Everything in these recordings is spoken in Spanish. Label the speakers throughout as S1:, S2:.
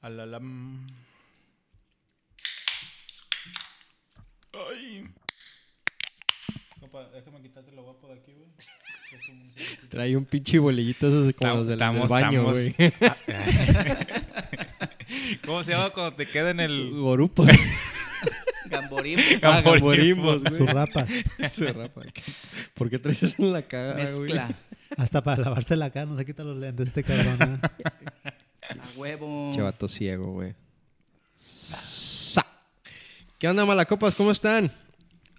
S1: A la lam. Ay. Compa, déjame quitarte lo guapo de aquí, güey. Que es un-
S2: Trae un pinche bolillito esos como los del, del baño, güey.
S1: ¿Cómo se llama cuando te queda en el
S2: Gorupos.
S3: Gamborín.
S2: Ah, gamborimbos,
S4: Su
S2: güey.
S4: rapa.
S2: Se rapa. ¿Por qué traes eso en la cara, güey?
S3: Mezcla.
S4: Hasta para lavarse la cara no se quita los lentes este cabrón. ¿eh?
S3: A huevo.
S2: Che vato ciego, güey. Sa. ¿Qué onda, malacopas? ¿Cómo están?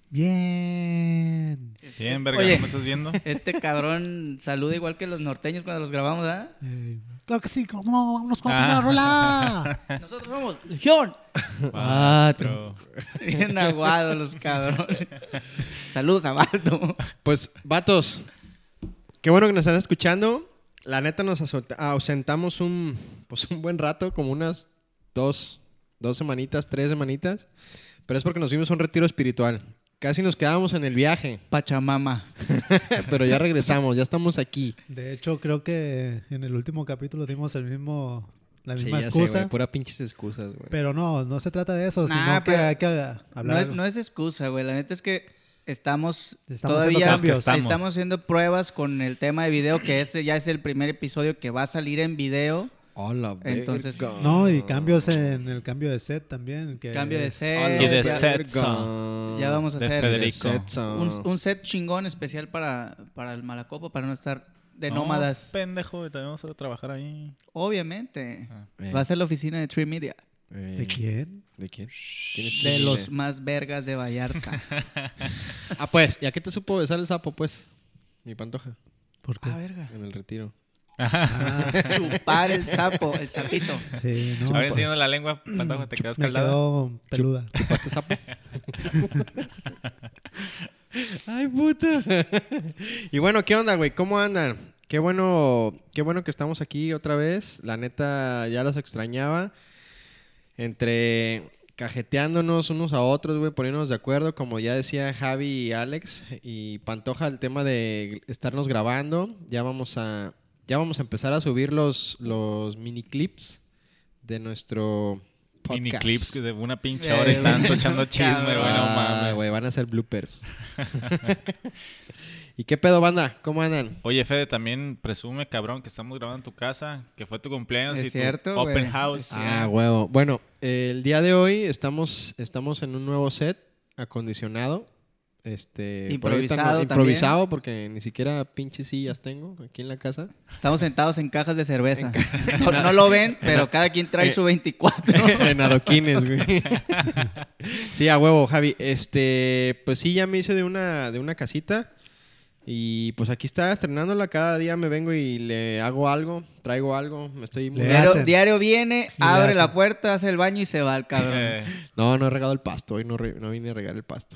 S4: Bien.
S1: Bien, verga,
S3: Oye.
S1: ¿no me estás viendo?
S3: Este cabrón saluda igual que los norteños cuando los grabamos, ¿ah?
S4: Eh, claro que sí, cómo no, vámonos con la primera rola.
S3: Nosotros somos Legión. Cuatro.
S1: Ah, Pero-
S3: Bien aguados los cabrones. Saludos a Baldo.
S2: Pues, vatos, qué bueno que nos están escuchando. La neta nos asolta- ausentamos un, pues, un buen rato, como unas dos, dos semanitas, tres semanitas. Pero es porque nos fuimos a un retiro espiritual. Casi nos quedábamos en el viaje,
S3: Pachamama.
S2: pero ya regresamos, ya estamos aquí.
S4: De hecho, creo que en el último capítulo dimos el mismo, la
S2: Sí,
S4: misma
S2: ya sé,
S4: excusa.
S2: güey, pues. pura pinches excusas, güey.
S4: pero no, no se trata de eso,
S3: Nah,
S4: sino que
S3: pero-
S4: hay que hablar.
S3: No es,
S4: algo.
S3: no es excusa, güey. La neta es que estamos,
S4: Estamos haciendo
S3: todavía
S4: cambios.
S3: estamos. haciendo pruebas con el tema de video, que este ya es el primer episodio que va a salir en video.
S2: Hola,
S3: Entonces-
S2: verga.
S4: No, y cambios en el cambio de set también. que-
S3: Cambio de
S2: Hola,
S3: set.
S1: Y de
S3: ya-
S1: set.
S2: verga.
S3: ya vamos a
S1: De
S3: hacer
S1: Federico.
S3: un, un set chingón especial para, para el Malacopo, para no estar de nómadas.
S1: pendejo, también vamos a trabajar ahí.
S3: Obviamente.
S1: Ah.
S2: Eh,
S3: Va a ser la oficina de Tree Media.
S2: eh,
S4: ¿De quién?
S2: ¿De quién? ¿Quién es
S3: De
S2: Trini?
S3: los más vergas de Vallarta.
S2: Ah, pues, ¿y a qué te supo besar el sapo, pues? Mi pantoja,
S4: ¿Por qué?
S3: ah, verga.
S2: en el retiro.
S4: Ah,
S3: Chupar el sapo, el sapito.
S4: sí, no,
S1: Ahora
S4: pues,
S1: enseñando la lengua, pantoja, te quedas
S4: me
S1: caldado.
S4: quedó peluda.
S2: ¿Chupaste sapo? Ay, puta. y bueno, ¿qué onda, güey? ¿Cómo andan? Qué bueno, qué bueno que estamos aquí otra vez. La neta, ya los extrañaba. Entre cajeteándonos unos a otros, güey, poniéndonos de acuerdo, como ya decía Javi y Alex y Pantoja, el tema de estarnos grabando. Ya vamos a, ya vamos a empezar a subir los, los mini clips de nuestro podcast.
S1: Mini clips de una pinche
S3: Eh,
S1: hora y
S3: güey.
S1: tanto echando chisme, güey.
S3: Cabrón.
S1: No
S2: Ah,
S1: mames.
S2: güey, van a ser bloopers. ¿Y qué pedo, banda? ¿Cómo andan?
S1: Oye, Fede, también presume, cabrón, que estamos grabando en tu casa, que fue tu cumpleaños
S3: Es
S1: y tu
S3: cierto,
S1: open
S3: güey.
S1: house.
S3: Es
S2: Ah, huevo. Bueno, el día de hoy estamos, estamos en un nuevo set acondicionado. Este, por ahorita
S3: Improvisado también.
S2: improvisado porque ni siquiera pinches sillas tengo aquí en la casa.
S3: Estamos sentados en cajas de cerveza. No, no lo ven, pero cada quien trae su 24.
S2: en adoquines, güey. sí, a huevo, Javi. Este, pues sí, ya me hice de una, de una casita. Y pues aquí está estrenándola. Cada día me vengo y le hago algo, traigo algo. Me estoy
S4: Le
S2: mudando.
S3: Diario,
S4: hacen.
S3: diario viene,
S4: Le
S3: abre
S4: hacen.
S3: la puerta, hace el baño y se va el cabrón.
S1: Eh,
S2: No, no he regado el pasto. Hoy no, re- no vine a regar el pasto.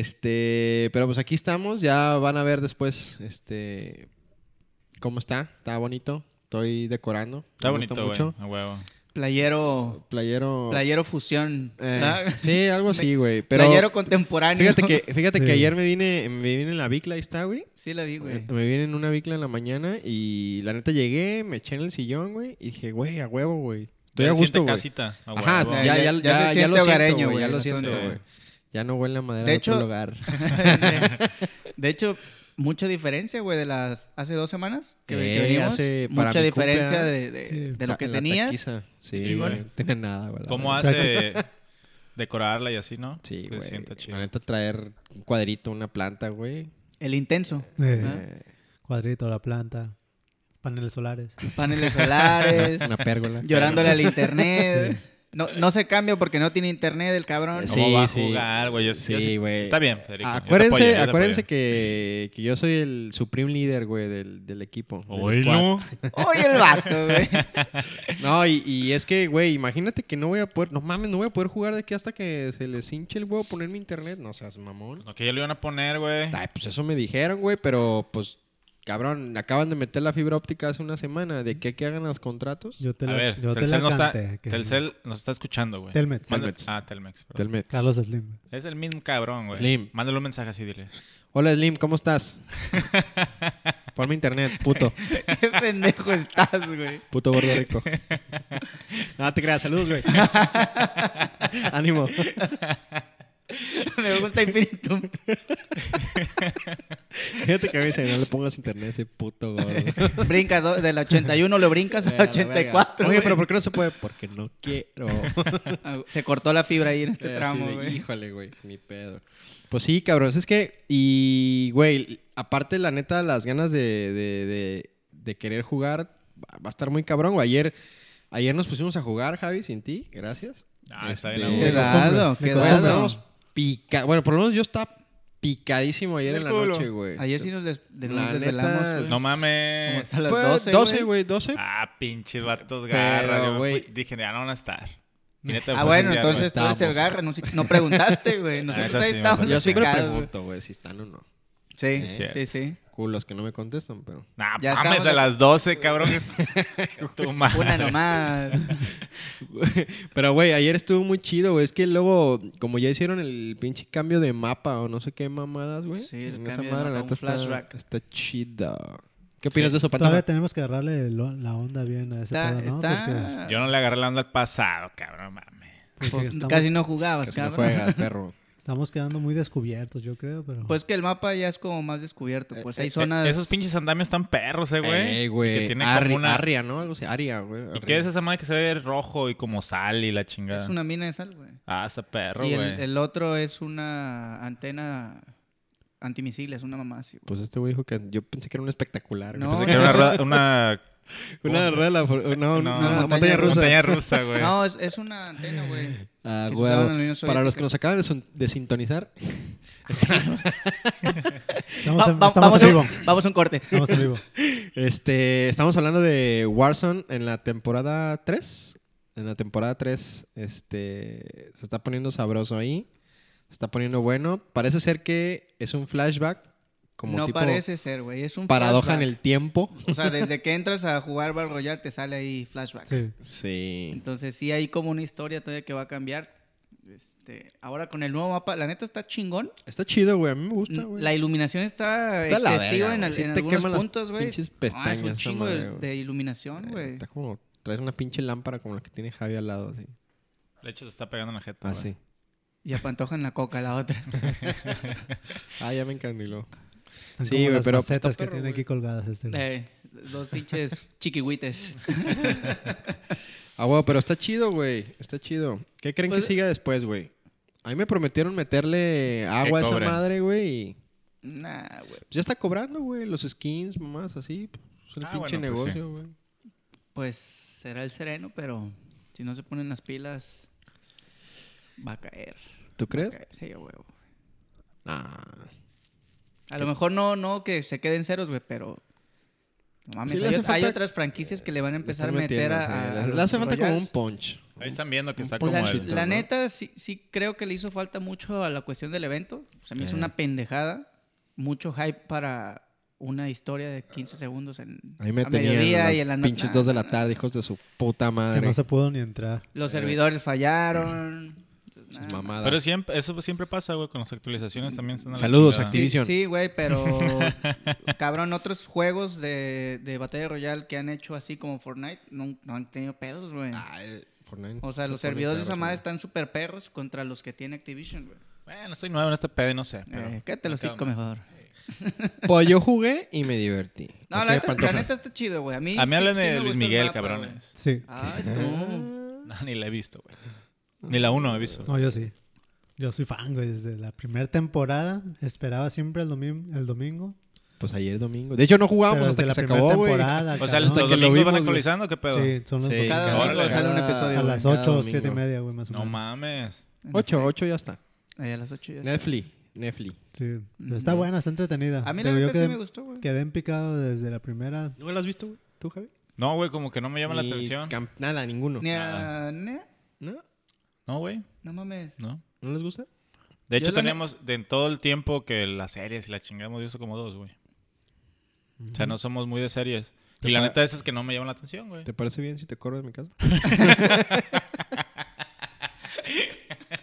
S2: Este, pero pues aquí estamos. Ya van a ver después, este, cómo está. Está bonito. Estoy decorando.
S1: está
S2: Me gusta
S1: bonito, güey. A huevo.
S3: Playero,
S2: Playero.
S3: playero fusión.
S2: Oh. eh,
S3: ¿verdad?
S2: sí, algo así, güey. Pero
S3: Playero contemporáneo.
S2: fíjate que, fíjate
S4: Sí.
S2: que ayer me vine, me vine en la bicla, ahí está, güey.
S3: Sí la vi, güey.
S2: Me vine en una bicla en la mañana y la neta llegué, me eché en el sillón, güey, y dije, güey, a huevo, güey. Estoy
S1: Ya
S2: a
S1: se siente
S2: gusto, güey.
S1: casita, a
S2: Ajá, pues
S1: huevo.
S2: ya,
S3: Ya-
S2: ya, ya,
S3: ya se
S2: ya lo
S3: siente
S2: siento,
S3: hogareño,
S2: güey.
S3: güey,
S2: Ya lo
S3: el
S2: siento,
S1: asunto.
S2: güey. Ya no huele a madera
S3: De
S2: de otro
S3: hecho-
S2: lugar.
S3: De hecho, mucha diferencia, güey, de las hace dos semanas que, que
S2: Eh,
S3: venimos.
S2: hace- para
S3: mucha
S2: mi
S3: diferencia
S2: cumple,
S3: de, de-
S4: Sí.
S3: de lo que
S2: En la
S3: tenías.
S2: taquiza. Sí,
S1: Sí,
S2: güey.
S1: güey.
S2: No tenía nada, güey. la
S1: ¿Cómo
S2: verdad.
S1: hace decorarla y así, no?
S2: Sí,
S1: Que
S2: güey.
S1: se sienta chido.
S2: La neta, traer un cuadrito, una planta, güey.
S3: El intenso.
S4: Eh,
S3: ¿Ah?
S2: eh,
S4: Cuadrito, la planta, paneles solares.
S3: Paneles solares,
S2: Una pérgola.
S3: llorándole al internet. No, no se cambia porque no tiene internet el cabrón.
S2: Sí.
S1: ¿Cómo va a jugar, güey? Yo- yo
S2: Sí, güey.
S1: Está bien, Federico. yo te
S2: Acuérdense,
S1: apoyo, yo te
S2: acuérdense
S1: apoyo.
S2: que, que yo soy el supreme líder, güey, del, del equipo. del squad.
S1: Oílo.
S3: Oye el vato, güey.
S2: No, y, y es que, güey, imagínate que no voy a poder, no mames, no voy a poder jugar de aquí hasta que se les hinche el huevo poner mi internet. No seas mamón.
S1: No, que ya lo iban a poner, güey.
S2: Ay, pues eso me dijeron, güey, pero pues, cabrón, acaban de meter la fibra óptica hace una semana. ¿De qué que hagan los contratos?
S4: Yo te
S1: A
S4: la,
S1: ver,
S4: yo te
S1: Telcel,
S4: la
S1: no está,
S4: canté, que-
S1: Telcel nos está escuchando, güey.
S4: Telmex.
S1: Manda-
S2: Telmex.
S1: Ah, Telmex. perdón.
S2: Telmex.
S4: Carlos Slim.
S1: Es el mismo cabrón, güey.
S2: Slim.
S1: Mándale un mensaje así, dile.
S2: Hola Slim, ¿cómo estás? Ponme internet, puto.
S3: Qué pendejo estás, güey.
S2: Puto gordo rico. No te creas, saludos, güey. Ánimo.
S3: Me gusta Infinitum.
S2: Fíjate que me dice, no le pongas internet a ese puto gordo.
S3: Brinca do- del 81, lo brincas
S2: A
S3: al
S2: la
S3: 84.
S2: verga. Oye,
S3: güey.
S2: pero ¿por qué no se puede? Porque no quiero.
S3: Ah, Se cortó la fibra ahí en este
S2: Eh, Así
S3: tramo,
S2: de,
S3: güey.
S2: Híjole, güey, mi pedo. Pues sí, cabrón, es que, y, güey, aparte, la neta, las ganas de, de- de- de querer jugar va va a estar muy cabrón, güey. Ayer, ayer nos pusimos a jugar, Javi, sin ti, gracias.
S1: Ah, está
S2: Este,
S1: bien
S3: Qué
S1: aburrido.
S4: da-
S3: dado,
S4: costumbre,
S3: qué
S4: de
S2: Güey,
S4: costumbre.
S3: dado.
S2: estábamos pica- Bueno, por lo menos yo estaba picadísimo ayer en la
S1: Culo.
S2: noche, güey.
S3: Ayer sí nos, des- de- nos
S2: La
S3: desvelamos.
S2: neta,
S3: güey.
S1: No
S3: Como
S1: mames.
S3: hasta las
S2: Pues,
S3: 12,
S2: 12,
S3: güey.
S2: güey, 12.
S1: Ah, pinches vatos garra. yo me
S2: güey.
S1: fui- Dije, ya no van a estar. Y neta,
S3: Ah,
S1: pues,
S3: bueno,
S1: ya no
S3: entonces tú
S1: estamos.
S3: eres el garra. No, no preguntaste, güey. Nosotros
S1: neta,
S3: ahí
S1: sí, me
S3: estábamos
S1: pasé.
S2: pues, Yo siempre
S3: picados, güey.
S2: pregunto, güey, si están o no.
S3: Sí,
S1: Sí.
S3: sí, sí.
S2: Culos que no me contestan, pero...
S1: Nah,
S3: Ya
S1: mames
S3: estamos
S1: a
S3: a-
S1: las 12, cabrón. tu madre.
S3: Una nomás.
S2: Pero, güey, ayer estuvo muy chido, güey. Es que luego, como ya hicieron el pinche cambio de mapa o no sé qué mamadas, güey.
S3: Sí, el
S2: en
S3: cambio de
S2: la
S3: mapa,
S2: neta,
S3: un flashback.
S2: está, está chida. ¿Qué opinas de eso,
S4: Todavía
S2: Pantera?
S4: tenemos que agarrarle lo- la onda bien a ese
S3: Está,
S4: pedo, ¿no?
S3: está.
S1: Yo no le agarré la onda al pasado, cabrón, mames.
S4: Porque, porque
S3: Pues,
S4: estamos,
S3: casi no jugabas,
S2: Casi no
S3: cabrón.
S2: juegas, perro.
S4: estamos quedando muy descubiertos, yo creo, pero...
S3: Pues que el mapa ya es como más descubierto. Pues hay
S2: eh,
S3: zonas.
S1: Esos pinches andamios están perros, eh, güey.
S2: Ey,
S1: Que
S2: güey.
S1: tiene
S2: Arri-
S1: como una...
S2: Arria, ¿no? Algo así. Aria, güey.
S1: ¿Y
S2: Arria.
S1: qué es esa madre que se ve rojo y como sal y la chingada?
S3: Es una mina de sal, güey.
S1: Ah, está perro,
S3: Y
S1: güey.
S3: el, el otro es una antena antimisiles, una mamá así, güey.
S2: Pues este güey dijo que yo pensé que era un espectacular. güey.
S3: No,
S1: Pensé que era una... rueda- una...
S2: Una rueda, no, una, montaña,
S3: montaña
S2: rusa.
S1: Montaña rusa, Pues, güey.
S3: No, es, es una antena, güey.
S2: Ah,
S3: que se
S2: güey.
S3: usaba en la Unión
S2: Para los
S3: Soviética.
S2: que nos acaban de, son- de sintonizar,
S4: Estamos, en,
S3: Va- va-
S4: estamos
S3: vamos,
S4: en
S3: a
S4: vivo.
S3: un, vamos a un corte.
S4: Estamos en vivo.
S2: Este, estamos hablando de Warzone en la temporada 3. En la temporada 3, este, se está poniendo sabroso ahí. Se está poniendo bueno. Parece ser que es un flashback, como
S3: no
S2: tipo
S3: parece ser, güey. Es un
S2: paradoja en
S3: flashback.
S2: el tiempo.
S3: O sea, desde que entras a jugar Battle Royale te sale ahí flashback.
S4: Sí.
S2: Sí.
S3: Entonces sí hay como una historia todavía que va a cambiar. Este, ahora con el nuevo mapa, la neta está chingón.
S2: Está chido, güey. A mí me gusta, güey.
S3: La iluminación está,
S2: Está la
S3: excesiva
S2: verga,
S3: en,
S2: güey.
S3: al-
S2: Sí
S3: en
S2: te queman
S3: algunos
S2: las
S3: puntos, güey.
S2: pinches
S3: Ah, es
S2: pestañas,
S3: un
S2: esa
S3: chingo
S2: madre,
S3: de,
S2: güey. Eh,
S3: de iluminación, güey.
S2: Está como traes una pinche lámpara como la que tiene Javi al lado, así.
S1: De hecho, se está pegando en la jeta, güey.
S2: Así.
S3: Y apantojan la coca la otra.
S2: Ah, ya me encandiló.
S4: Están
S2: Sí,
S4: como
S2: güey,
S4: las
S2: pero, pues,
S4: macetas
S2: está
S4: que
S2: perro,
S4: tiene
S2: güey.
S4: aquí colgadas este. güey.
S3: Eh, dos pinches chiquihuites.
S2: Ah, bueno, pero está chido, güey. Está chido. ¿Qué creen
S3: Pues-
S2: que siga después, güey? A mí me prometieron meterle agua a esa
S1: cobren.
S2: madre, güey. y-
S3: Nah, güey.
S2: Pues ya está cobrando, güey. Los skins, mamás, así. pues, Es el
S1: Ah,
S2: pinche
S1: bueno, pues
S2: negocio, güey.
S3: Pues será el sereno, pero si no se ponen las pilas, va a caer.
S2: ¿Tú crees?
S3: Caer, Sí, a huevo.
S2: Ah.
S3: A lo mejor no, no que se queden ceros, güey, pero. No mames,
S2: Sí le
S3: hay,
S2: hace
S3: ot- hay
S2: falta-
S3: otras franquicias que le van a
S2: Le
S3: empezar a
S2: están
S3: meter
S2: metiendo,
S3: a.
S2: sí.
S3: a-
S2: Le-
S3: a
S2: Le,
S3: los
S2: hace falta como un
S3: Royals.
S2: punch.
S1: Ahí están viendo que está
S2: Pues
S1: como
S3: La,
S1: el...
S3: la
S2: ¿no?
S3: neta, sí, sí creo que le hizo falta mucho a la cuestión del evento. Se me hizo
S2: Eh.
S3: una pendejada. Mucho hype para una historia de 15 segundos en
S2: Ahí me
S3: a
S2: tenían
S3: mediodía
S2: las
S3: y en la noche.
S2: pinches dos de la tarde, hijos de su puta
S4: Que
S2: madre.
S4: no se pudo ni entrar.
S3: Los servidores fallaron. Entonces,
S2: Sus
S3: nah,
S2: mamadas.
S1: Pero siempre, eso siempre pasa, güey, con las actualizaciones también. están a la
S2: Saludos,
S1: chingada.
S3: Sí,
S2: Activision.
S3: sí, güey, pero cabrón, otros juegos de, de Batalla Royale que han hecho así como Fortnite no, no han tenido pedos, güey.
S2: Ay, Fortnite
S3: o sea,
S2: Ah, se
S3: los
S2: pone
S3: servidores de
S2: perro,
S3: esa madre
S2: güey.
S3: están súper perros contra los que tiene Activision, güey.
S1: Bueno, soy nuevo en este pedo y no sé, pero...
S3: Eh, quédate los cinco mejor.
S2: Pues yo jugué y me divertí.
S3: No,
S2: ¿Ok,
S3: la, neta,
S2: Pantoja?
S3: la neta está chido, güey. A mí,
S1: A mí
S3: sí-
S1: hablan
S3: sí
S1: de
S3: me
S1: Luis
S3: gustó el
S1: Miguel,
S3: mapa,
S1: cabrones.
S3: güey.
S4: Sí.
S3: Ay, tú.
S1: No, ni la he visto, güey. Ni la uno he visto.
S4: No, yo sí. Yo soy fan, güey. Desde la primera temporada esperaba siempre el, domi- el domingo.
S2: Pues ayer domingo. De hecho, no jugábamos
S4: pero
S2: pues hasta
S4: desde
S2: que se
S4: la primera
S2: acabó, güey.
S4: temporada.
S1: O sea,
S4: cabrón.
S1: los
S2: que
S1: domingos
S2: lo
S1: van
S2: vimos, güey.
S1: actualizando, ¿qué pedo?
S4: Sí, son los
S2: Sí,
S3: Cada domingo sale un episodio,
S4: A
S3: güey.
S4: las
S2: cada
S4: 8 o 7 y
S2: domingo.
S4: media, güey, más o
S1: No
S4: menos.
S1: mames.
S2: 8, 8 ya está.
S3: Ahí a las ocho Eh, ya está.
S2: Netflix, Netflix.
S4: Sí. Pero está buena, está entretenida.
S3: A mí la
S4: Pero yo
S3: neta sí
S4: quedé-
S3: me gustó, güey.
S4: Quedé en picado desde la primera.
S2: ¿No lo has visto, güey? ¿Tú, Javi?
S1: No, güey, como que no me llama la
S2: Ni
S1: atención.
S2: camp- Nada, ninguno.
S3: Ni a- ne-
S2: ¿No?
S1: No, güey,
S3: No mames.
S1: no.
S2: ¿No les gusta?
S1: De
S3: Yo
S1: hecho,
S3: la ne-
S1: tenemos de en todo el tiempo que las series y la chingamos hemos visto como dos, güey. O sea, no somos muy de series.
S2: Te
S1: Y la
S2: pa-
S1: neta es que no me llaman la atención, güey.
S2: ¿Te parece bien si te corro de mi casa?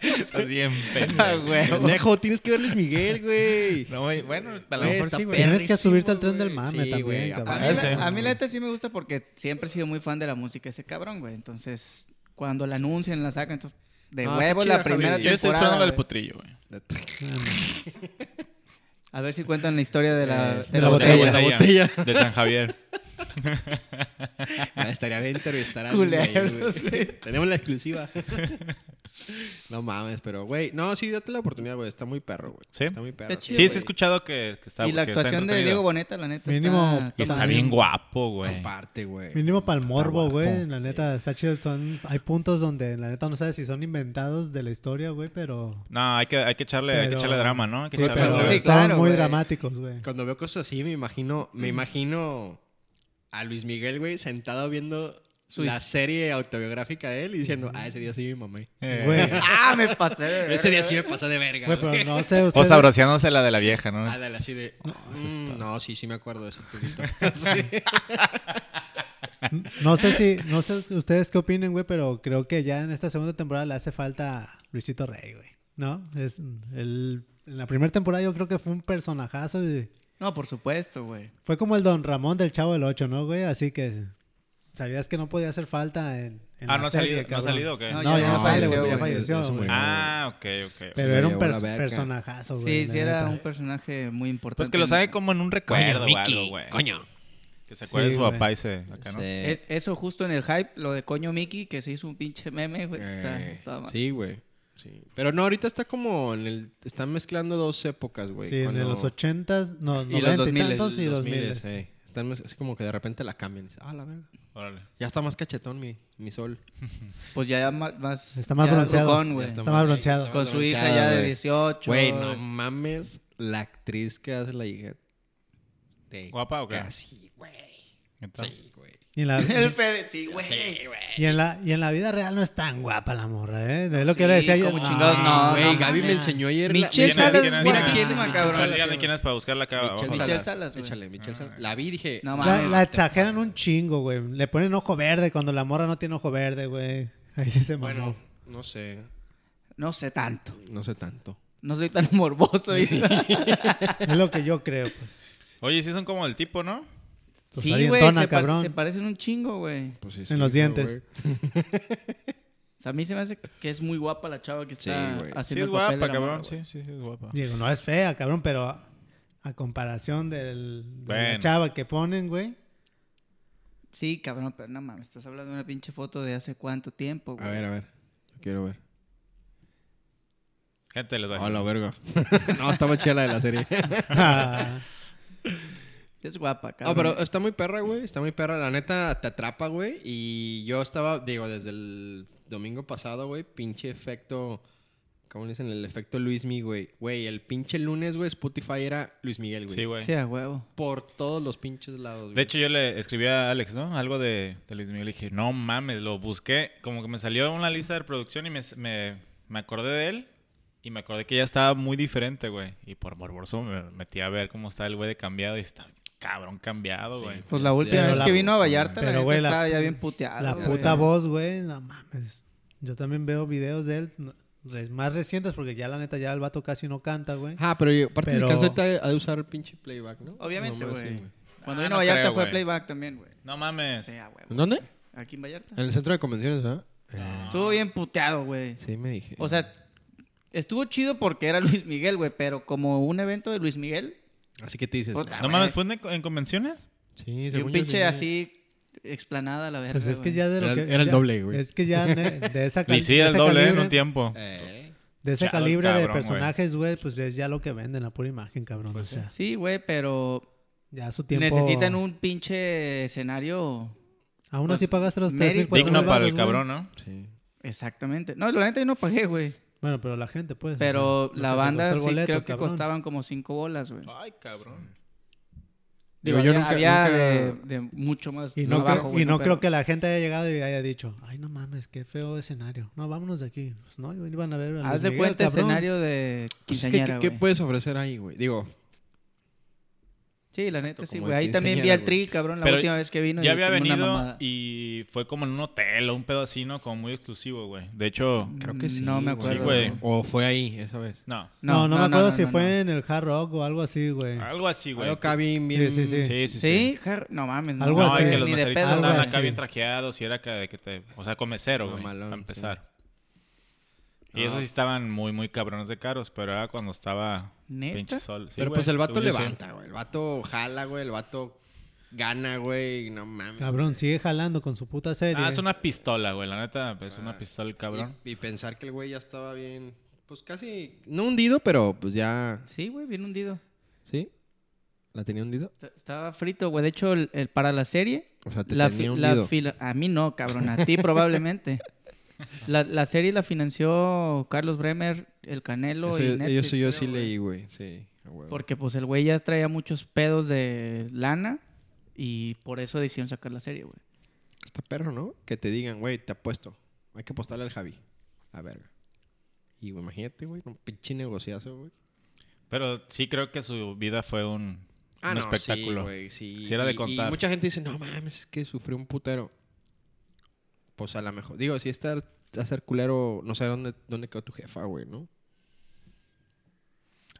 S1: Estás bien
S3: Ah,
S1: pendejo.
S3: huevo.
S2: Pendejo, tienes que ver Luis Miguel, güey.
S1: No, güey, bueno, a lo
S2: Güey,
S1: mejor
S2: está
S1: sí, güey.
S2: perro.
S4: Tienes que subirte al
S2: perrísimo,
S4: tren del
S2: güey.
S4: mame
S2: Sí,
S4: también,
S2: güey,
S4: cabrón.
S3: A mí,
S1: Parece.
S3: la- a mí la neta sí me gusta porque siempre he sido muy fan de la música ese cabrón, güey. Entonces, cuando la anuncian, la sacan, entonces, de
S2: Ah, está
S3: huevo
S2: chida,
S3: la primera
S2: Javi.
S1: Yo estoy
S3: temporada.
S1: esperando la del
S3: güey.
S1: potrillo, güey.
S3: A ver si cuentan la historia de la,
S1: Eh,
S3: de la
S4: de la
S3: botella.
S4: botella.
S2: la botella.
S1: De San Javier.
S2: Ah, estaría bien entrevistar a alguien de ahí, güey.
S3: Culeros, güey.
S2: Tenemos la exclusiva. no mames, pero, güey. No, sí, date la oportunidad, güey. Está muy perro, güey.
S1: Sí.
S2: Está muy perro.
S3: Está
S1: Sí,
S3: chido,
S1: sí,
S3: güey.
S1: he escuchado que, que está
S3: Y la
S1: que está
S3: actuación de
S1: entretenido.
S3: Diego Boneta, la neta,
S4: Mínimo,
S1: Y está
S4: También.
S1: bien guapo, güey.
S2: Comparte,
S3: Eh,
S2: güey.
S4: Mínimo para el
S2: Está
S4: morbo,
S2: guapo.
S4: güey. La neta, está chido. Son, hay puntos donde la neta no sabes si son inventados de la historia, güey, pero...
S1: No, hay que, hay que echarle, hay que
S4: pero-
S1: echarle drama, ¿no? Hay que
S4: sí,
S1: echarle
S4: pero
S1: drama.
S3: Sí,
S4: son
S3: claro,
S4: muy
S3: güey.
S4: dramáticos, güey.
S2: Cuando veo cosas así, me imagino, me imagino a Luis Miguel, güey, sentado viendo
S3: Su-
S2: la serie autobiográfica de él y diciendo, ah, ese día sí me mamé.
S1: Eh.
S4: Güey,
S3: Ah, me pasé. de verga.
S2: Ese día sí me pasó de verga.
S4: güey,
S2: güey.
S4: pero no sé,
S1: O
S4: ustedes...
S1: sabroseándose la de la vieja, ¿no?
S2: Ándale, así de.
S1: eso
S2: "Mm,
S1: está-
S2: no, sí, sí me acuerdo de ese culito. Sí.
S4: No sé si, no sé ustedes qué opinen, güey, pero creo que ya en esta segunda temporada le hace falta Luisito Rey, güey. ¿No? Es el, en la primera temporada yo creo que fue un personajazo y
S3: No, por supuesto, güey.
S4: fue como el Don Ramón del Chavo del Ocho, ¿no, güey? Así que sabías que no podía hacer falta en, en
S1: Ah,
S4: la
S1: ¿no ha salido-
S4: serie,
S1: no ha
S4: cabrón.
S1: salido o qué?
S4: No,
S3: No,
S4: ya,
S3: ya
S4: no sale, güey,
S3: falleció, güey.
S4: ya
S2: Ya
S4: falleció,
S2: se
S4: güey.
S2: murió.
S1: Ah, ok, ok.
S4: Pero
S2: Se
S4: era
S2: la
S4: un
S2: llevó
S4: per-
S2: la verga.
S4: personajazo, güey.
S3: Sí,
S4: la
S3: sí era
S4: neta.
S3: un personaje muy importante.
S1: Pues que lo sabe como en un recuerdo,
S2: Coño,
S1: o algo,
S2: Mickey,
S1: güey.
S2: coño. Eh,
S1: Que se acuerde
S4: Sí,
S1: su
S4: güey.
S1: papá y se. Acá, ¿no?
S2: Sí.
S3: Es- eso justo en el hype, lo de coño Mickey, que se hizo un pinche meme, güey. pues, Está,
S2: Eh,
S3: está mal.
S2: sí, güey. Sí. Pero no, ahorita está como en el. Están mezclando dos épocas, güey.
S4: Sí,
S2: cuando-
S4: de los ochentas, no,
S3: Y los
S4: noventa y
S3: 2000s,
S4: tantos y dos
S2: 2000s,
S4: miles.
S2: eh. Están mez- así como que de repente la cambian. y dices, ah, la verga.
S1: Órale.
S2: Ya está más cachetón mi, mi sol.
S3: Pues ya ma- más.
S4: Está más
S3: ya
S4: bronceado.
S3: rucón, güey.
S2: Ya está
S4: Está más
S2: más-
S4: bronceado.
S2: está
S3: Con su hija
S2: bronceado,
S3: ya de
S2: güey.
S3: 18.
S2: Güey, no mames. La actriz que hace la hija. Te
S1: ¿Guapa o qué?
S2: Casi, güey. Sí, güey.
S4: Y en la-
S3: El Fede, sí, güey.
S4: Y en, la, y en la vida real no es tan guapa la morra, ¿eh? Es lo que
S3: Sí,
S4: le decía yo. Ah,
S3: como chingados, no,
S2: Güey,
S3: no
S2: Gaby me
S3: mames.
S2: enseñó ayer.
S3: Michelle
S2: la...
S3: Salas
S2: Mira
S3: es
S2: quién-
S3: guapísima,
S2: Michelle
S3: cabrón.
S2: Salas,
S1: Díganme
S2: güey.
S1: quién es para buscarla acá abajo.
S2: Michelle
S3: Michelle
S2: Salas.
S3: Salas, güey.
S2: Échale, Michelle Salas. La vi y dije. "Mm,
S3: No
S4: La,
S3: mames.
S4: la exageran un chingo, güey. Le ponen ojo verde cuando la morra no tiene ojo verde, güey. Ahí sí se mamó.
S2: Bueno, no sé.
S3: No sé tanto.
S2: No sé tanto.
S3: No soy tan morboso. dice.
S4: Es lo que yo creo, pues.
S1: Oye, sí son como el tipo, ¿no?
S4: Pues
S3: Sí, güey.
S4: salientona,
S3: se, par-
S4: cabrón.
S3: se parecen un chingo, güey.
S2: Pues sí,
S4: sí, los pero, dientes. güey.
S3: O sea, a mí se me hace que es muy guapa la chava que
S2: Sí,
S3: está
S2: güey.
S3: haciendo
S1: Sí, es
S3: el papel de
S1: guapa,
S3: la
S1: cabrón.
S3: morra,
S1: Sí,
S3: güey.
S1: sí, sí, es guapa.
S4: Digo, no es fea, cabrón, pero a, a comparación del, de la
S1: Bueno.
S4: chava que ponen, güey.
S3: Sí, cabrón, pero no mames. Estás hablando de una pinche foto de hace cuánto tiempo, güey.
S2: A ver, a ver. Yo quiero ver.
S1: Gente, les voy a-
S2: Hola, verga. no, está muy chida la de la serie.
S4: Ah,
S3: Es guapa,
S2: No,
S3: cabrón.
S2: pero está muy perra, güey. Está muy perra. La neta te atrapa, güey. Y yo estaba, digo, desde el domingo pasado, güey, pinche efecto. ¿Cómo le dicen? El efecto Luis Miguel, güey. Güey, el pinche lunes, güey, Spotify era Luis Miguel, güey.
S1: Sí, güey.
S3: Sí, a huevo.
S2: Por todos los pinches lados, güey.
S1: De hecho, yo le escribí a Alex, ¿no? Algo de, de Luis Miguel. Y dije, no mames, lo busqué. Como que me salió una lista de reproducción y me, me, me acordé de él. Y me acordé que ya estaba muy diferente, güey. Y por morboso me metí a ver cómo está el güey de cambiado. Y está cabrón cambiado,
S2: Sí.
S1: güey.
S3: Pues la
S2: Pero
S3: última vez
S4: la-
S3: que vino a Vallarta,
S4: pero,
S3: la neta
S4: güey, la-
S3: estaba ya bien puteada.
S4: la
S3: güey.
S4: puta voz, güey. No mames. Yo también veo videos de él no, res- más recientes porque ya la neta ya el vato casi no canta, güey.
S2: Ah, pero yo- aparte
S4: Pero-
S2: se cansó ahorita de- de usar el pinche playback, ¿no?
S3: Obviamente,
S2: No mames,
S3: güey.
S2: sí,
S3: Cuando
S1: Ah,
S3: vino
S1: no
S3: a Vallarta
S1: creo,
S3: fue
S1: güey.
S3: playback también, güey.
S1: No mames.
S3: Sí, a huevo.
S2: ¿En dónde?
S3: Aquí en Vallarta.
S2: En el centro de convenciones, ¿verdad? Eh,
S3: Estuvo bien puteado, güey.
S2: sí, me dije.
S3: O sea, estuvo chido porque era Luis Miguel, güey, pero como un evento de Luis Miguel
S2: Así que te dices.
S3: Puta.
S2: "Nah".
S1: No mames, ¿fue en, en convenciones?
S2: Sí,
S3: y
S2: según
S3: un
S2: yo,
S3: pinche
S2: sí.
S3: así explanada la verga.
S4: Pues es que
S3: güey.
S4: ya de lo
S2: Era-
S4: que.
S2: era el
S4: ya-
S2: doble, güey.
S4: Es que ya ne- de esa
S1: Le
S4: cal- de
S1: hicieron el
S4: ese
S1: doble en
S4: calibre-
S1: un tiempo.
S2: Eh,
S4: De ese
S1: Chale,
S4: calibre de
S1: cabrón, güey. Pues
S4: personajes, güey, pues es ya lo que venden, la pura imagen, cabrón. o sea,
S3: Sí, güey, pero
S4: ya su tiempo.
S3: necesitan un pinche escenario.
S4: Aún así
S3: pues,
S4: pagaste los
S3: mérito,
S4: 3
S3: güey.
S1: Digno para el cabrón, ¿no?
S2: sí. Pues
S3: Exactamente. No, la neta yo no pagué, güey.
S4: Bueno, pero la gente, pues. o
S3: Pero
S4: sea, no
S3: la
S4: te
S3: banda
S4: costó el
S3: sí
S4: boleto,
S3: creo que
S4: cabrón.
S3: costaban como cinco bolas, güey.
S1: Ay, cabrón.
S3: Digo,
S2: Digo, yo
S3: había-
S2: nunca-
S3: había
S2: nunca-
S3: De, de mucho más
S4: Y no,
S3: abajo,
S4: creo,
S3: güey,
S4: y no creo
S3: pero-
S4: que la gente haya llegado y haya dicho, ay, no mames, qué feo escenario. No, vámonos de aquí. Pues no, iban a ver. a Luis
S3: Haz de
S4: Miguel,
S3: cuenta
S4: cabrón.
S3: escenario de
S2: Pues es que,
S3: quinceañera,
S2: ¿qué, qué
S3: güey.
S2: puedes ofrecer ahí, güey? Digo,
S3: Sí, la
S2: Exacto,
S3: neta, sí,
S2: como
S3: güey.
S2: de
S3: Ahí también vi
S2: quinceañera,
S3: al Tri, cabrón, la
S1: Pero
S3: última vez que vino.
S1: ya
S3: y
S1: había
S3: tuvo una
S1: venido
S3: mamada.
S1: y fue como en un hotel o un pedacino como muy exclusivo, güey. De hecho,
S2: Creo que sí.
S3: No me acuerdo.
S1: Sí, güey.
S2: O fue ahí, esa vez.
S1: no.
S4: No, no, me acuerdo si
S3: no,
S4: fue
S3: no.
S4: en el Hard Rock o algo así, güey.
S1: Algo así, güey.
S2: Algo acá bien, bien-
S4: Sí, sí, sí.
S1: Sí, sí, sí.
S3: Sí, Har- no mames. No,
S4: Algo
S1: No,
S4: así.
S1: es que los
S3: ni de
S1: meseritos
S3: pedo.
S4: Algo
S1: andaban
S4: así.
S1: acá bien traqueados y era que, que te... O sea, con mesero, güey,
S2: Mamalón,
S1: para
S2: sí.
S1: empezar. Y
S2: Ah.
S1: esos sí estaban muy, muy cabrones de caros, pero era cuando estaba
S3: ¿Neta?
S1: pinche sol. Sí,
S2: Pero
S1: güey,
S2: pues el vato
S1: según yo sí.
S2: levanta, güey. El vato jala, güey. El vato gana, güey. No mames.
S4: Cabrón, sigue jalando con su puta serie.
S1: Ah, es una pistola, güey. La neta, es una pistola, el cabrón.
S2: Y, y pensar que el güey ya estaba bien, pues casi, no hundido, pero pues ya,
S3: Sí, güey, bien hundido.
S2: ¿sí? ¿La tenía hundido?
S3: Est- Estaba frito, güey. De hecho, el, el- para la serie,
S2: O sea, te
S3: la, fi-
S2: tenía
S3: la
S2: hundido.
S3: fila- A mí no, cabrón. A ti probablemente. La, la serie la financió Carlos Bremer, El Canelo
S2: Eso
S3: y
S2: yo,
S3: Netflix.
S2: yo sí, yo sí
S3: creo, güey.
S2: leí, güey. Sí, a huevo.
S3: Porque pues el güey ya traía muchos pedos de lana y por eso decidieron sacar la serie, güey.
S2: Está perro, ¿no? Que te digan, güey, te apuesto. Hay que apostarle al Javi. A verga. Y güey, imagínate, güey, un pinche negociazo, güey.
S1: Pero sí creo que su vida fue un, un
S2: Ah, no,
S1: espectáculo.
S2: Sí, güey, sí.
S1: Sí era de
S2: Y- Y,
S1: contar.
S2: mucha gente dice, no mames, es que sufrió un putero. Pues a lo mejor. Digo, si estar a ser culero, no sé dónde, dónde quedó tu jefa, güey, ¿no?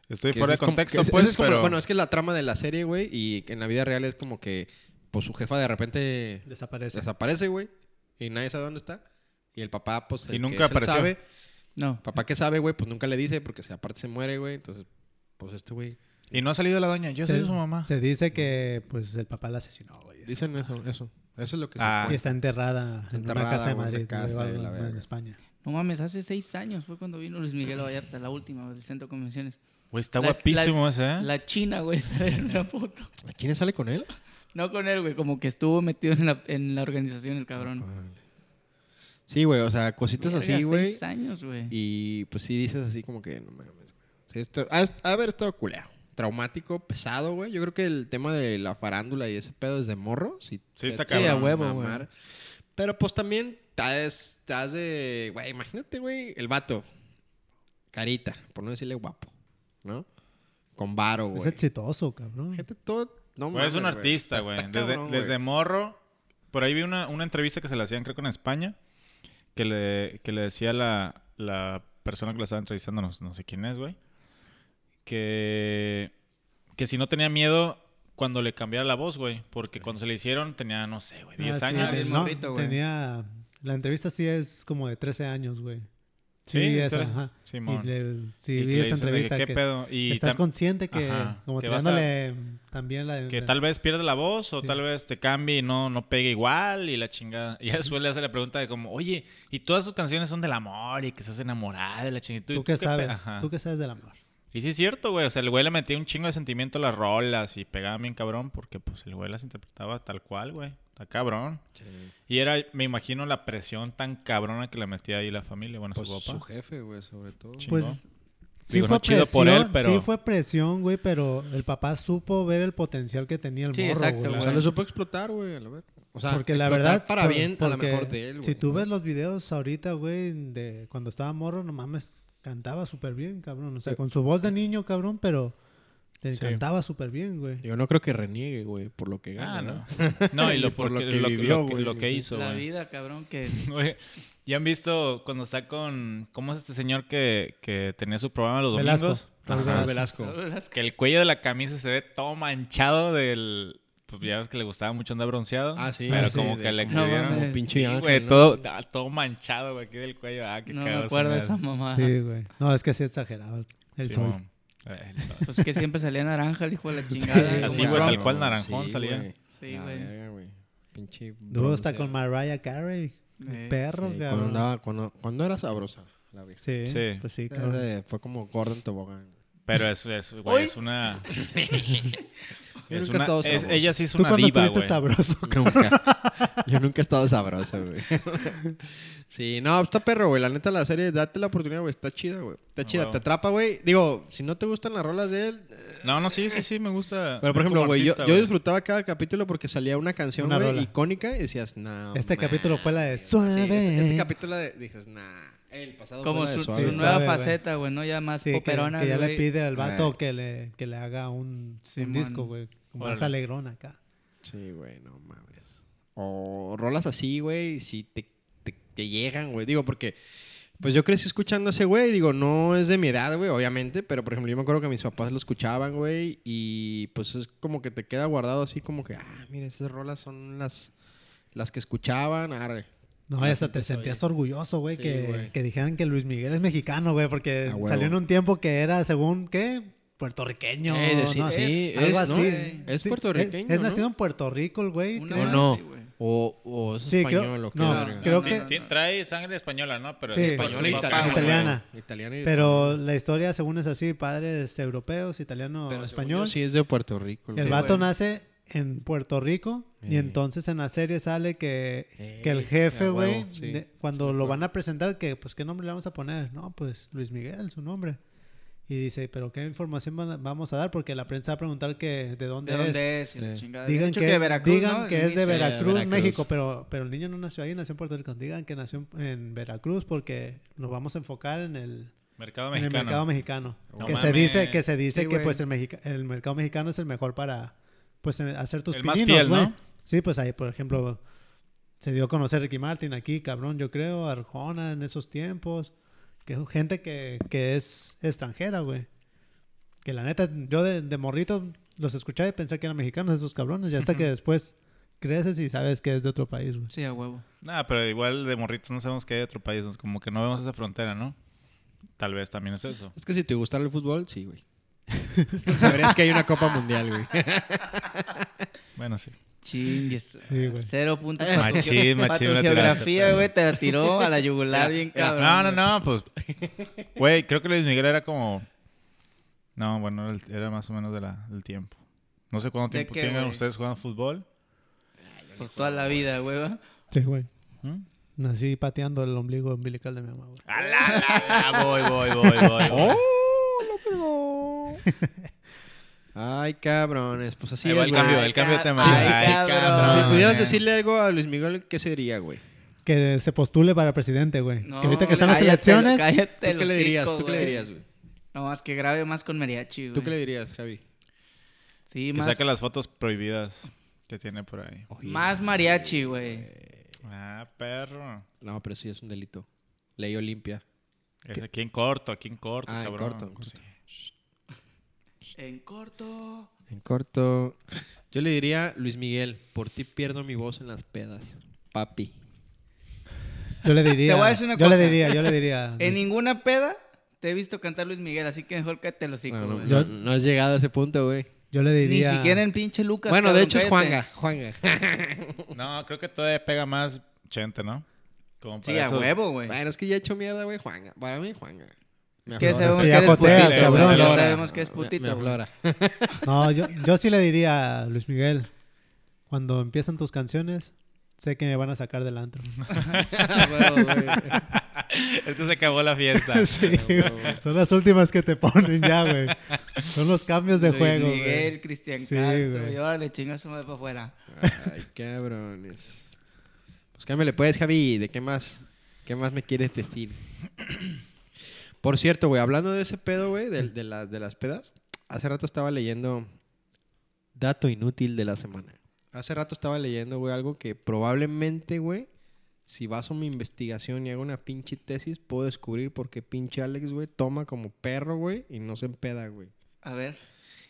S1: Estoy
S2: Que
S1: fuera de
S2: ese es como- que
S1: contexto,
S2: ese-
S1: pues,
S2: ese es como-
S1: pero-
S2: Bueno, es que es la trama de la serie, güey, y que en la vida real es como que, pues su jefa de repente
S4: Desaparece.
S2: desaparece, güey, y nadie sabe dónde está. Y el papá, pues, el
S1: Y
S2: que
S1: nunca
S2: es el
S1: apareció.
S2: sabe,
S3: No.
S2: papá que sabe, güey, pues nunca le dice porque si aparte se muere, güey, entonces, pues este güey.
S1: Y no ha salido la doña. Yo soy
S4: Se-
S1: su mamá.
S4: Se dice que pues el papá la asesinó, güey.
S2: Dicen eso, eso. Eso es lo que
S1: Ah.
S2: se
S4: Y
S2: supone.
S4: está enterrada en
S2: enterrada,
S4: una casa
S2: güey,
S4: de
S2: en una
S4: Madrid,
S2: casa
S4: güey,
S2: de
S4: algo
S2: la
S4: en
S2: verga.
S4: España.
S3: No mames, hace seis años fue cuando vino Luis Miguel Vallarta, la última del Centro de Convenciones.
S1: Güey, está
S3: La-
S1: guapísimo ese,
S4: Ah.
S1: ¿eh?
S3: La China, güey, se ve en una foto.
S2: ¿Quién sale con él?
S3: No con él, güey, como que estuvo metido en la, en la organización el cabrón.
S2: Órale. Sí, güey, o sea, cositas
S3: Verga,
S2: así, güey.
S3: Seis años, güey.
S2: Y pues sí dices así como que no mames, güey. Sí, esto- ha, ha de haber estado culero. Traumático, pesado, güey. Yo creo que el tema de la farándula y ese pedo desde morro. Sí,
S1: Sí,
S2: se
S1: está
S2: te va
S1: cabrón.
S3: Sí, a huevo, güey.
S2: mamar. Pero pues también estás, estás de. Güey, imagínate, güey, el vato. Carita, por no decirle guapo, ¿no? Con varo,
S4: Es
S2: güey.
S4: exitoso, cabrón.
S2: Gente todo. No
S1: Güey,
S2: mames.
S1: es un
S2: güey.
S1: artista,
S2: Está-
S1: güey.
S2: está
S1: Desde,
S2: cabrón,
S1: desde
S2: güey.
S1: morro. Por ahí vi una, una entrevista que se le hacían, creo que en España, que le, que le decía la, la persona que la estaba entrevistando, no, no sé quién es, güey, que, que si no tenía miedo cuando le cambiara la voz, güey, porque cuando se le hicieron tenía, no sé, güey, 10
S4: Ah, sí,
S1: años.
S4: de-
S3: bien
S4: no,
S3: morrito, güey.
S4: tenía... La entrevista sí es como de 13 años, güey.
S1: Sí,
S4: Sí, esa,
S1: entonces-
S4: ajá.
S1: Simón.
S4: Y le- sí,
S1: Y que
S4: vi
S1: le
S4: esa
S1: dicen de que,
S4: entrevista.
S1: ¿Qué
S4: que
S1: pedo? Y
S4: estás
S1: tam-
S4: consciente que,
S1: Ajá,
S4: como
S1: que vas a-
S4: tirándole también la...
S1: Que
S4: la-
S1: tal vez pierde la voz o
S4: Sí.
S1: tal vez te cambie y no, no pegue igual y la chingada. Y después le hace la pregunta de como, oye, y todas sus canciones son del amor y que estás enamorada de la chingada.
S4: ¿Tú,
S1: ¿Y
S4: qué
S1: pe-?"
S4: sabes?
S1: Ajá.
S4: ¿Tú qué sabes del amor?
S1: Y sí es cierto, güey. O sea, el güey le metía un chingo de sentimiento a las rolas y pegaba bien cabrón porque pues el güey las interpretaba tal cual, güey. Está cabrón.
S2: Sí.
S1: Y era, me imagino, la presión tan cabrona que le metía ahí la familia. Bueno,
S2: Pues
S1: su
S2: su
S1: papá.
S2: jefe, güey, sobre todo.
S1: Sí. chingón.
S4: Pues sí
S1: Digo,
S4: fue
S1: no chido
S4: presión,
S1: por él, pero-
S4: sí fue presión, güey, pero el papá supo ver el potencial que tenía el
S3: Sí,
S4: morro,
S3: exacto,
S2: O
S4: güey.
S2: sea, lo supo explotar, güey, a la verga. O sea,
S4: porque la
S2: explotar
S4: verdad
S2: para
S4: por-
S2: bien, a lo
S4: porque
S2: mejor de él, güey.
S4: Si tú ves los videos ahorita, güey, de cuando estaba morro, no mames, cantaba súper bien, cabrón, o sea,
S2: Sí.
S4: con su voz de niño, cabrón, pero te
S1: Sí.
S4: cantaba súper bien, güey.
S2: Yo no creo que reniegue, güey, por lo que gana,
S1: Ah,
S2: ¿no?
S1: no. No, y lo,
S2: Y por
S1: porque-
S2: lo que
S1: lo-
S2: vivió,
S1: lo que-
S2: güey.
S1: lo que hizo,
S3: la
S1: güey.
S3: vida, cabrón, que...
S1: Güey, ¿Ya han visto cuando está con. ¿Cómo es este señor que, que tenía su programa los domingos?
S4: Velasco. Raúl
S2: Raúl
S4: Velasco.
S2: Velasco.
S1: Que el cuello de la camisa se ve todo manchado del. Pues ya ves que le gustaba mucho andar bronceado.
S2: Ah, sí.
S1: Pero
S4: Ah, sí,
S1: como
S2: de-
S1: que le
S3: No
S1: excedieron.
S3: mames.
S2: Como pinche
S1: Sí,
S2: ángel,
S1: güey,
S2: ¿no?
S1: todo, ah, todo manchado, güey, aquí del cuello. Ah, qué
S3: No me
S1: cagado se
S3: acuerdo
S1: me
S3: de
S1: hace.
S3: esa mamá.
S4: Sí, güey. No, es que sí exagerado el
S1: Sí,
S4: sol.
S1: mon. Eh, el sol.
S3: Pues que siempre salía naranja el hijo de la chingada.
S1: Sí, así,
S3: como
S1: güey,
S3: Trump.
S1: tal cual naranjón salía.
S3: Sí,
S2: La
S3: güey.
S2: verga, güey. Pinche.
S4: Dudo hasta
S2: bronceado.
S4: con Mariah Carey,
S3: Eh,
S4: perro,
S2: Sí, cuando,
S4: cabrón.
S2: andaba, cuando, cuando era sabrosa, la vieja.
S4: Sí,
S1: Sí.
S4: pues sí,
S2: Ese
S4: cabrón.
S2: fue como Gordon Tobogán.
S1: Pero es, es, güey,
S3: Hoy-
S1: es una.
S2: Yo
S1: es
S2: nunca he
S1: una-
S2: estado
S1: es-
S2: sabroso.
S1: ella sí es
S4: Tú
S1: una
S4: cuando
S1: diva,
S4: estuviste
S1: güey.
S4: sabroso.
S2: Nunca. Yo nunca he estado sabroso, güey. Sí, no, está perro, güey. La neta, la serie, date la oportunidad, güey. Está chida, güey. Está
S1: Ah,
S2: chida,
S1: huevo.
S2: te atrapa, güey. Digo, si no te gustan las rolas de él. eh,
S1: No, no, sí, sí, sí, me gusta.
S2: Pero, por
S1: Es como
S2: ejemplo, güey, yo,
S1: artista,
S2: yo disfrutaba cada capítulo porque salía una canción,
S4: Una
S2: güey,
S4: rola.
S2: icónica y decías, nah.
S4: Este
S2: man".
S4: capítulo fue la de
S2: Sí,
S4: Suave.
S2: este, este capítulo de- dices, nah. El pasado
S3: Como
S2: fue la de
S3: su,
S2: suave.
S3: su
S4: Sí,
S3: nueva
S4: sabe, güey.
S3: faceta, güey, ¿no? Ya más
S4: Sí, que,
S3: poperona,
S4: que ya le
S3: güey.
S2: Ah.
S4: pide al vato
S2: Ay.
S4: que le, que le haga un, un
S3: Simón.
S4: disco, güey. Como más
S1: Órale.
S4: alegrón acá.
S2: Sí, güey, no mames. O rolas así, güey, si te, te- te llegan, güey. Digo, porque pues yo crecí escuchando a ese güey. Digo, no es de mi edad, güey, obviamente. Pero, por ejemplo, yo me acuerdo que mis papás lo escuchaban, güey. Y pues es como que te queda guardado así como que, ah, mira, esas rolas son las, las que escuchaban. Arre.
S4: No,
S2: La
S4: hasta
S2: gente
S4: te
S2: se
S4: sentías
S2: oye.
S4: orgulloso, güey,
S2: Sí,
S4: que,
S2: güey.
S4: que dijeran que Luis Miguel es mexicano, güey, porque
S2: A huevo.
S4: salió en un tiempo que era, según, ¿qué? Puertorriqueño.
S2: Eh, de- sí,
S4: no,
S2: sí,
S3: es-
S2: es,
S4: algo
S2: ¿no?
S4: así.
S2: Es
S4: Sí,
S2: puertorriqueño,
S4: Es, es
S2: ¿no?
S4: nacido en Puerto Rico, el güey.
S2: O
S3: Una
S4: creo.
S3: madre
S2: no.
S3: así, güey.
S2: O, o es
S4: Sí, creo-
S2: español. o qué
S4: no,
S2: verga.
S4: creo
S1: Ti-
S4: que-
S1: ti- Trae sangre española, ¿no? Pero
S4: Sí,
S1: por
S2: Español
S1: su
S2: e
S1: papá,
S2: italiano.
S1: güey.
S4: Italiana.
S2: güey. Italiano y
S4: Pero la historia, según es así, padres europeos, italiano,
S2: pero según yo
S4: español.
S2: Sí, es de Puerto Rico.
S4: El
S2: güey.
S4: vato
S3: güey.
S4: nace en Puerto Rico y
S2: Ey.
S4: entonces en la serie sale que,
S2: Ey,
S4: que el
S2: a
S4: jefe,
S2: huevo,
S4: güey,
S2: sí,
S4: de- cuando lo van a presentar, que pues qué nombre le vamos a poner. No, pues Luis Miguel, su nombre. Y dice, pero qué información van a- vamos a dar porque la prensa va a preguntar que de dónde
S3: ¿De
S4: es.
S3: dónde es? Y la
S2: Sí.
S3: chingada. Habían
S4: este, Digan
S3: dicho
S4: que,
S3: de Veracruz,
S4: digan
S3: ¿no?
S4: que
S3: Al
S4: es de
S3: inicio.
S4: Veracruz,
S2: Veracruz.
S4: México, pero, pero el niño no nació ahí, nació en Puerto Rico. Digan que nació en- en Veracruz porque nos vamos a enfocar en el,
S1: Mercado
S4: en el mercado
S1: mexicano.
S4: mexicano.
S1: No
S4: que se
S1: mames.
S4: dice, que se dice
S3: Sí,
S4: que
S3: güey.
S4: pues el, mexica- el mercado mexicano es el mejor para pues eh, hacer tus
S1: El más
S4: pininos,
S1: fiel,
S4: güey.
S1: ¿no?
S4: Sí, pues ahí, por ejemplo, se dio a conocer Ricky Martin aquí, cabrón, yo creo, Arjona en esos tiempos. Que gente que, que es extranjera, güey. Que la neta, yo de, de morrito los escuchaba y pensé que eran mexicanos esos cabrones. Ya hasta que después creces y sabes que es de otro país, güey.
S3: Sí, a huevo.
S1: Nah, pero igual de morritos no sabemos que hay otro país. ¿no? Como que no vemos esa frontera, ¿no? Tal vez también es eso.
S2: Es que si te gustara el fútbol, sí, güey. Sabrías que hay una Copa Mundial, güey.
S1: Bueno, sí.
S3: Chingues.
S4: Sí, güey.
S3: Cero puntos para tu
S1: Machín,
S3: ge-
S1: machín,
S3: para tu
S1: me la tiraste,
S3: geografía,
S1: pero-
S3: güey. Te la tiró a la yugular bien cabrón.
S1: No, no, no, pues. Güey, creo que Luis Miguel era como. No, bueno, el- era más o menos de la- del tiempo. No sé cuánto
S3: ¿De
S1: tiempo
S3: qué,
S1: tengan
S3: güey?
S1: ustedes jugando fútbol.
S3: güey. Pues toda la vida, güey. ¿va?
S4: Sí, güey.
S1: ¿Mm?
S4: Nací pateando el ombligo umbilical de mi mamá, güey.
S1: ¡A la, la, la! Voy, voy, voy, voy. voy.
S2: Ay, cabrones. Pues así
S1: Ahí va
S2: es,
S1: el
S2: güey.
S1: cambio, el cambio de tema.
S3: Ay,
S2: Sí, sí,
S1: Ay,
S2: sí,
S1: Ah,
S3: cabrón.
S2: Si
S1: no,
S2: pudieras
S1: no.
S2: decirle algo a Luis Miguel, ¿qué sería, güey?
S4: Que se postule para presidente, güey.
S3: No,
S4: que ahorita que están las
S3: cállate,
S4: elecciones,
S3: cállate
S2: ¿Tú qué
S3: el
S2: le dirías?
S3: hocico,
S2: ¿Tú qué le
S3: güey.
S2: dirías, güey?
S3: No, más que grabe más con mariachi, güey.
S2: ¿Tú qué le dirías, Javi?
S3: Sí,
S1: Que
S3: más,
S1: saque las fotos prohibidas que tiene por ahí.
S3: más mariachi, güey.
S1: Ah, perro.
S2: No, pero sí es un delito. Ley Olimpia.
S1: Es aquí en corto, aquí en corto,
S2: Ah, en
S1: cabrón.
S2: corto, en corto.
S1: Sí.
S3: En corto.
S2: En corto. Yo le diría, Luis Miguel, por ti pierdo mi voz en las pedas. Papi.
S4: yo le diría.
S3: Te voy a decir una
S4: yo
S3: cosa.
S4: le diría, yo le diría.
S3: En ninguna peda te he visto cantar Luis Miguel, así que mejor cállate los hocico,
S2: No, no,
S3: güey.
S2: no- no has llegado a ese punto, güey.
S4: yo le
S3: Ni
S4: diría.
S3: siquiera en pinche Lucas.
S2: Bueno, de
S3: cabrón,
S2: hecho es
S3: cállate.
S2: Juanga. Juanga.
S1: No, creo que todavía pega más Chente, ¿no? Como
S3: Sí,
S1: para
S3: a
S1: esos-
S3: huevo, güey.
S2: Bueno, es que ya he hecho mierda, güey. Juanga. Para mí, Juanga. Me
S3: que
S2: aflora.
S3: sabemos
S4: que ya
S3: que eres
S4: coteas,
S3: putito,
S4: cabrón.
S3: güey. Ya
S2: Aflora.
S3: sabemos que es
S2: Me-
S3: putito,
S2: Me
S3: güey.
S2: aflora.
S4: No, yo, yo sí le diría a Luis Miguel. Cuando empiezan tus canciones, sé que me van a sacar del antro.
S1: Es que se acabó la fiesta.
S4: Sí, güey. Son las últimas que te ponen ya, güey. Son los cambios de
S3: Luis
S4: juego, güey.
S3: Miguel, Cristian
S4: Sí,
S3: Castro.
S4: güey.
S3: Y ahora le chingas su madre para afuera.
S2: Ay, cabrones. Pues cámbiale pues, Javi. ¿De qué más? ¿Qué más me quieres decir? Por cierto, güey, hablando de ese pedo, güey, del- de, las- de las pedas, hace rato estaba leyendo dato inútil de la semana. Hace rato estaba leyendo, güey, algo que probablemente, güey, si baso mi investigación y hago una pinche tesis, puedo descubrir por qué pinche Alex, güey, toma como perro, güey, y no se empeda, güey.
S3: A ver.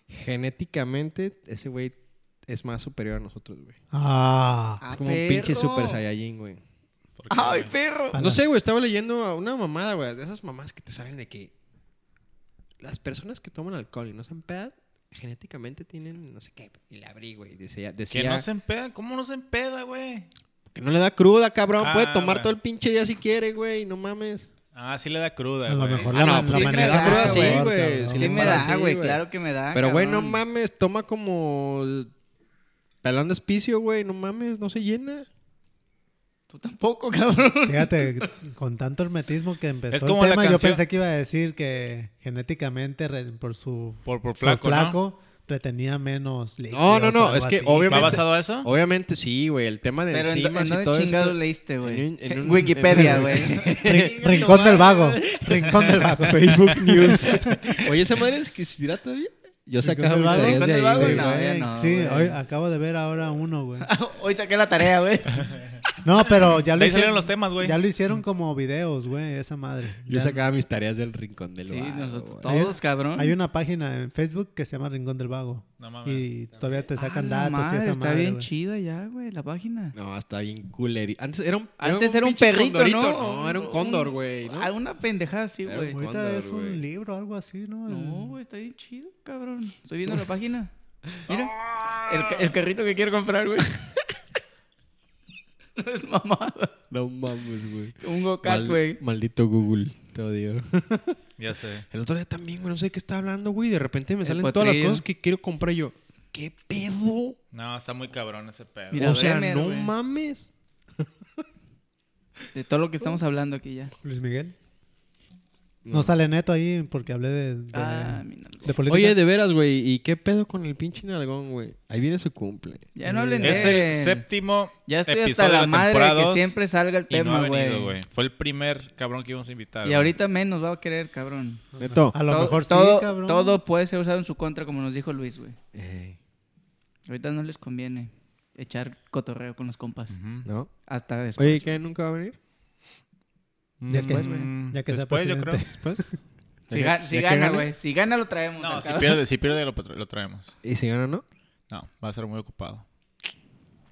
S2: Genéticamente, ese güey es más superior a nosotros, güey.
S4: Ah.
S3: Ah,
S2: Es como un pinche
S3: perro.
S2: super saiyajin, güey.
S1: ¿Por qué,
S3: Ay,
S1: güey?
S3: perro.
S4: Para-
S2: No sé, güey, estaba leyendo a una mamada, güey, de esas mamás que te salen de que las personas que toman alcohol y no se empedan, genéticamente tienen no sé qué. Y la abrí, güey. Decía,
S1: Que
S2: decía
S1: no se empeda. ¿Cómo no se empeda, güey?
S2: le da cruda, cabrón.
S1: Ah,
S2: Puede tomar
S1: güey.
S2: todo el pinche día si quiere, güey. No mames.
S1: Ah, sí le da cruda,
S4: A lo
S1: güey.
S4: mejor
S2: Ah,
S4: la,
S2: no,
S4: la
S2: sí,
S4: manera.
S3: claro,
S4: de
S3: sí,
S4: actuar,
S2: güey,
S4: cabrón.
S2: sí
S3: Sí
S2: no
S3: me
S2: para
S3: da,
S2: sí,
S3: güey.
S2: güey.
S3: Claro que me da.
S2: Pero, güey, no
S3: Ah, cabrón.
S2: mames. Toma como el- pelando espicio, güey. No mames. No se llena.
S3: Tú tampoco, cabrón.
S4: Fíjate, con tanto hermetismo que empezó
S1: Es como
S4: el
S1: la
S4: tema, yo
S1: canción-
S4: pensé que iba a decir que genéticamente re- por su
S1: Por, por
S4: flaco,
S1: flaco, ¿no?
S4: retenía menos
S2: No,
S4: líquidos.
S2: no, no,
S4: algo
S2: es que
S4: así.
S2: obviamente-
S1: ¿Va basado a eso?
S2: Obviamente sí, güey. El tema de
S3: Pero en, do-
S2: enzimas
S3: ¿en
S2: y
S3: dónde
S2: todo eso.
S3: chingados leíste, güey?
S2: en un- en un-
S3: Wikipedia,
S2: en-
S3: güey.
S4: Rin- Rincón del vago. Rincón del vago.
S2: Facebook News. Oye, esa madre existirá todavía. Yo sacaba
S4: Encuentra el
S2: mis
S4: vago.
S2: tareas de ahí,
S3: Encuentra el
S2: güey.
S3: vago, no,
S4: Sí, güey.
S3: ya no,
S4: Sí,
S3: güey.
S4: hoy acabo de ver ahora uno, güey.
S3: Hoy saqué la tarea, güey.
S4: No, pero ya lo
S1: De ahí salieron
S4: hicieron.
S1: los temas, güey.
S4: Ya lo hicieron como videos, güey, esa madre.
S2: Yo
S4: Ya.
S2: sacaba mis tareas del rincón del
S3: Sí,
S2: vago,
S3: nosotros
S2: güey.
S4: Hay
S3: todos,
S4: un-
S3: cabrón.
S4: Hay una página en Facebook que se llama Rincón del Vago.
S1: No mames.
S4: Y todavía te sacan
S3: Ah, la
S4: datos y
S3: madre,
S4: esa
S3: está
S4: madre.
S3: bien
S4: güey.
S3: chida ya, güey, la página.
S2: No, está bien cooler. Antes era un
S3: Antes era un
S2: pinche
S3: perrito,
S2: condorito.
S3: ¿no?
S2: No, era un cóndor, güey. ¿no?
S3: Ah, una pendejada así,
S2: Era
S3: güey.
S2: muy-
S4: Ahorita
S2: Condor,
S4: es un
S2: güey.
S4: libro, algo así, ¿no? El-
S3: No, güey, está bien chido, cabrón. Estoy viendo la página. Mira, el, ca- el carrito que quiero comprar, güey. no es mamada.
S2: No mames, güey.
S3: Un go-kart,
S2: Mal-
S3: güey.
S2: maldito Google, te odio.
S1: Ya sé.
S2: El otro día también, güey, no sé de qué está hablando, güey. De repente me
S3: El
S2: salen todas las
S3: potrillo.
S2: cosas que quiero comprar. y Yo, ¿qué pedo?
S1: No, está muy cabrón ese pedo.
S3: Mira,
S2: o sea,
S3: Bremer,
S2: no
S3: güey.
S2: mames.
S3: De todo lo que estamos hablando aquí ya.
S4: Luis Miguel. No.
S2: No.
S4: sale neto ahí porque hablé de, de,
S3: Ah, mi
S4: de política.
S2: Oye, de veras, güey. ¿Y qué pedo con el pinche nalgón, güey? Ahí viene su cumple.
S3: Ya no hablen de
S1: Es el
S3: él.
S1: séptimo
S3: Ya estoy
S1: episodio
S3: hasta la
S1: de
S3: madre de
S1: temporada
S3: que
S1: dos
S3: siempre salga el
S1: y no ha
S3: tema,
S1: venido,
S3: güey.
S1: güey. Fue el primer cabrón que íbamos a invitar.
S3: y
S1: güey.
S3: ahorita menos va a querer, cabrón.
S2: Neto.
S4: a lo
S3: Todo-
S4: mejor
S3: todo,
S4: sí, cabrón.
S3: Todo puede ser usado en su contra, como nos dijo Luis, güey.
S2: Ey,
S3: Ahorita no les conviene echar cotorreo con los compas.
S1: Ujú.
S2: ¿No?
S3: Hasta después.
S2: Oye, ¿qué? ¿Nunca va a venir?
S3: Después, güey.
S1: Mm,
S4: Ya que sea
S1: Después, yo creo.
S4: presidente.
S2: Después.
S3: si,
S2: ¿Ya
S3: ga-
S2: que-
S3: si
S2: ya que
S3: gana,
S2: gane?
S3: güey. Si gana, lo traemos.
S1: No,
S3: acá,
S1: si
S3: güey.
S1: pierde, si pierde lo, lo traemos.
S2: ¿Y si gana, no?
S1: No, va a ser muy ocupado.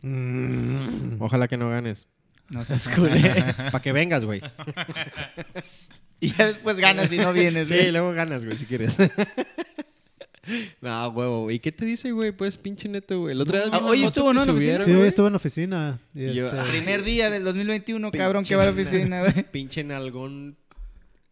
S4: Mm.
S2: Ojalá que no ganes.
S3: No seas culé.
S2: Para que vengas, güey.
S3: y ya después ganas y no vienes, güey.
S2: Sí, luego ganas, güey, si quieres. no, huevo. ¿Y qué te dice, güey? Pues pinche neto, güey. El otro día vi
S3: Ah,
S2: una
S3: hoy
S2: foto
S3: estuvo,
S2: que
S3: ¿no? en la oficina.
S2: subieron,
S4: Sí, hoy
S2: güey.
S4: estuve en la oficina. y
S2: Yo-
S4: este,
S2: Ay,
S3: Primer día del 2021, cabrón, que va a la
S2: Pinche
S3: oficina,
S2: nal-
S3: güey.
S2: Pinche nalgón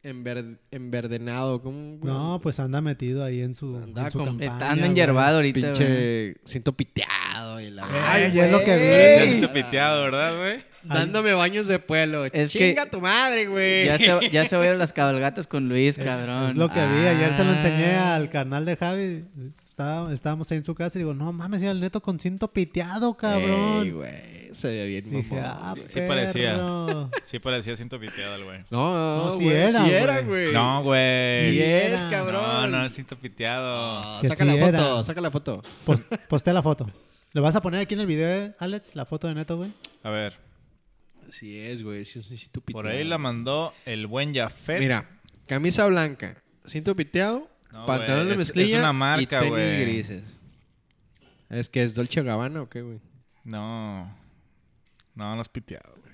S2: enver- enverdenado. ¿Cómo, güey?
S4: no, pues anda metido ahí en su.
S2: Andaba
S4: en su
S2: con-
S4: campaña,
S3: Está ando
S4: güey.
S3: enyerbado ahorita, güey.
S2: Pinche siento piteado y la
S4: Ay,
S2: verga.
S4: ya es lo que
S3: güey.
S4: vi.
S1: Ese es tu piteado, ¿verdad, güey?
S2: Dándome baños de pueblo.
S3: Es que-
S2: Chinga tu madre, güey.
S3: Ya se, ya se oyeron las cabalgatas con Luis, cabrón.
S4: Es lo que vi, ayer se lo enseñé
S2: Ah.
S4: al carnal de Javi. Estaba- estábamos ahí en su casa y digo, no mames, era el neto con cinto piteado,
S2: Ey,
S4: cabrón.
S2: güey. Se ve bien,
S4: Dije,
S2: mamón.
S4: ah,
S1: Sí parecía.
S4: perro".
S1: Sí parecía siento piteado el güey.
S2: No,
S4: No, sí
S2: güey.
S4: era,
S2: sí era,
S4: güey.
S2: güey.
S1: No, güey.
S2: Sí
S4: Sí
S2: es,
S4: era.
S1: No,
S2: cabrón.
S1: no, siento piteado.
S2: Ah,
S4: Que
S2: saca
S4: sí
S2: la foto,
S4: era.
S2: saca la foto.
S4: Pos- postea la foto. ¿Le vas a poner aquí en el video, eh, Alex, la foto de neto, güey?
S1: A ver,
S2: Sí es, güey. Sí, sí, sí, tu
S1: por
S2: piteado.
S1: ahí la mandó el buen Jafet.
S2: Mira, camisa blanca, cinto piteado,
S1: No,
S2: pantalón
S1: güey,
S2: de
S1: es-
S2: mezclilla
S1: es una
S2: y
S1: marca,
S2: tenis
S1: güey.
S2: grises. Es que es Dolce Gabbana o qué, güey.
S1: No. No, no es piteado, güey.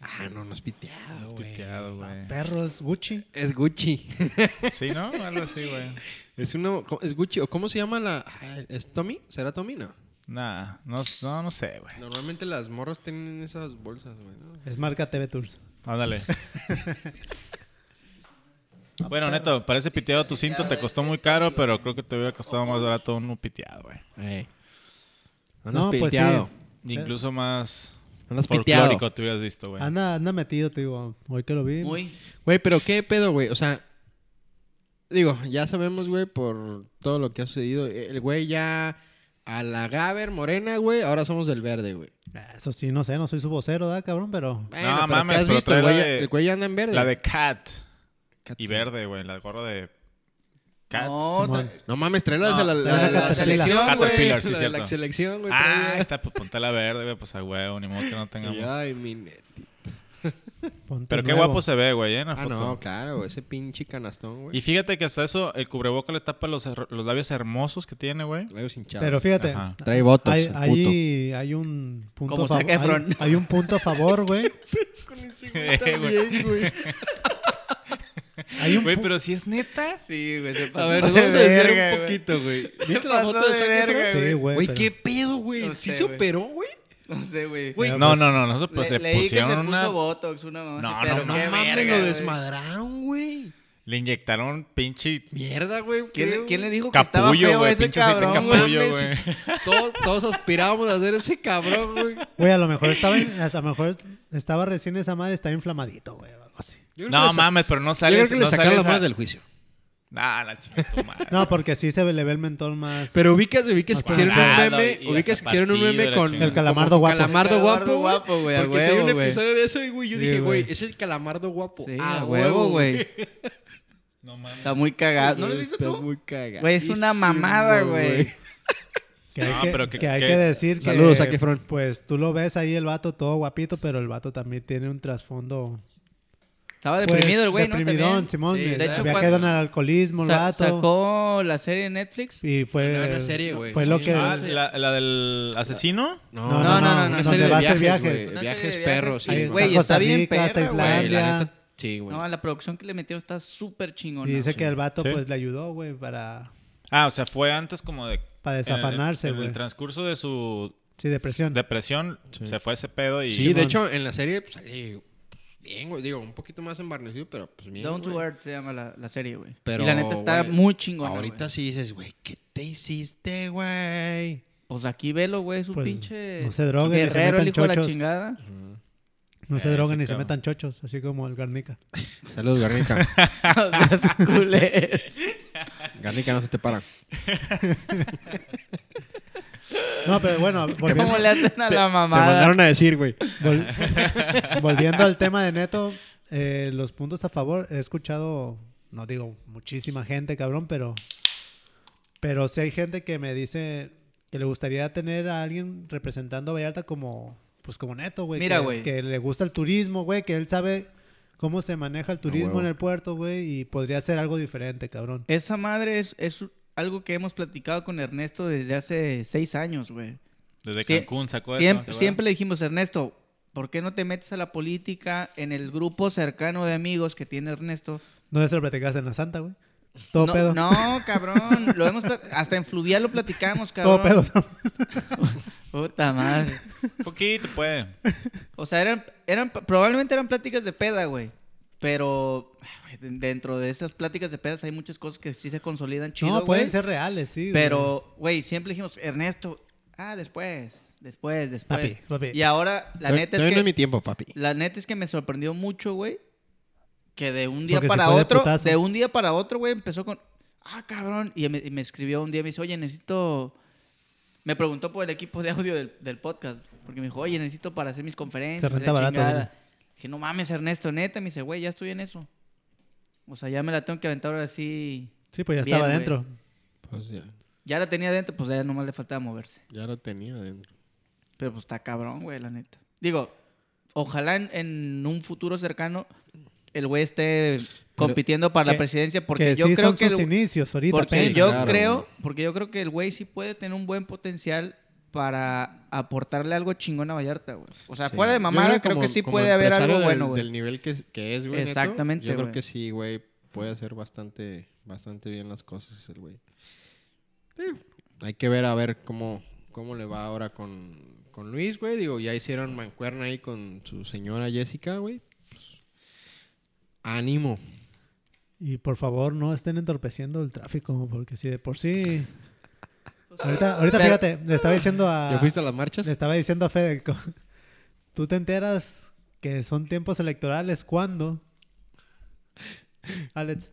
S2: Ah, no, no es piteado,
S1: Es piteado, güey.
S4: Perros, Gucci.
S2: Es Gucci.
S1: Sí, ¿no? Algo así, güey.
S2: es uno co- es Gucci o cómo se llama la Ay, ¿Es Tommy? ¿Será Tommy? No.
S1: Nah, no, no, no sé, güey.
S2: Normalmente las morras tienen esas bolsas, güey. ¿no?
S4: Es marca TV Tours.
S1: Ándale. bueno, Neto, parece piteado tu cinto. Te costó muy caro, pero creo que te hubiera costado más barato un piteado, güey.
S2: Eh. Andas
S4: No, pues sí.
S2: piteado.
S1: Incluso más
S2: Andas piteado.
S1: folclórico te hubieras visto, güey.
S4: Anda, anda metido, te digo. Hoy que lo vi.
S3: Muy.
S2: Güey, pero qué pedo, güey. O sea, digo, ya sabemos, güey, por todo lo que ha sucedido. El güey ya a la Gaber morena, güey. Ahora somos del verde, güey.
S4: Ah, Eso sí, no sé, no soy su vocero, ¿da, cabrón? Pero.
S2: Bueno, pero
S1: mames,
S2: ¿qué has
S1: pero
S2: visto?
S1: trae
S2: El güey,
S1: la
S2: ya-
S1: de-
S2: el güey ya anda en verde.
S1: La de Cat.
S2: Cat-
S1: Y verde, güey. La gorra de Cat.
S3: No,
S4: Simón.
S2: No mames, trae la
S1: No,
S2: de la,
S4: trae
S2: la-
S4: la
S2: la
S4: Caterpillar.
S2: selección, güey.
S1: Caterpillar, sí,
S2: la de la
S1: cierto.
S2: selección, güey.
S1: Ah,
S2: trae.
S1: está, pues ponte la verde, güey. Pues a huevo, ni modo que no
S2: Y,
S1: tengamos.
S2: Ay, mi neti.
S4: ponte
S1: Pero qué
S4: nuevo.
S1: guapo se ve, güey, eh, en la
S2: Ah,
S1: foto.
S2: no, claro, güey. Ese pinche canastón,
S1: Y
S2: güey.
S1: fíjate que hasta eso, el cubreboca le tapa los, her- los labios hermosos que tiene, güey.
S2: Labios hinchados.
S4: Pero fíjate,
S1: Ajá.
S2: Trae botox,
S4: hay,
S2: el
S4: hay, hay un punto
S3: Como
S4: favor.
S3: Zac Efron.
S4: Hay, hay un punto a favor, güey.
S2: Con ese
S1: güey también,
S2: güey.
S4: Hay un
S1: Güey,
S4: pu-
S1: pero si es neta.
S3: Sí, güey, se
S2: A
S3: pasó
S2: ver,
S3: de
S2: nos vamos a
S3: verga,
S2: desviar un
S3: güey.
S2: poquito, güey. ¿Viste
S3: Se
S2: la
S3: pasó
S2: foto de
S3: de
S2: Zac
S3: verga,
S2: Efron?
S3: güey.
S4: Sí, güey.
S2: Güey,
S4: pero-
S2: ¿qué pedo, güey?
S3: No
S2: ¿Sí
S3: sé,
S2: se
S3: güey.
S2: operó, güey?
S3: No sé, güey.
S2: Güey,
S1: No, no, no, no. Pues
S3: Le,
S1: le,
S3: leí que se
S1: pusieron
S3: puso
S1: una.
S3: botox, una mamá.
S1: No,
S3: así,
S1: no,
S3: pero
S2: No
S1: no
S3: qué
S2: mames,
S3: verga,
S2: lo
S3: güey.
S2: desmadraron, güey.
S1: Le inyectaron pinche
S2: Mierda, güey.
S3: ¿Quién,
S2: creo,
S3: quién le
S2: güey.
S3: dijo que estaba
S1: capullo,
S3: feo
S1: güey.
S3: ese
S1: Pinche aceite
S3: cabrón, güey?
S1: capullo,
S2: Mames.
S1: güey.
S2: Todos, todos aspirábamos a hacer ese cabrón, güey.
S4: Güey, a lo mejor estaba, a lo mejor estaba recién esa madre, estaba inflamadito, güey, o algo así.
S2: Yo creo que
S1: No
S2: le sa-
S1: mames, pero no
S2: Yo
S1: sale.
S2: creo que le
S1: no
S2: sacaron las
S1: sale
S2: manos
S1: esa-
S2: del juicio.
S1: Nah, la chica tu madre.
S4: No, porque sí se ve- le ve el mentón más.
S2: Pero ubicas, ubicas que
S4: Hasta
S2: hicieron un
S1: parado
S2: meme,
S1: y
S2: ubicas que
S1: hasta
S2: hicieron un
S1: partido
S2: meme
S1: la
S2: con
S1: chingada.
S4: El calamardo guapo.
S2: Calamardo
S3: El
S2: guapo,
S3: calamardo
S2: güey.
S3: guapo, güey, a
S2: Porque si hay un
S3: huevo, güey.
S2: episodio de eso, güey, yo
S4: Sí,
S2: dije,
S4: güey.
S2: güey, es el calamardo guapo.
S3: Sí,
S2: Ah,
S3: a huevo, güey.
S1: No mames.
S3: Está muy cagado. ¿No lo has visto
S2: Está
S3: tú?
S2: muy cagado.
S3: Güey, es una mamada, güey.
S4: Que hay,
S1: No,
S4: que,
S1: pero que-
S4: que hay
S1: que-
S4: que decir que...
S2: Saludos, Zac Efron.
S4: Pues tú lo ves ahí el vato todo guapito, pero el vato también tiene un trasfondo...
S3: Estaba
S4: pues,
S3: deprimido el güey, ¿no?
S4: Deprimidón,
S3: También.
S4: Simón.
S2: Sí,
S4: eh,
S2: de hecho,
S4: había
S3: cuando-
S4: quedado en el alcoholismo el
S3: Sa-
S4: vato.
S3: sacó la serie de Netflix.
S4: Y fue...
S2: No, una serie, güey.
S4: Fue lo
S2: Sí.
S4: que...
S1: Ah, la, la del asesino.
S2: No,
S4: No,
S3: no, no, no,
S2: Una
S3: no,
S2: serie
S4: te
S2: de
S4: va a hacer
S2: viajes,
S4: viajes.
S2: güey.
S3: Una
S2: Viajes,
S3: serie de
S2: perros.
S3: viajes,
S2: sí,
S4: Ahí
S3: güey,
S4: está
S3: está
S4: Costa
S3: bien
S4: Rica, está
S3: perra, güey.
S2: Güey, la
S4: Islandia.
S2: neta, sí, güey.
S3: No, la producción que le metieron está súper chingona.
S4: Y dice que el vato
S1: Sí.
S4: pues le ayudó, güey, para,
S1: Ah, o sea, fue antes como de.
S4: para desafanarse,
S1: en el-
S4: güey.
S1: En el transcurso de su
S4: Sí, depresión.
S1: depresión se fue ese pedo y.
S2: Sí, de
S4: Simón.
S2: hecho, en la serie pues, salí bien, güey. Digo, un poquito más embarnecido, pero pues bien.
S3: Down to
S2: güey.
S3: Earth se llama la, la serie, güey.
S2: Pero,
S3: y la neta está
S2: güey,
S3: muy chingona.
S2: Ahorita
S3: güey.
S2: sí dices, güey, ¿qué te hiciste, güey?
S3: Pues aquí velo, güey, es un
S4: Pues,
S3: pinche.
S4: no se droguen ni se
S3: Guerrero, el
S4: metan
S3: hijo de la
S4: chochos.
S3: chingada.
S4: No se
S1: Eh,
S4: drogan
S1: sí,
S4: ni se
S1: cabrón.
S4: metan chochos, así como el Garnica.
S2: Saludos, Garnica.
S3: O sea, es un culero.
S2: Garnica no se te para.
S4: No, pero bueno, volviendo,
S3: ¿Cómo le hacen a la mamada?
S2: a decir, güey.
S4: vol- volviendo al tema de Neto, eh, los puntos a favor, he escuchado, no digo muchísima gente, cabrón, pero, pero sí hay gente que me dice que le gustaría tener a alguien representando a Vallarta como, pues como Neto, güey.
S3: Mira,
S4: que-
S3: güey.
S4: Que le gusta el turismo, güey, que él sabe cómo se maneja el turismo
S2: huevo.
S4: en el puerto, güey, y podría ser algo diferente, cabrón.
S3: Esa madre es, es algo que hemos platicado con Ernesto desde hace seis años, güey.
S1: Desde
S3: Sie-
S1: Cancún sacó eso, ¿te
S3: Siempre,
S1: acuerdas?
S3: siempre le dijimos, Ernesto, ¿por qué no te metes a la política en el grupo cercano de amigos que tiene Ernesto?
S4: No se lo platicaste en la Santa, güey. Todo
S3: no,
S4: pedo.
S3: no, cabrón. Lo hemos plat- hasta en Fluvial lo platicamos, cabrón.
S4: Todo pedo.
S3: Puta madre.
S1: Poquito, pues.
S3: O sea, eran, eran, probablemente eran pláticas de peda, güey. Pero ay, güey, dentro de esas pláticas de pedas hay muchas cosas que sí se consolidan chido,
S4: no, pues.
S3: güey.
S4: pueden ser reales, sí. güey.
S3: Pero, güey, siempre dijimos, Ernesto, ah, después, después, después.
S4: Papi, papi.
S3: Y ahora, la neta es
S2: Todavía no es mi
S3: que,
S2: tiempo, papi.
S3: la neta es que me sorprendió mucho, güey, que de un día
S4: Porque se
S3: para
S4: fue de
S3: otro,
S4: putazo.
S3: de, un día para otro, güey, empezó con, ah, cabrón, y me, y me escribió un día, me dice, oye, necesito, me preguntó por el equipo de audio del, del podcast, porque me dijo, oye, necesito para hacer mis conferencias,
S4: Se
S3: y la
S4: renta barato,
S3: chingada".
S4: dile.
S3: Dije, no mames, Ernesto, neta, me dice, güey, ya estoy en eso. O sea, ya me la tengo que aventar ahora sí.
S4: Sí, pues ya
S3: Bien,
S4: estaba
S3: güey.
S4: dentro.
S2: Pues ya,
S3: Ya la tenía dentro, pues ya nomás le faltaba moverse.
S2: ya lo tenía dentro.
S3: Pero pues está cabrón, güey, la neta. Digo, ojalá en, en un futuro cercano el güey esté compitiendo para la
S4: que-
S3: presidencia porque
S4: que
S3: yo
S4: sí
S3: creo
S4: son
S3: que
S4: sus
S3: el,
S4: inicios ahorita.
S3: porque
S4: pero-
S3: yo
S2: Claro,
S3: creo,
S2: güey.
S3: porque yo creo que el güey sí puede tener un buen potencial para aportarle algo chingón a Vallarta, güey. O sea, fuera de mamada, creo, que sí puede haber algo bueno, güey.
S2: Del nivel que, que es, güey. Neto,
S3: Exactamente,
S2: yo creo
S3: güey.
S2: que sí, güey. Puede hacer bastante, bastante bien las cosas el güey. Sí, Hay que ver a ver cómo, cómo le va ahora con, con Luis, güey. Digo, ya hicieron mancuerna ahí con su señora Jessica, güey. Pues, ánimo.
S4: Y por favor, no estén entorpeciendo el tráfico, porque si de por sí. Ahorita, ahorita
S3: Pero-
S4: fíjate, le estaba diciendo a.
S2: ¿Ya fuiste a las marchas?
S4: Le estaba diciendo a Fede. co- Tú te enteras que son tiempos electorales cuando. Alex,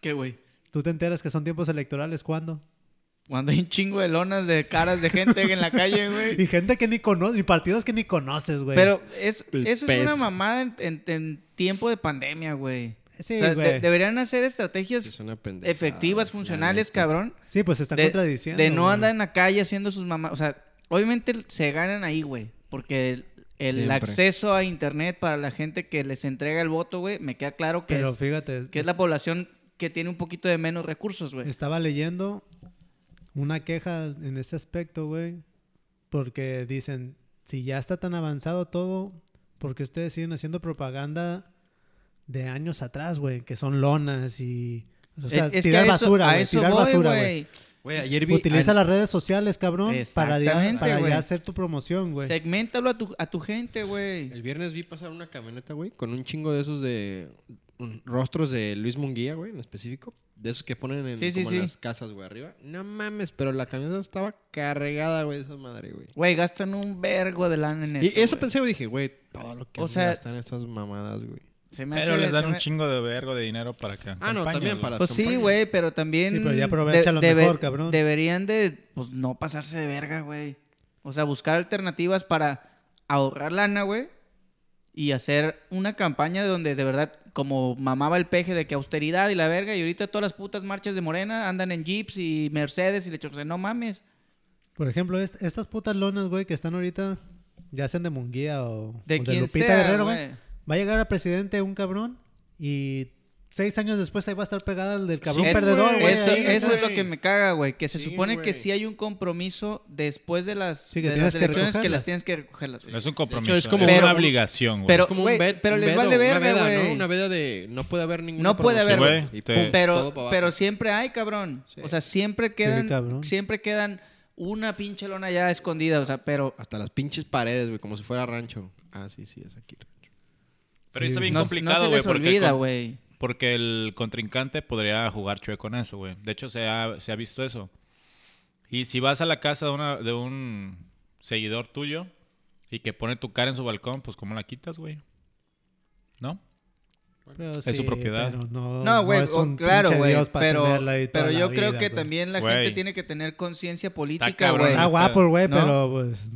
S3: ¿Qué, güey?
S4: tú te enteras que son tiempos electorales cuando.
S3: Cuando hay un chingo de lonas de caras de gente en la calle, güey.
S4: Y gente que ni conoces, y partidos que ni conoces, güey.
S3: Pero es,
S2: El
S3: eso es
S2: pez.
S3: una mamada en, en- en tiempo de pandemia, güey.
S4: Sí,
S3: O sea, de-
S4: güey.
S3: deberían hacer estrategias
S2: Sí, es una pendejada,
S3: efectivas,
S2: güey,
S4: Ah,
S2: la
S3: funcionales,
S2: neta.
S3: cabrón.
S4: Sí, pues se están
S3: de,
S4: contradiciendo.
S3: de no
S4: güey.
S3: andar en la calle haciendo sus mamás. O sea, obviamente se ganan ahí, güey. Porque el, el
S2: Siempre.
S3: acceso a internet para la gente que les entrega el voto, güey, me queda claro que,
S4: Pero
S3: es,
S4: fíjate.
S3: que es la población que tiene un poquito de menos recursos, güey.
S4: Estaba leyendo una queja en ese aspecto, güey. Porque dicen, si ya está tan avanzado todo, porque ustedes siguen haciendo propaganda de años atrás, güey? Que son lonas y... O
S3: Es-
S4: sea,
S3: es que
S4: tirar
S3: a eso-
S4: basura,
S3: a
S4: güey.
S3: eso
S4: Tirar
S3: voy,
S4: basura, güey.
S2: Güey, ayer vi...
S4: Utiliza
S2: an-
S4: las redes sociales, cabrón, para, ya,
S3: Exactamente,
S4: para
S3: güey.
S4: ya hacer tu promoción, güey.
S3: Segmentalo a tu, a tu gente, güey.
S2: El viernes vi pasar una camioneta, güey, con un chingo de esos de un- rostros de Luis Munguía, güey, en específico. De esos que ponen en,
S3: Sí, sí,
S2: como en
S3: sí.
S2: las casas, güey, arriba. No mames, pero la camioneta estaba cargada, güey, de esa madre, güey.
S3: Güey, gastan un vergo de lana en eso.
S2: Y eso
S3: güey.
S2: pensé, güey, dije, güey, todo lo que
S3: O
S2: o
S3: sea-
S2: están estas mamadas, güey.
S3: Se me
S1: Pero
S3: hace-
S1: les
S3: se
S1: dan un
S3: me-
S1: chingo de vergo de dinero para que.
S2: Ah, no,
S1: campañas,
S2: también
S1: güey.
S2: para las
S3: Pues sí,
S2: campañas.
S3: güey, pero también.
S4: Sí, pero ya aprovecha lo mejor, cabrón.
S3: Deberían de, pues, no pasarse de verga, güey. O sea, buscar alternativas para ahorrar lana, güey. y hacer una campaña donde de verdad, como mamaba el peje de que austeridad y la verga, y ahorita todas las putas marchas de Morena andan en jeeps y Mercedes y le chocan, no mames.
S4: Por ejemplo, est- estas putas lonas, güey, que están ahorita, ya sean de Munguía o
S3: De
S4: o
S3: quien
S4: Lupita
S3: sea,
S4: Guerrero, güey.
S3: güey.
S4: Va a llegar a presidente un cabrón y seis años después ahí va a estar pegada al del cabrón
S2: Sí,
S3: Es-
S4: perdedor, güey.
S3: Eso,
S2: Sí,
S3: eso es lo
S2: güey.
S3: que me caga, güey. Que se
S2: Sí,
S3: supone
S2: güey.
S3: que sí hay un compromiso después de las,
S4: Sí, que
S3: de
S4: tienes
S3: las
S4: que
S3: elecciones que,
S4: recogerlas.
S3: las tienes que recogerlas.
S1: No es un compromiso.
S2: hecho, es
S1: es
S2: como
S1: una
S3: una-
S1: obligación, güey.
S3: pero-
S2: es como
S3: güey,
S2: un ved-
S3: pero
S2: un
S3: les
S2: vedo,
S3: vale verga,
S2: Una veda, ¿no?
S3: güey.
S2: Una veda de no puede haber ninguna
S3: No puede
S2: promoción,
S1: haber,
S2: güey.
S1: güey.
S2: Y
S1: Te-
S4: Eh,
S2: pum, todo
S3: Pero,
S2: pa' abajo.
S3: pero siempre hay, cabrón.
S2: Sí.
S3: O sea, siempre quedan,
S4: cabrón.
S3: siempre quedan una pinche lona ya escondida. O sea, pero
S2: Hasta las pinches paredes, güey, como si fuera rancho. Ah, sí, sí, es aquí.
S1: Pero está bien
S3: no, no se
S1: complicado, güey.
S3: les
S1: porque
S3: olvida,
S1: con-
S3: güey.
S1: Porque el contrincante podría jugar chueco en eso, güey. De hecho, se ha, se ha visto eso. Y si vas a la casa de, una- de un seguidor tuyo y que pone tu cara en su balcón, pues ¿cómo la quitas, güey? ¿No?
S4: Pero
S1: Es su propiedad.
S4: pero no,
S3: No, güey,
S4: es
S3: o-
S4: un
S3: claro,
S4: pinche
S3: güey.
S4: dios para
S3: Pero,
S4: tenerla ahí toda
S3: pero
S4: la
S3: yo creo
S4: vida,
S3: que
S4: güey.
S3: también la
S1: Güey.
S3: gente tiene que tener conciencia política,
S1: cabrón.
S3: güey.
S4: Está guapo el güey,
S3: ¿No?
S4: pero pues...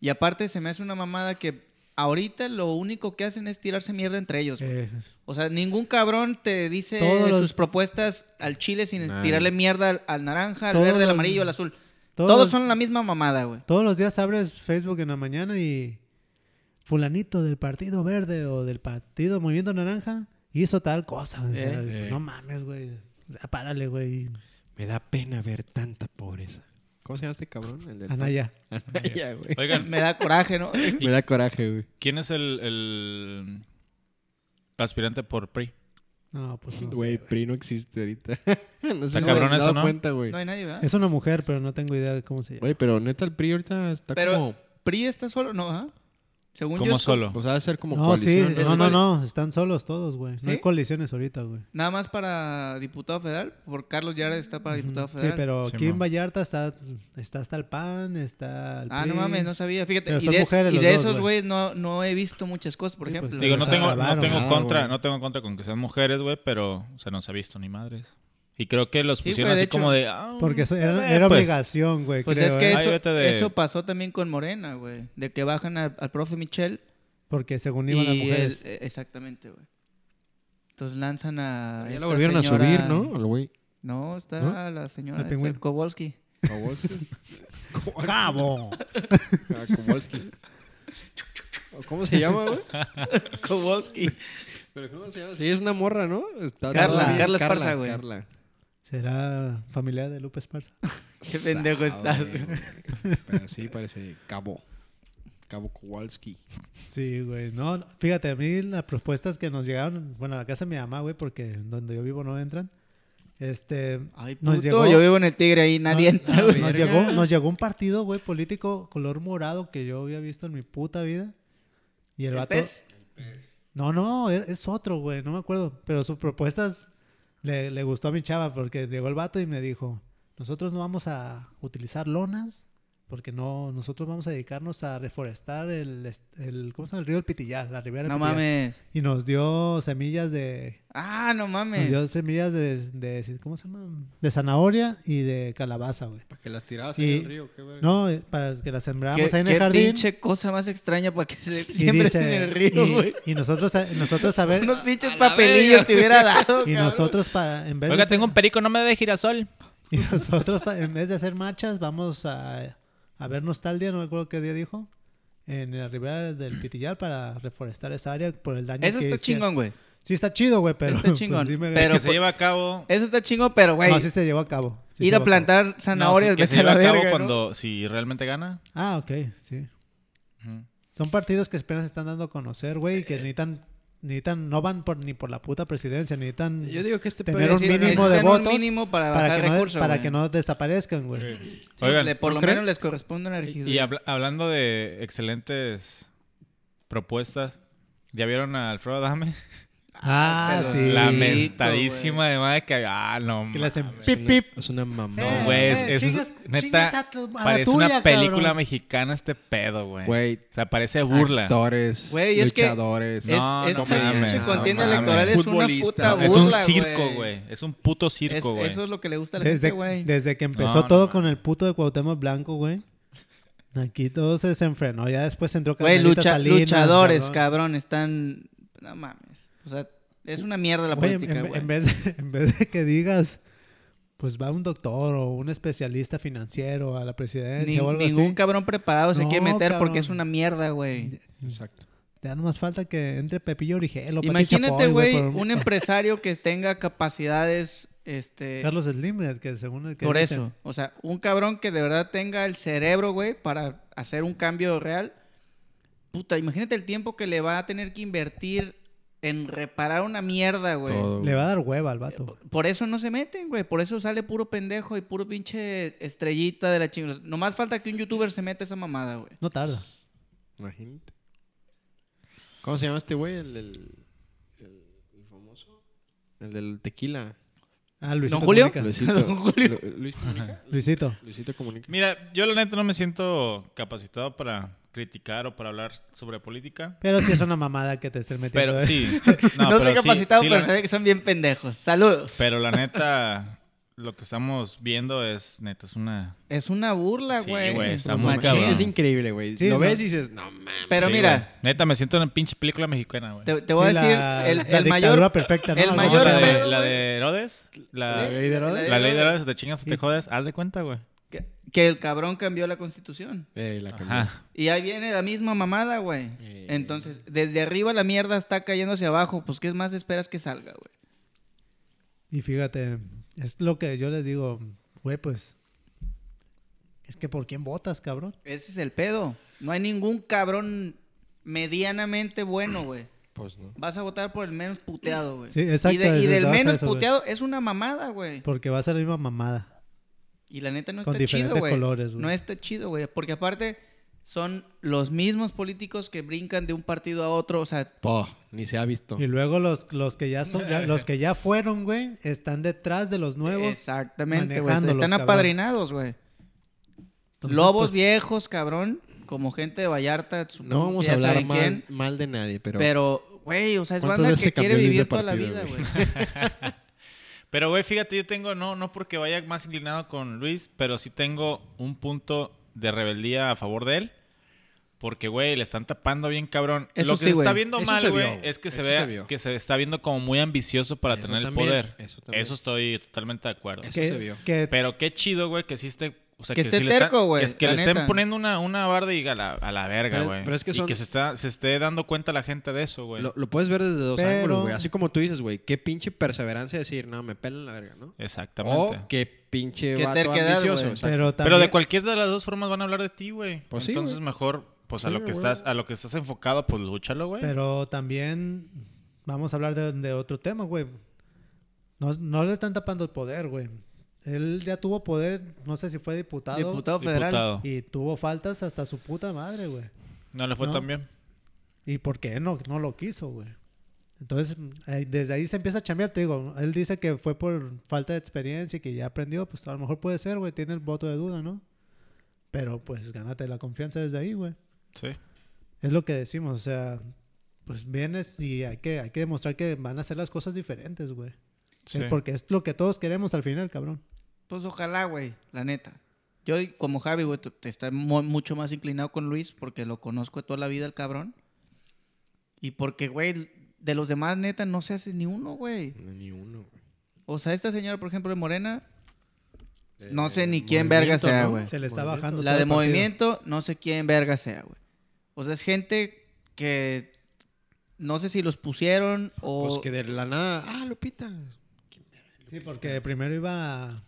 S3: Y aparte se me hace una mamada que ahorita lo único que hacen es tirarse mierda entre ellos. güey.
S4: eh,
S3: O sea, ningún cabrón te dice
S4: Todos
S3: sus
S4: los-
S3: propuestas al chile sin
S2: Nadie.
S3: tirarle mierda al, al naranja, al
S4: Todos
S3: verde, al
S4: los-
S3: amarillo, al azul.
S4: todos,
S3: Todos
S4: los-
S3: son la misma mamada, güey.
S4: todos los días abres Facebook en la mañana y... Fulanito del Partido Verde o del Partido Movimiento Naranja hizo tal cosa. O sea,
S2: Eh.
S4: No mames, güey. O sea, Párale, güey.
S2: Me da pena ver tanta pobreza. ¿Cómo se llama este cabrón? El del-
S4: Anaya.
S2: Anaya, güey.
S1: Oigan,
S3: Me da coraje, ¿no?
S2: Me da coraje, güey.
S1: ¿quién es el, el aspirante por PRI?
S4: No, pues no sé,
S2: Güey,
S4: güey.
S2: PRI no existe ahorita. no sé si
S1: cabrón
S2: se han
S1: eso,
S2: dado
S1: ¿no?
S2: cuenta, güey.
S3: No hay nadie, ¿verdad?
S4: Es una mujer, pero no tengo idea de cómo se llama.
S2: Güey, pero neta el PRI ahorita está
S3: Pero-
S2: como...
S3: ¿PRI está solo? No, ¿ah? Según yo.
S1: ¿Cómo
S3: es co-
S1: solo?
S2: Pues ha de ser como
S4: no, sí,
S2: coalición.
S4: no, no, no, están solos todos, güey. No hay
S3: ¿Sí?
S4: coaliciones ahorita, güey.
S3: Nada más para diputado federal, por Carlos Yared está para diputado
S4: Sí,
S3: federal.
S4: pero
S1: Sí,
S4: aquí en
S1: mo.
S4: Vallarta está, está hasta el PAN, está el
S3: Ah, no
S4: PRI.
S3: mames, no sabía. Fíjate,
S4: Pero
S3: y
S4: son
S3: de, es-
S4: mujeres
S3: y
S4: los
S3: de
S4: dos,
S3: esos
S4: güey.
S3: güeyes no, no he visto muchas cosas, por
S4: Sí,
S3: ejemplo.
S4: pues,
S1: Digo, no
S4: Se
S1: tengo, no
S4: acabaron.
S1: tengo
S2: Ah,
S1: contra,
S2: güey.
S1: no tengo contra con que sean mujeres, güey, pero se nos ha visto ni madres. Y creo que los
S3: Sí,
S1: pusieron
S3: güey, de
S1: así
S3: hecho.
S1: como de... "Ah,
S4: Porque eso era,
S1: eh,
S4: era
S1: pues".
S4: obligación, güey.
S3: Pues
S4: creo,
S3: es que
S4: ¿eh?
S1: Ay,
S3: eso,
S1: vete de-
S3: eso pasó también con Morena, güey. De que bajan al, al profe Michel
S4: Porque según
S3: y
S4: iban las mujeres.
S3: él- eh, exactamente, güey. Entonces lanzan a.
S2: Ah, Ya
S3: esta
S2: lo volvieron
S3: señora-
S2: a subir, ¿no? Al güey.
S3: No, está
S2: ¿No?
S3: la
S4: Al
S3: señora este,
S4: pingüino.
S3: Kowalski.
S4: ¡Cabo!
S2: A Ah, Kowalski. ¿O ¿Cómo se llama, güey?
S3: Kowalski.
S2: ¿Pero cómo se llama? Sí, es una morra, ¿no? Está
S3: Carla,
S2: toda bien.
S3: Carla Esparza, güey.
S2: Carla.
S4: ¿Será familiar de Lupe Esparza?
S3: Qué
S4: Ah,
S3: pendejo estás,
S2: Sabe,
S3: güey.
S2: güey. Pero sí, parece Cabo. Cabo Kowalski.
S4: Sí, güey. No, no, fíjate, a mí las propuestas que nos llegaron, bueno, a la casa de mi mamá, güey, porque donde yo vivo no entran. Este,
S3: Ay, puto,
S4: Nos llegó-
S3: yo vivo en el Tigre ahí, nadie
S4: No,
S3: entra,
S4: no,
S3: güey.
S4: Nos
S2: Verga.
S4: llegó, nos llegó un partido, güey, político color morado que yo había visto en mi puta vida. Y el,
S3: ¿El
S4: vato.
S3: pez?
S4: No, no, er- es otro, güey, no me acuerdo. Pero sus propuestas le, le gustó a mi chava porque llegó el vato y me dijo: Nosotros no vamos a utilizar lonas porque no, nosotros vamos a dedicarnos a reforestar el, est- el ¿cómo se llama? El río del Pitillal, la ribera del
S3: No
S4: Pitillal".
S3: mames.
S4: Y nos dio semillas de.
S3: Ah, no
S4: Nos
S3: mames.
S4: dio semillas de, de. ¿Cómo se llama? De zanahoria y de calabaza, güey.
S2: Para que las tirabas
S4: Y-
S2: en el río, qué verga.
S4: No, eh, para que la sembramos
S3: ¿Qué,
S4: ahí en
S3: qué
S4: el jardín.
S3: pinche cosa más extraña para que se
S4: y
S3: siembres
S4: dice-
S3: en el río,
S4: y-
S3: güey.
S4: Y, nosotros, a- nosotros a ver.
S3: Unos pinches
S2: la
S3: papelillos te hubiera dado, cabrón.
S4: y nosotros para en vez
S1: Oiga,
S4: de
S1: tengo un perico, no me de girasol.
S4: y nosotros pa- en vez de hacer marchas vamos a, a vernos tal día, no me acuerdo qué día dijo, en la ribera del Pitillar para reforestar esa área por el daño
S3: Eso
S4: que
S3: está
S4: hici-
S3: chingón, güey.
S4: Sí está chido, güey, pero
S3: Está chingón,
S4: pues, dime,
S1: Pero
S4: güey.
S1: que se lleva a cabo...
S3: Eso está chingo, pero, güey,
S4: no, sí se llevó a cabo. sí se
S3: ir
S4: llevó
S3: a
S4: cabo.
S3: plantar
S1: No,
S3: zanahorias,
S1: sí, que
S3: vete
S1: se
S3: a
S1: lleva
S3: la
S1: a cabo
S3: verga, ¿no?
S1: cuando... Si realmente gana.
S4: Ah, ok, sí.
S1: Ujú.
S4: Son partidos que apenas se están dando a conocer, güey, y que necesitan necesitan no van por ni por la puta presidencia, necesitan
S2: Yo digo que este
S4: Tener
S2: pedo
S4: un
S2: sí
S3: Necesitan
S4: mínimo de
S3: un
S4: votos
S3: mínimo para,
S4: para,
S3: bajar
S4: que, no,
S3: recursos,
S4: para
S3: güey.
S4: que no desaparezcan, güey.
S3: Sí,
S1: Oigan,
S3: le- por
S2: ¿no
S3: lo
S2: creen?
S3: menos les corresponde una
S1: Y
S3: regiduría.
S1: habla- hablando de excelentes propuestas, ¿ya vieron a Alfredo Adame?
S4: Ah,
S3: pero
S4: sí.
S1: Lamentadísima de madre que... Ah, no
S4: Que le hacen
S1: mames.
S2: Es
S4: pip
S2: una-
S4: pip.
S2: Es una mamá.
S1: No,
S4: Eh,
S1: güey,
S4: eh,
S1: es- eso es-
S4: chingas-
S1: neta,
S4: chingas a tu- a la
S1: Parece
S4: tuya,
S1: una película
S4: cabrón.
S1: mexicana este pedo, güey.
S2: Güey,
S1: O sea, parece burla.
S2: Actores,
S3: Güey, es que-
S2: luchadores.
S3: Es,
S1: No,
S3: esta
S1: no
S3: pinche
S1: mames,
S3: contienda
S1: no mames.
S3: electoral es una
S2: Futbolista,
S3: puta burla,
S1: es un circo, güey. Es un puto
S3: Es-
S1: circo, güey.
S3: Eso es lo que le gusta a la gente,
S4: Desde,
S3: este güey.
S4: desde que empezó
S1: No, no
S4: todo
S1: mames.
S4: con el puto de Cuauhtémoc Blanco, güey. Aquí todo se desenfrenó. Ya después entró
S3: Güey,
S4: Carmelita
S3: lucha-
S4: Salinas,
S3: luchadores,
S4: cabrón.
S3: cabrón, están... No mames. O sea, es una mierda la
S4: Güey, en-
S3: política,
S4: en,
S3: güey.
S4: en vez, en vez de que digas, pues va un doctor o un especialista financiero a la presidencia
S3: Ni-
S4: o algo
S3: ningún
S4: así.
S3: cabrón preparado se
S4: No,
S3: quiere meter porque es
S4: cabrón.
S3: una mierda, güey.
S2: Exacto.
S4: Te dan más falta que entre Pepillo Origel o Pati
S3: Imagínate,
S4: Chapoy,
S3: güey,
S4: por un-
S3: un em- empresario que tenga capacidades, este...
S4: Carlos Slim, el que según el que
S3: por
S4: dicen,
S3: eso. O sea, un cabrón que de verdad tenga el cerebro, güey, para hacer un cambio real. Puta, imagínate el tiempo que le va a tener que invertir en reparar una mierda, güey.
S2: Todo.
S4: le va a dar hueva al vato. güey.
S3: Por eso no se meten, güey. Por eso sale puro pendejo y puro pinche estrellita de la chingada. Nomás falta que un youtuber se meta esa mamada, güey.
S4: No tarda.
S2: Imagínate. ¿Cómo se llama este güey? El, el, el- el famoso. El del tequila.
S4: Ah, Luisito.
S3: ¿Don Julio?
S4: Comunica.
S2: Luisito.
S3: Don Julio.
S2: Lu- Luis comunica.
S4: Luisito.
S2: Luisito comunica.
S1: Mira, yo la neta no me siento capacitado para criticar o para hablar sobre política.
S4: Pero sí es una mamada que te estén metiendo.
S1: Pero
S4: eh.
S1: sí.
S3: No,
S1: No, pero
S3: soy
S1: sí-
S3: capacitado,
S1: sí, la
S3: pero
S1: ne-
S3: se ve que son bien pendejos. Saludos.
S1: Pero la neta, lo que estamos viendo es, neta, es una...
S3: Es una burla,
S1: Sí,
S3: güey.
S1: güey, está
S2: No
S1: muy
S2: mames,
S1: cabrón.
S2: Es increíble, güey.
S4: Sí,
S2: Lo
S4: ¿no?
S2: ves y dices, no mames.
S3: Pero
S1: Sí,
S3: mira,
S1: güey. Neta, me siento en una pinche película mexicana, güey.
S3: te, te voy
S4: Sí,
S3: a decir,
S4: la-
S3: el,
S4: la
S3: el
S4: dictadura
S3: mayor...
S4: perfecta, ¿no?
S3: el
S4: Algo
S3: mayor
S1: la,
S4: así.
S1: de,
S3: pedo,
S1: la
S3: güey.
S1: de Herodes,
S2: ¿La
S1: la,
S2: ley de Herodes?
S1: la ley de Herodes, te chingas o te
S4: Sí.
S1: jodes, haz de cuenta, güey.
S3: Que, que el cabrón cambió la constitución.
S2: Eh, la cambió.
S1: Ajá.
S3: Y ahí viene la misma mamada, güey.
S2: Eh.
S3: Entonces, desde arriba la mierda está cayendo hacia abajo. Pues, ¿qué más esperas que salga, güey?
S4: Y fíjate, es lo que yo les digo, güey, pues. Es que por quién votas, cabrón.
S3: Ese es el pedo. No hay ningún cabrón medianamente bueno, güey.
S2: Pues no.
S3: Vas a votar por el menos puteado, güey.
S4: Sí, exacto,
S3: Y, de- y
S4: es
S3: del
S4: verdad,
S3: menos
S4: eso, güey.
S3: puteado es una mamada, güey.
S4: Porque va a ser la misma mamada.
S3: Y la neta no
S4: Con
S3: está chido,
S4: diferentes
S3: güey.
S4: colores, güey.
S3: No está chido, güey. Porque aparte son los mismos políticos que brincan de un partido a otro. O sea,
S2: Po, ni se ha visto.
S4: Y luego los, los que ya son, ya- los que ya fueron, güey, están detrás de los nuevos.
S3: exactamente, güey.
S4: manejándolos,
S3: Están
S4: cabrón.
S3: apadrinados, güey.
S4: Entonces,
S3: Lobos
S4: pues,
S3: viejos, cabrón. Como gente de Vallarta.
S2: No
S3: supongo que
S2: vamos a
S3: ya
S2: hablar
S3: saben
S2: mal,
S3: quién,
S2: mal de nadie, pero.
S3: Pero, güey, o sea, es
S2: ¿Cuántas
S3: banda
S2: veces
S3: que
S2: se cambió
S3: quiere
S2: el Luis
S3: vivir
S2: de
S3: toda la
S2: partido,
S3: vida,
S2: güey?
S3: güey.
S1: Pero, güey, fíjate, yo tengo, no, no porque vaya más inclinado con Luis, pero sí tengo un punto de rebeldía a favor de él. Porque, güey, le están tapando bien cabrón. Lo
S3: Eso
S1: que
S3: sí,
S1: se
S3: güey.
S1: está viendo
S2: Eso se
S1: mal,
S2: vio,
S1: güey,
S2: güey.
S1: es que se
S2: Eso se
S1: vea
S2: vio.
S1: que se está viendo como muy ambicioso para
S2: Eso
S1: tener el
S2: también,
S1: poder.
S2: eso
S1: Eso,
S2: también.
S1: estoy totalmente de acuerdo.
S2: Eso
S4: que-
S2: se vio.
S4: que-
S1: Pero qué chido, güey, que sí esté... O sea,
S3: Que
S1: que,
S3: esté
S1: sí le están-
S3: terco, güey,
S1: que es- que
S3: la
S1: le
S3: neta.
S1: estén poniendo una, una barda y diga, a la, a la verga,
S2: Pero-
S1: güey.
S2: pero es que
S1: Y
S2: son-
S1: que se, está, se esté dando cuenta la gente de eso, güey.
S2: Lo, lo puedes ver desde dos
S4: Pero-
S2: ángulos, güey. Así como tú dices, güey. Qué pinche perseverancia decir, no, me pelan la verga, ¿no?
S1: Exactamente.
S2: O qué pinche
S3: Qué
S2: vato
S3: terquedad,
S2: ambicioso.
S3: güey.
S2: exacto.
S4: pero
S1: Pero de
S4: también-
S1: cualquier de las dos formas van a hablar de ti, güey.
S2: Pues sí,
S1: Entonces
S2: güey.
S1: mejor, pues a
S2: Sí,
S1: lo que
S2: güey.
S1: estás, a lo que estás enfocado, pues lúchalo, güey.
S4: Pero también vamos a hablar de, de otro tema, güey. No, no le están tapando el poder, güey. Él ya tuvo poder, no sé si fue diputado.
S3: Diputado federal.
S1: Diputado.
S4: Y tuvo faltas hasta su puta madre, güey.
S1: No le fue
S4: ¿No?
S1: tan bien.
S4: ¿Y por qué no, no lo quiso, güey? Entonces, eh, desde ahí se empieza a chambear, te digo. Él dice que fue por falta de experiencia y que ya aprendió. Pues a lo mejor puede ser, güey. Tiene el voto de duda, ¿no? Pero pues gánate la confianza desde ahí, güey.
S1: Sí.
S4: Es lo que decimos, o sea, pues vienes y hay que, hay que demostrar que van a hacer las cosas diferentes, güey.
S1: sí.
S4: Es Porque es lo que todos queremos al final, cabrón.
S3: Pues ojalá, güey, la neta. Yo, como Javi, güey, te- te está mu- mucho más inclinado con Luis porque lo conozco de toda la vida, el cabrón. Y porque, güey, de los demás, neta, no se hace ni uno, güey.
S2: No, Ni uno, güey.
S3: O sea, esta señora, por ejemplo, de Morena, no
S2: Eh,
S3: sé ni quién
S2: movimiento,
S3: verga sea,
S2: ¿no?
S3: güey.
S4: Se le está
S2: Movimiento.
S4: bajando
S3: La
S4: todo
S3: de
S4: el partido.
S3: movimiento, no sé quién verga sea, güey. O sea, es gente que no sé si los pusieron o...
S2: Pues que de la nada. Ah, Lupita.
S4: Sí, porque primero iba,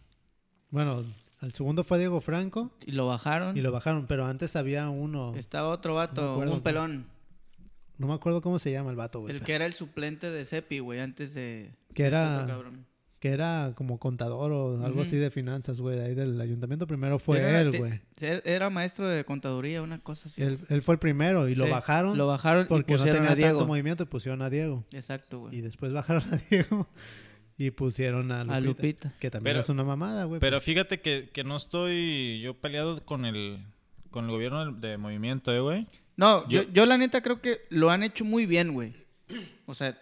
S4: bueno, al segundo fue Diego Franco
S3: Y lo bajaron.
S4: y lo bajaron, pero antes había uno,
S3: Estaba otro
S4: No me
S3: vato,
S4: acuerdo,
S3: un
S4: güey.
S3: pelón.
S4: no me acuerdo cómo se llama el vato, güey.
S3: El que era el suplente de Cepi, güey, antes de...
S4: Que
S3: de
S4: era-
S3: otro cabrón.
S4: que era como contador o algo
S3: Ujú.
S4: así de finanzas, güey, de ahí del ayuntamiento. Primero fue
S3: Era-
S4: él,
S3: te-
S4: güey.
S3: Era, maestro de contaduría, una cosa así.
S4: Él, él fue el primero y lo
S3: Sí,
S4: bajaron
S3: Lo bajaron
S4: porque
S3: y
S4: no
S3: pusieron
S4: tenía
S3: a Diego.
S4: tanto movimiento y pusieron a Diego.
S3: Exacto, güey.
S4: Y después bajaron a Diego y pusieron a Lupita.
S3: A Lupita.
S4: Que también
S1: Pero-
S4: es una mamada, güey.
S1: Pero fíjate que, que no estoy yo peleado con el con el gobierno del- de movimiento, eh, güey.
S3: No, yo,
S1: Yo-
S3: yo la neta creo que lo han hecho muy bien, güey. O sea,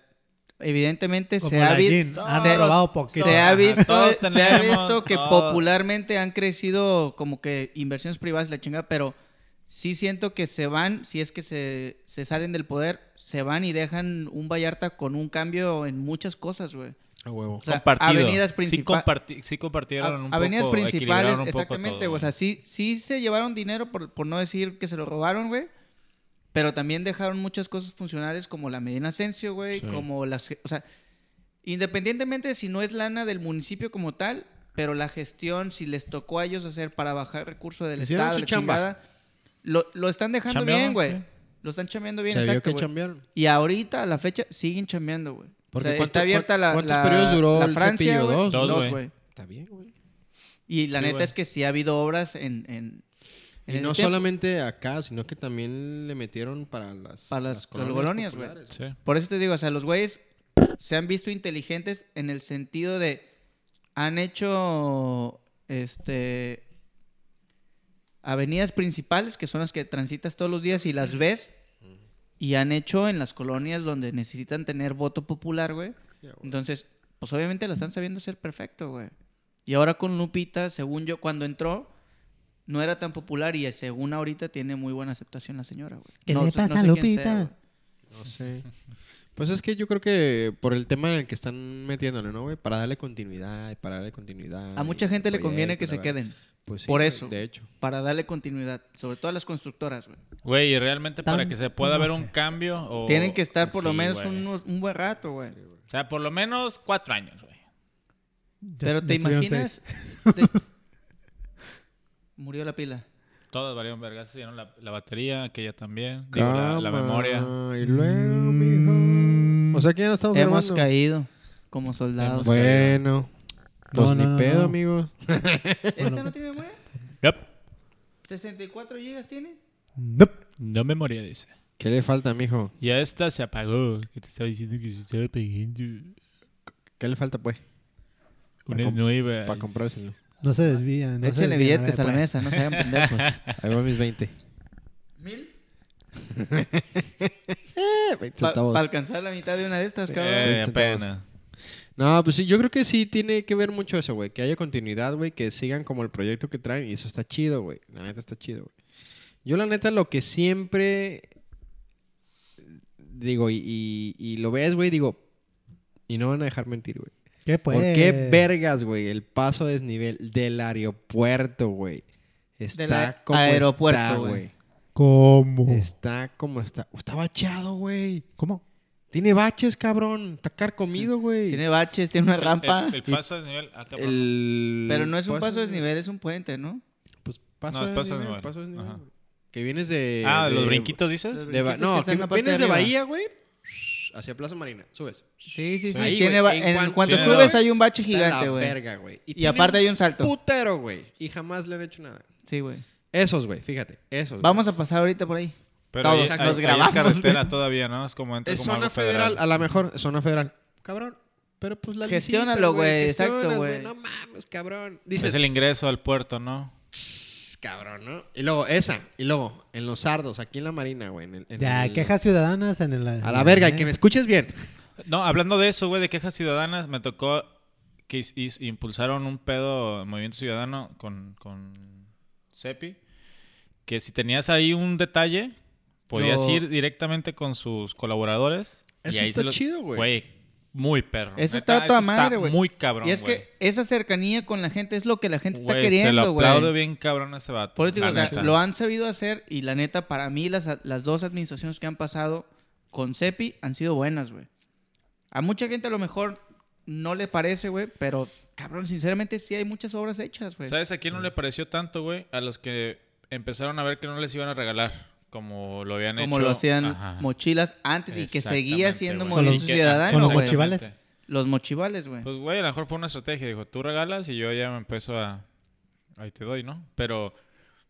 S3: evidentemente
S4: Como
S3: se ha,
S4: la
S3: vi-
S4: Jean, han
S3: se-
S4: probado poquito.
S3: se ha
S1: Ajá,
S3: visto,
S1: todos
S3: se ha
S1: tenemos,
S3: visto que
S1: todos.
S3: popularmente han crecido como que inversiones privadas y la chinga, pero sí siento que se van, si es que se, se salen del poder, se van y dejan un Vallarta con un cambio en muchas cosas, güey.
S2: A huevo.
S3: O sea,
S1: Compartido.
S3: avenidas
S1: Sí,
S3: principa-
S1: comparti- sí compartieron
S3: A-
S1: un
S3: avenidas
S1: poco,
S3: principales,
S1: equilibraron un poco
S3: exactamente,
S1: todo,
S3: güey. O sea, sí, sí se llevaron dinero, por, por no decir que se lo robaron, güey. Pero también dejaron muchas cosas funcionales como la Medina Asensio, güey.
S2: Sí.
S3: Como las... O sea, independientemente de si no es lana del municipio como tal, pero la gestión, si les tocó a ellos hacer para bajar recursos del
S2: Hicieron
S3: Estado,
S2: su
S3: la
S2: chamba.
S3: chingada, lo, lo están dejando
S1: Chambearon,
S3: bien, güey.
S1: sí.
S3: Lo están chambeando bien,
S2: Se vio
S3: exacto,
S2: que
S3: güey.
S2: chambearon.
S3: Y ahorita, a la fecha, siguen chambeando, güey. O
S2: Porque
S3: sea,
S2: ¿cuánto-
S3: está abierta la,
S2: cuántos
S3: la-
S2: periodos duró
S3: la
S2: el
S3: Francia,
S2: cepillo?
S3: güey.
S2: Dos,
S1: ¿no?
S3: Dos,
S1: güey.
S3: güey.
S2: Está bien, güey.
S3: Y la
S1: Sí,
S3: neta
S1: güey.
S3: es que sí ha habido obras en... en, en
S2: Y
S3: ese
S2: no
S3: tiempo.
S2: solamente acá, sino que también le metieron para las,
S3: Para las- las colonias, güey.
S2: populares.
S1: Sí.
S3: Por eso te digo, o sea, los güeyes se han visto inteligentes en el sentido de... Han hecho, este... Avenidas principales, que son las que transitas todos los días y las ves. Y han hecho en las colonias donde necesitan tener voto popular, güey.
S2: Sí, a huevo.
S3: Entonces, pues obviamente la están sabiendo hacer perfecto, güey. Y ahora con Lupita, según yo, cuando entró, no era tan popular y eh, según ahorita tiene muy buena aceptación la señora, güey.
S4: ¿Qué
S3: No
S4: le
S3: sé- no
S4: pasa
S3: sé
S4: a
S3: quién sea,
S4: Lupita?
S3: güey.
S2: No sé. Pues es que yo creo que por el tema en el que están metiéndole, ¿no, güey? Para darle continuidad, y para darle continuidad.
S3: A mucha
S2: y
S3: gente le
S2: proyecto,
S3: conviene que
S2: la
S3: se
S2: verdad.
S3: queden
S2: Pues sí,
S3: por
S2: güey,
S3: eso.
S2: De hecho.
S3: para darle continuidad, sobre todo a las constructoras, güey.
S1: Güey, y realmente para que se
S4: Tanto
S1: pueda ver
S4: mame.
S1: un cambio o...
S3: Tienen que estar por lo
S1: Oh, Sí,
S3: menos
S1: güey.
S3: unos- un buen rato, güey.
S1: O sea, por lo menos cuatro años, güey.
S4: Ya-
S3: Pero
S4: ya
S3: te
S4: estuvieron seis.
S3: imaginas... te- Murió la pila.
S1: Todos valieron vergas, se dieron la, la batería, que ella también, digo, la, la
S2: Cama,
S1: memoria.
S2: Y luego, mijo. O sea, que ya no estamos
S3: Hemos
S2: grabando.
S3: caído como
S1: Hemos
S3: soldados.
S2: Bueno. Pues
S4: No,
S2: ni
S4: no, no,
S2: pedo,
S4: no.
S2: amigos.
S3: ¿Esta no tiene memoria?
S1: Yup.
S3: ¿64 gigas tiene?
S4: Nope.
S1: No memoria, dice.
S2: ¿Qué le falta, mijo?
S1: Y a esta se apagó, que te estaba diciendo que se estaba apagando.
S2: ¿Qué le falta, pues?
S1: Una
S2: comp-
S1: nueva.
S2: Para comprárselo.
S4: No se desvían. No se
S3: Ah, Échenle
S4: desvían,
S3: billetes a la
S4: ver, pues.
S3: mesa, no se hagan pendejos.
S2: Ahí va mis 20.
S3: ¿Mil?
S2: Eh, 20
S3: Para
S2: centavos.
S3: alcanzar la mitad de una de estas, cabrón.
S1: Eh,
S2: Centavos.
S1: pena.
S2: No, pues sí, yo creo que sí tiene que ver mucho eso, güey. Que haya continuidad, güey. Que sigan como el proyecto que traen. Y eso está chido, güey. La neta está chido, güey. Yo, la neta, lo que siempre. Digo, y, y- y lo ves, güey, digo. Y no van a dejar mentir, güey.
S4: ¿Qué pues?
S2: ¿Por qué vergas, güey? El paso a desnivel del aeropuerto, güey. Está
S3: Del
S2: como
S3: aeropuerto,
S2: está,
S3: güey.
S2: güey.
S4: ¿Cómo?
S2: Está como está. Está bachado, güey.
S4: ¿Cómo?
S2: Tiene baches, cabrón. Está carcomido, güey.
S3: Tiene baches, tiene una
S1: El-
S3: rampa.
S1: El, el paso de nivel ah, acá abajo.
S2: El- eh,
S3: pero no es un paso desnivel, es un puente, ¿no?
S2: Pues paso
S1: No, es
S2: de
S1: paso
S2: nivel,
S1: desnivel.
S2: paso desnivel,
S1: Ajá.
S2: güey. Que vienes de.
S1: Ah,
S2: de-
S1: los brinquitos dices.
S3: Los
S2: de ba-
S3: brinquitos que
S2: no,
S3: están
S2: que
S3: en la parte
S2: vienes de,
S3: arriba.
S2: Bahía, güey. Hacia Plaza Marina. Subes.
S3: Sí, sí, sí.
S2: Ahí,
S3: tiene
S2: güey,
S3: ba-
S2: en
S3: en,
S2: cuanto-
S3: cuanto
S1: Sí,
S3: subes
S2: güey.
S3: hay un bache
S2: Está
S3: gigante,
S2: la
S3: güey.
S2: verga, güey.
S3: Y
S2: tienen
S3: aparte hay un salto.
S2: Putero, güey. Y jamás le han hecho nada.
S3: Sí, güey.
S2: Esos, güey. Fíjate. Esos.
S3: Vamos a pasar ahorita por ahí.
S1: Pero
S3: Todos
S1: ahí,
S3: nos
S1: ahí- ahí
S3: grabamos,
S1: es carretera todavía, ¿no? Es como entra
S2: Es
S1: como
S2: zona
S1: algo
S2: federal, a lo mejor, zona federal. Cabrón, pero pues la visita,
S3: Gestiónalo, güey, exacto,
S2: gestionas,
S3: güey.
S2: No mames, cabrón.
S1: Es
S2: Dices,
S1: el ingreso al puerto, ¿no?
S2: "Tss, cabrón, ¿no? Y luego esa, y luego en los sardos, aquí en la marina, güey. en el- en
S4: Ya,
S2: el-
S4: quejas ciudadanas en el...
S2: A la verga, y que me escuches bien.
S1: No, hablando de eso, güey, de quejas ciudadanas, me tocó que is- is- impulsaron un pedo Movimiento Ciudadano con, con CEPI, que si tenías ahí un detalle, podías
S3: Yo-
S1: ir directamente con sus colaboradores. y
S2: Eso
S1: ahí
S2: está
S1: se lo-
S2: chido, güey.
S1: muy perro.
S3: Eso
S1: Neta,
S3: está a toda
S1: eso
S3: madre, güey.
S1: muy cabrón,
S3: y es
S1: güey.
S3: que esa cercanía con la gente es lo que la gente está
S1: Güey,
S3: queriendo,
S1: Se lo aplaudo
S3: güey.
S1: bien cabrón a ese vato.
S3: Por eso te digo,
S1: la
S3: o sea,
S1: neta.
S3: lo han sabido hacer y la neta, para mí, las, las dos administraciones que han pasado con CEPI han sido buenas, güey. A mucha gente a lo mejor no le parece, güey, pero cabrón, sinceramente sí hay muchas obras hechas, güey.
S1: ¿Sabes a quién no le pareció tanto, güey? A los que empezaron a ver que no les iban a regalar, como lo habían hecho.
S3: Como lo hacían
S1: Ajá.
S3: mochilas antes y que seguía siendo
S1: Exactamente, güey.
S3: movimiento
S1: Y que-
S3: ciudadano,
S4: con los
S3: güey.
S1: Exactamente.
S4: mochivales.
S3: Los mochivales, güey.
S1: Pues, güey, a lo mejor fue una estrategia. Dijo, tú regalas y yo ya me empiezo a... Ahí te doy, ¿no? Pero,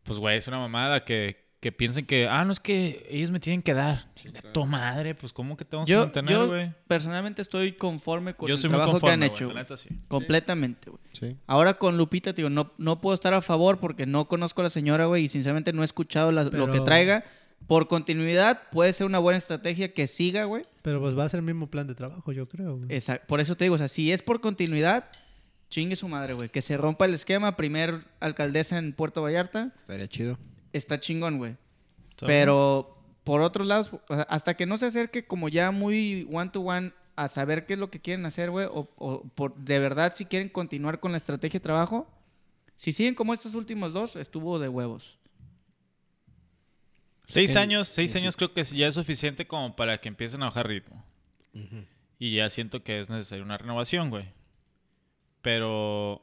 S1: pues, güey, es una mamada que, que piensen que... Ah, no, es que ellos me tienen que dar. Chinga tu madre, pues, ¿cómo que te vamos a
S3: yo,
S1: mantener,
S3: yo
S1: güey?
S3: personalmente estoy conforme con
S1: Yo
S3: el
S1: soy muy
S3: trabajo
S1: conforme,
S3: que han
S1: güey,
S3: hecho.
S1: la
S3: güey.
S1: neta, sí.
S3: Completamente, güey.
S2: Sí.
S3: Ahora con Lupita, tío, no, no puedo estar a favor porque no conozco a la señora, güey, y sinceramente no he escuchado la- lo
S4: Pero-
S3: que traiga. Por continuidad, puede ser una buena estrategia que siga, güey.
S4: Pero pues va a ser el mismo plan de trabajo, yo creo. güey.
S3: Esa- Por eso te digo, o sea, si es por continuidad, chingue su madre, güey. Que se rompa el esquema, primer alcaldesa en Puerto Vallarta,
S2: Estaría chido.
S3: está chingón, güey. Pero por otros lados, o sea, hasta que no se acerque como ya muy one to one a saber qué es lo que quieren hacer, güey, o, o por, de verdad si quieren continuar con la estrategia de trabajo, si siguen como estos últimos dos, estuvo de huevos.
S1: Seis
S2: Sí.
S1: años, seis
S2: Sí.
S1: años creo que ya es suficiente como para que empiecen a bajar ritmo. Y ya siento que es necesaria una renovación, güey. Pero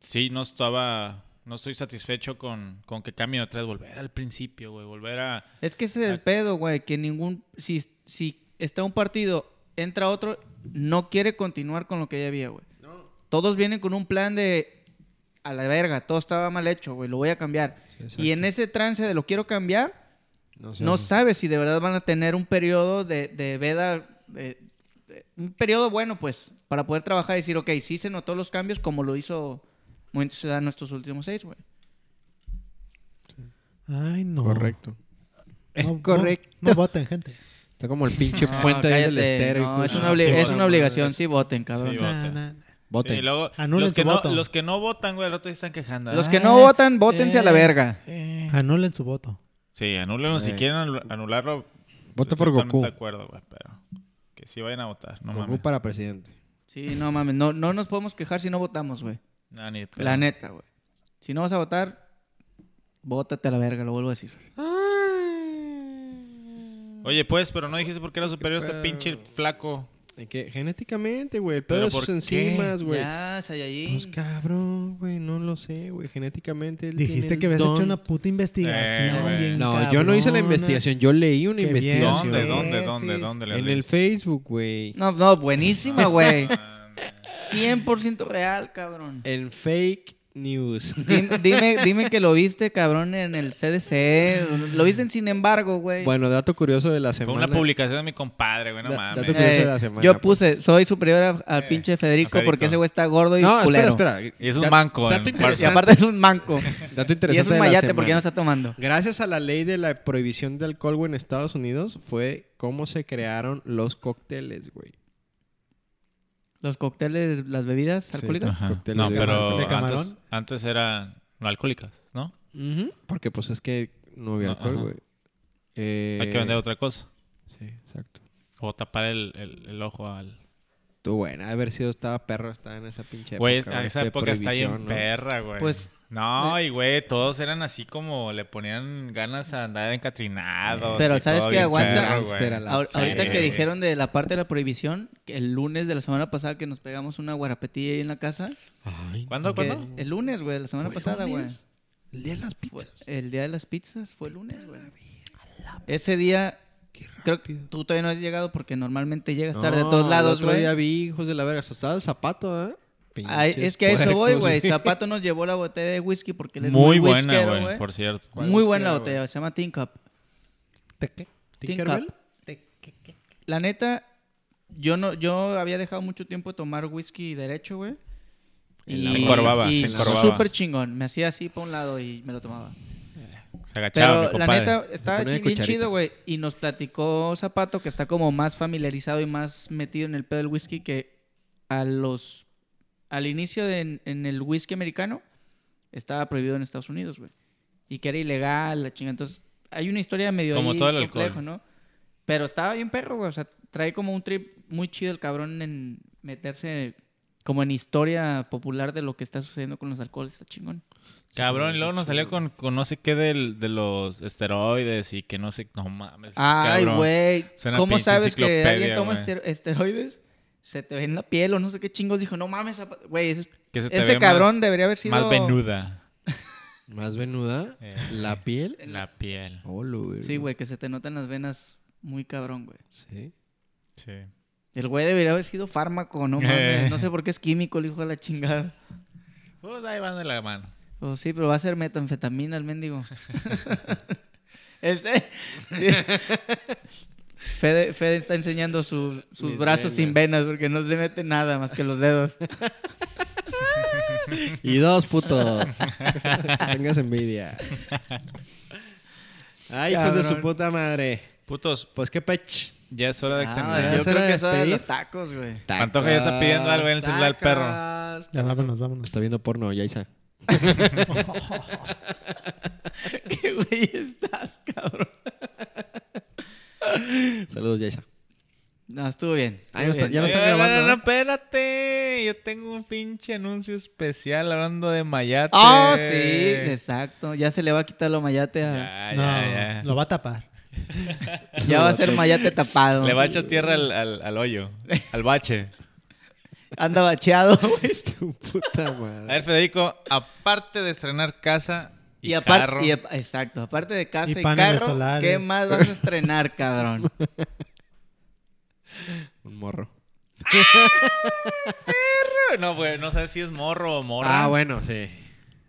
S1: sí, no estaba, no estoy satisfecho con, con que cambien otra vez, volver al principio, güey, volver a...
S3: Es que ese es el
S1: Ah.
S3: pedo, güey, que ningún, si, si está un partido, entra otro, no quiere continuar con lo que ya había, güey. Todos vienen con un plan de a la verga, todo estaba mal hecho, güey, lo voy a cambiar. Y en ese trance de lo quiero cambiar,
S2: No,
S3: no sabes si de verdad van a tener un periodo de, de veda, de- de- un periodo bueno, pues, para poder trabajar y decir, ok, sí se notó los cambios como lo hizo Movimiento Ciudadano estos últimos seis, güey.
S4: Ay, no.
S2: Correcto. Es
S4: No, no-
S2: correcto.
S4: No, voten, gente.
S2: Está como el pinche
S3: No,
S2: puente ahí del
S3: cállate,
S2: estero.
S3: no,
S2: hijo.
S3: es,
S1: de
S3: una
S1: su
S3: obli-
S1: puta
S3: es una
S1: madre.
S3: obligación, sí voten, cabrón.
S1: Sí,
S4: Nah,
S1: voten.
S4: nah, nah.
S1: eh, Y
S2: Voten.
S1: luego,
S4: Anulen
S1: los que,
S4: su
S1: no,
S4: voto.
S1: los que no votan, güey, al rato se están quejando.
S3: Los que
S1: "Ah,
S3: no votan, vótense a la
S1: eh,
S3: verga.
S1: eh".
S4: Anulen su voto.
S1: Sí, anúlenlo. Si
S2: Eh.
S1: quieren anu- anularlo,
S2: Vota
S1: estoy
S2: por
S1: totalmente
S2: Goku.
S1: de acuerdo, güey, pero que sí vayan a votar. No
S2: Goku
S1: mames.
S2: para presidente.
S3: Sí, no mames, no, no nos podemos quejar si no votamos, güey.
S1: Nah, ni de pedo.
S3: La neta, güey. Si no vas a votar, vótate a la verga, lo vuelvo a decir.
S1: Oye, pues, pero no dijiste por qué era superior
S2: Qué
S1: este
S2: pedo.
S1: pinche flaco.
S2: De que genéticamente, güey. El
S1: ¿Pero
S2: pedo de
S1: por
S2: sus enzimas, Pues, güey.
S3: Ya, Sayayin.
S2: Pues cabrón, güey. No lo sé, güey. Genéticamente. él
S4: Dijiste
S2: tiene
S4: que habías
S2: el
S4: hecho
S2: don.
S4: una puta investigación.
S1: Eh, güey.
S4: bien
S2: No, yo no hice la
S4: cabrona.
S2: investigación. Yo leí una
S4: Qué bien.
S2: investigación.
S1: ¿Dónde,
S4: sí,
S1: dónde,
S4: sí,
S1: dónde,
S4: sí.
S1: dónde? le
S2: En el
S1: leíste?
S2: Facebook, güey.
S3: No, no, buenísima, güey.
S1: Ah,
S3: 100% real, cabrón.
S2: En fake news.
S3: Dim- Dime, dime, que lo viste, cabrón, en el CDC. Lo viste en Sin embargo, güey.
S2: Bueno, dato curioso de la
S1: Fue
S2: semana.
S1: una publicación de mi compadre, güey, no
S2: Da-
S1: mames.
S2: dato curioso. de la semana,
S3: Eh, yo
S2: pues.
S3: puse, soy superior a- al
S1: Eh,
S3: pinche Federico,
S1: a Federico.
S3: porque ese güey está gordo y
S2: No,
S3: culero.
S2: espera, espera.
S1: Y es un
S2: Dat-
S1: manco
S2: Dato
S1: en el cuarto.
S3: Y
S2: interesante.
S3: aparte es un manco.
S2: Dato
S3: y es
S2: interesante
S3: un
S2: de la
S3: mayate porque ya no
S2: semana.
S3: está tomando.
S2: Gracias a la ley de la prohibición de alcohol, güey, en Estados Unidos, fue cómo se crearon los cócteles, güey.
S3: Los cócteles, las bebidas
S2: Sí.
S3: alcohólicas.
S1: Ajá.
S2: Cócteles
S1: No,
S2: de-
S1: pero
S4: ¿De camarón?
S1: antes, antes eran no alcohólicas, ¿no?
S2: Ujú, Porque, pues, es que no había
S1: No,
S2: alcohol,
S1: Ah, ajá.
S2: güey. Eh,
S1: Hay que vender otra cosa.
S2: Sí, exacto.
S1: O tapar el, el- el ojo al...
S2: Tú, bueno, de haber sido, estaba perro, estaba en esa pinche
S1: Güey,
S2: época.
S1: a
S2: güey,
S1: esa
S2: de
S1: época está bien
S2: prohibición, ¿no?
S1: perra, güey.
S3: Pues-
S1: No, y güey, todos eran así como le ponían ganas a andar encatrinados.
S3: Pero
S1: y
S3: ¿sabes
S1: todo
S3: qué?
S1: bien
S3: Aguanta.
S1: perro, güey.
S2: Gangster a la
S3: Ahor- ahorita
S1: Sí,
S3: que
S1: güey.
S3: dijeron de la parte de la prohibición, que el lunes de la semana pasada que nos pegamos una guarapetilla ahí en la casa.
S2: Ay,
S1: ¿Cuándo,
S3: que-
S1: cuándo?
S3: El lunes, güey, la semana
S2: ¿fue
S3: pasada, güey.
S2: lunes? El día de las
S3: Fue-
S2: pizzas.
S3: El día de las pizzas fue el lunes, güey. Ese día, creo que tú todavía no has llegado porque normalmente llegas tarde
S2: No,
S3: a todos
S2: el
S3: lados,
S2: otro
S3: güey.
S2: día vi, hijos de la verga, estaba el zapato, ¿eh?
S3: Ay,
S2: Pinches
S3: Es que a eso voy,
S2: puercos,
S3: güey. Zapato nos llevó la botella de whisky porque él es
S1: Muy
S3: muy,
S1: buena,
S3: whiskero,
S1: güey,
S3: güey.
S1: por cierto.
S2: ¿Cuál
S3: Muy buena la
S2: whiskero,
S3: botella,
S2: güey?
S3: se llama Tin Cup.
S4: ¿Te qué?
S3: Tin
S2: ¿Tinkerbell?
S3: Cup. La neta, yo no, yo había dejado mucho tiempo de tomar whisky derecho, güey.
S2: En la
S1: Se encorvaba,
S3: y
S1: se encorvaba.
S3: súper chingón. Me hacía así para un lado y me lo tomaba.
S1: Se agachaba,
S3: Pero
S1: mi
S3: la
S1: compadre.
S3: neta, estaba
S2: ponía
S3: aquí
S2: de
S3: bien
S2: cucharita.
S3: chido, güey. Y nos platicó Zapato, que está como más familiarizado y más metido en el pedo del whisky, que a los. Al inicio de, en, en el whisky americano estaba prohibido en Estados Unidos, güey. Y que era ilegal, la chinga. Entonces, hay una historia medio.
S1: Como
S3: ahí
S1: todo el alcohol.
S3: complejo, ¿no? Pero estaba bien perro, güey. O sea, trae como un trip muy chido el cabrón en meterse como en historia popular de lo que está sucediendo con los alcoholes. Está chingón.
S1: Cabrón, y luego nos salió con, con no sé qué del, de los esteroides y que no sé, no mames.
S3: Ay,
S1: cabrón.
S3: güey.
S1: Suena
S3: ¿Cómo
S1: pinche
S3: sabes que alguien
S1: enciclopedia,
S3: toma
S1: güey.
S3: estero- esteroides? Se te ve en la piel o no sé qué chingos. Dijo, no mames, zapa- güey. Ese,
S1: Que se te
S3: ese
S1: ve
S3: cabrón
S1: más-
S3: debería haber sido.
S1: Más venuda
S2: Más venuda,
S1: Eh.
S2: la piel. Oh,
S1: la piel.
S2: Hola, güey.
S3: Sí, güey, que se te notan las venas muy cabrón, güey.
S2: Sí.
S1: Sí.
S3: El güey debería haber sido fármaco, no mames. No sé por qué es químico el hijo de la chingada.
S1: Pues ahí van de la mano.
S3: Pues sí, pero va a ser metanfetamina el mendigo. el se- Fede, Fede está enseñando su- sus
S2: Mis
S3: brazos sin venas porque no se mete nada más que los dedos.
S2: Y dos, puto. Tengas envidia. Ay, hijos de su
S3: Cabrón.
S2: puta madre.
S1: Putos,
S2: Pues qué pech.
S1: ya es hora de examinar.
S3: Ah,
S2: ¿Ya
S3: yo
S2: es
S3: creo
S2: hora de
S3: que eso de
S2: despedir?
S3: los tacos, güey.
S1: Pantoja ya está pidiendo algo en el celular al perro.
S2: Tacos.
S4: Ya vámonos, vámonos.
S2: Está viendo porno, Yaisa.
S3: qué güey estás, cabrón?
S2: Saludos, Yaisa.
S3: No, estuvo bien.
S2: Ah, ya no está-
S3: estuvo bien.
S2: ya no está
S1: Eh,
S2: grabando,
S1: No, no,
S2: ¿verdad?
S1: espérate. Yo tengo un pinche anuncio especial hablando de Mayate.
S3: Ah, sí, exacto. Ya se le va a quitar lo mayate a-
S1: Ya,
S4: No,
S1: ya, ya.
S4: lo va a tapar.
S3: Ya va a ser mayate tapado.
S1: Le va a echar tierra al, al- al hoyo, al bache.
S3: Anda bacheado, güey.
S2: Tu puta
S1: A
S2: madre.
S1: ver, Federico, aparte de estrenar casa y,
S3: Y aparte,
S1: carro,
S3: y ap- exacto, aparte de casa
S4: Y
S3: y,
S4: paneles
S3: carro,
S4: solares.
S3: ¿qué más vas a estrenar, cabrón?
S2: Un morro.
S1: no, güey, no sé si es morro o morra.
S2: Ah, bueno, sí.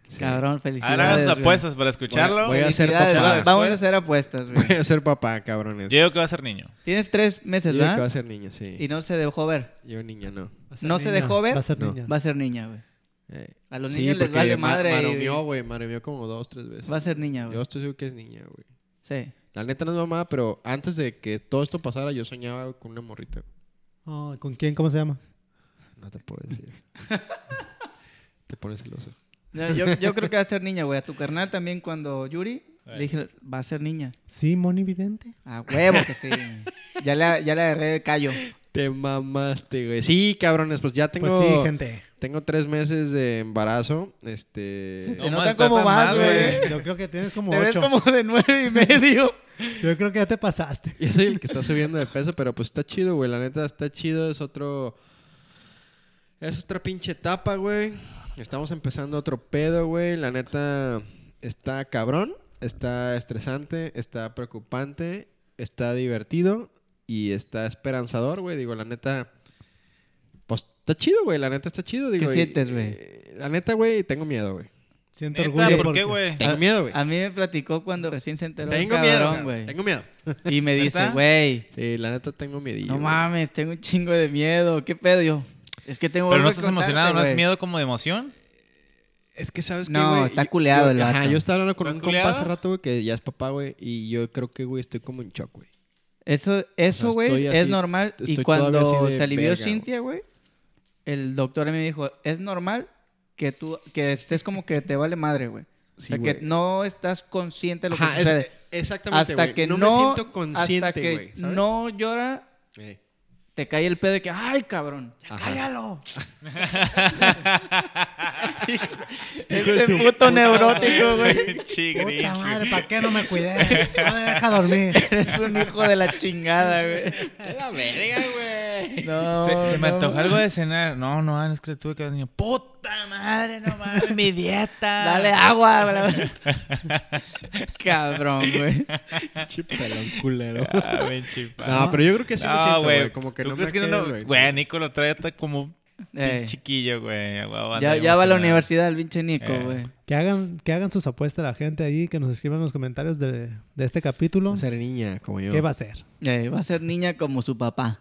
S2: Sí.
S3: Cabrón,
S1: Ahora hagan
S3: felicidades.
S1: sus
S3: güey.
S1: apuestas para escucharlo.
S2: Voy a ser
S3: Felicidades,
S2: papá.
S3: va- Vamos a hacer apuestas, güey.
S2: Voy a ser papá, cabrones.
S1: Yo digo que va a ser niño.
S3: Tienes tres meses,
S2: Yo digo que va
S3: ¿verdad?
S2: a ser niño, sí.
S3: Y no se dejó ver.
S2: Yo niña no.
S4: Va a ser
S3: ¿No se
S4: niña,
S3: dejó ver?
S4: Va a ser
S2: No.
S4: niña.
S3: Va a ser niña, güey.
S2: Eh,
S3: A los
S2: sí,
S3: niños les
S2: porque
S3: vale
S2: ma-
S3: madre.
S2: Maromeó,
S3: güey.
S2: güey. Maromeó como dos, tres veces.
S3: Va a ser niña,
S2: Yo
S3: güey.
S2: estoy seguro que es niña, güey.
S3: Sí.
S2: La neta no es mamada, pero antes de que todo esto pasara, yo soñaba con una morrita. güey.
S4: Oh, ¿Con quién? ¿Cómo se llama?
S2: No te puedo decir. te pones celoso.
S3: No, yo, yo creo que va a ser niña, güey. A tu carnal también cuando Yuri le dije, va a ser niña.
S4: Sí, Moni Vidente.
S3: A huevo que sí. Ya le, ya le agarré el callo.
S2: Te mamaste, güey. Sí, cabrones, pues ya tengo,
S4: Pues sí, gente.
S2: tengo tres meses de embarazo. Este.
S3: Se te
S1: No
S3: nota
S1: más,
S3: cómo
S1: está tan
S3: vas,
S1: mal,
S3: güey.
S1: Ah, güey.
S4: Yo creo que tienes como
S3: Te ves
S4: ocho.
S3: como de nueve y medio.
S4: Yo creo que ya te pasaste.
S2: Yo soy el que está subiendo de peso, pero pues está chido, güey. La neta está chido, es otro. Es otra pinche etapa, güey. Estamos empezando otro pedo, güey. La neta está cabrón, está estresante, está preocupante, está divertido y está esperanzador, güey. Digo, la neta. Pues está chido, güey. La neta está chido, digo. y-
S3: sientes, güey?
S2: eh, La neta, güey, tengo miedo, güey.
S4: Siento
S1: Neta,
S4: orgullo.
S1: ¿Por
S4: porque-
S1: qué, güey?
S2: Tengo
S3: A-
S2: miedo, güey.
S3: A mí me platicó cuando recién se enteró el
S2: Tengo miedo,
S3: Ah, cabrón,
S2: cabrón,
S3: güey.
S2: Tengo miedo.
S3: Y me dice,
S1: ¿Neta?
S3: güey,
S2: Sí, la neta tengo miedillo.
S3: no
S2: güey.
S3: mames, tengo un chingo de miedo. ¿Qué pedo yo? Es que tengo
S1: Pero no
S3: algo que
S1: estás
S3: contarte,
S1: emocionado, no es
S3: güey.
S1: miedo como de emoción.
S2: Es que sabes que,
S3: No,
S2: güey.
S3: está
S2: yo-
S3: culeado
S2: yo-
S3: el
S2: Ajá,
S3: vato.
S2: yo estaba hablando con
S1: ¿Estás
S2: un compa hace
S1: culeado?
S2: rato, güey, que ya es papá, güey. Y yo creo que, güey, estoy como en shock, güey.
S3: Eso, eso,
S2: sea,
S3: güey,
S2: estoy
S3: es
S2: así,
S3: normal. Y
S2: estoy
S3: cuando
S2: todavía así de
S3: se alivió
S2: verga,
S3: Cintia, güey, el doctor me dijo, es normal que tú, que estés como que te vale madre, güey. O
S2: Sí,
S3: sea,
S2: güey.
S3: que no estás consciente de lo
S2: Ajá,
S3: que
S2: es-
S3: sucede.
S2: exactamente.
S3: hasta
S2: güey.
S3: que no,
S2: no, me siento
S3: hasta
S2: consciente,
S3: que
S2: güey. ¿sabes?
S3: no llora,
S2: Eh,
S3: te cae el pedo de que, ay, cabrón.
S2: ajá.
S4: ¡Cállalo!
S3: Este puto neurótico, güey.
S4: ¡Puta
S1: Chigrinch.
S4: madre! ¿Para qué no me cuidé? No me deja dormir.
S3: Eres un hijo de la chingada, güey.
S2: La verga, güey.
S3: No,
S1: se, se me
S3: no.
S1: antojó algo de cenar. No, no, es que tuve que haber niño. Puta madre, no mames, mi dieta.
S3: Dale
S2: Ah.
S3: agua, güey. Cabrón, güey.
S2: Chipelón culero.
S1: Ah, bien chipado.
S2: No, pero yo creo que sí me siento, güey. Como que
S1: ¿Tú
S2: no
S1: crees
S2: me
S1: que
S2: queda,
S1: no?
S2: güey.
S1: Güey, Nico lo trae hasta como un
S3: Ey.
S1: pinche chiquillo, güey. A huevo, anda
S3: Ya, ya va a la
S1: emocionado.
S3: universidad el pinche Nico,
S1: Eh.
S3: güey.
S4: Que hagan, que hagan sus apuestas la gente ahí, que nos escriban en los comentarios de, de este capítulo.
S2: Va a ser niña, como yo.
S4: ¿Qué va a ser?
S3: Ey, Eh, va a ser niña como su papá.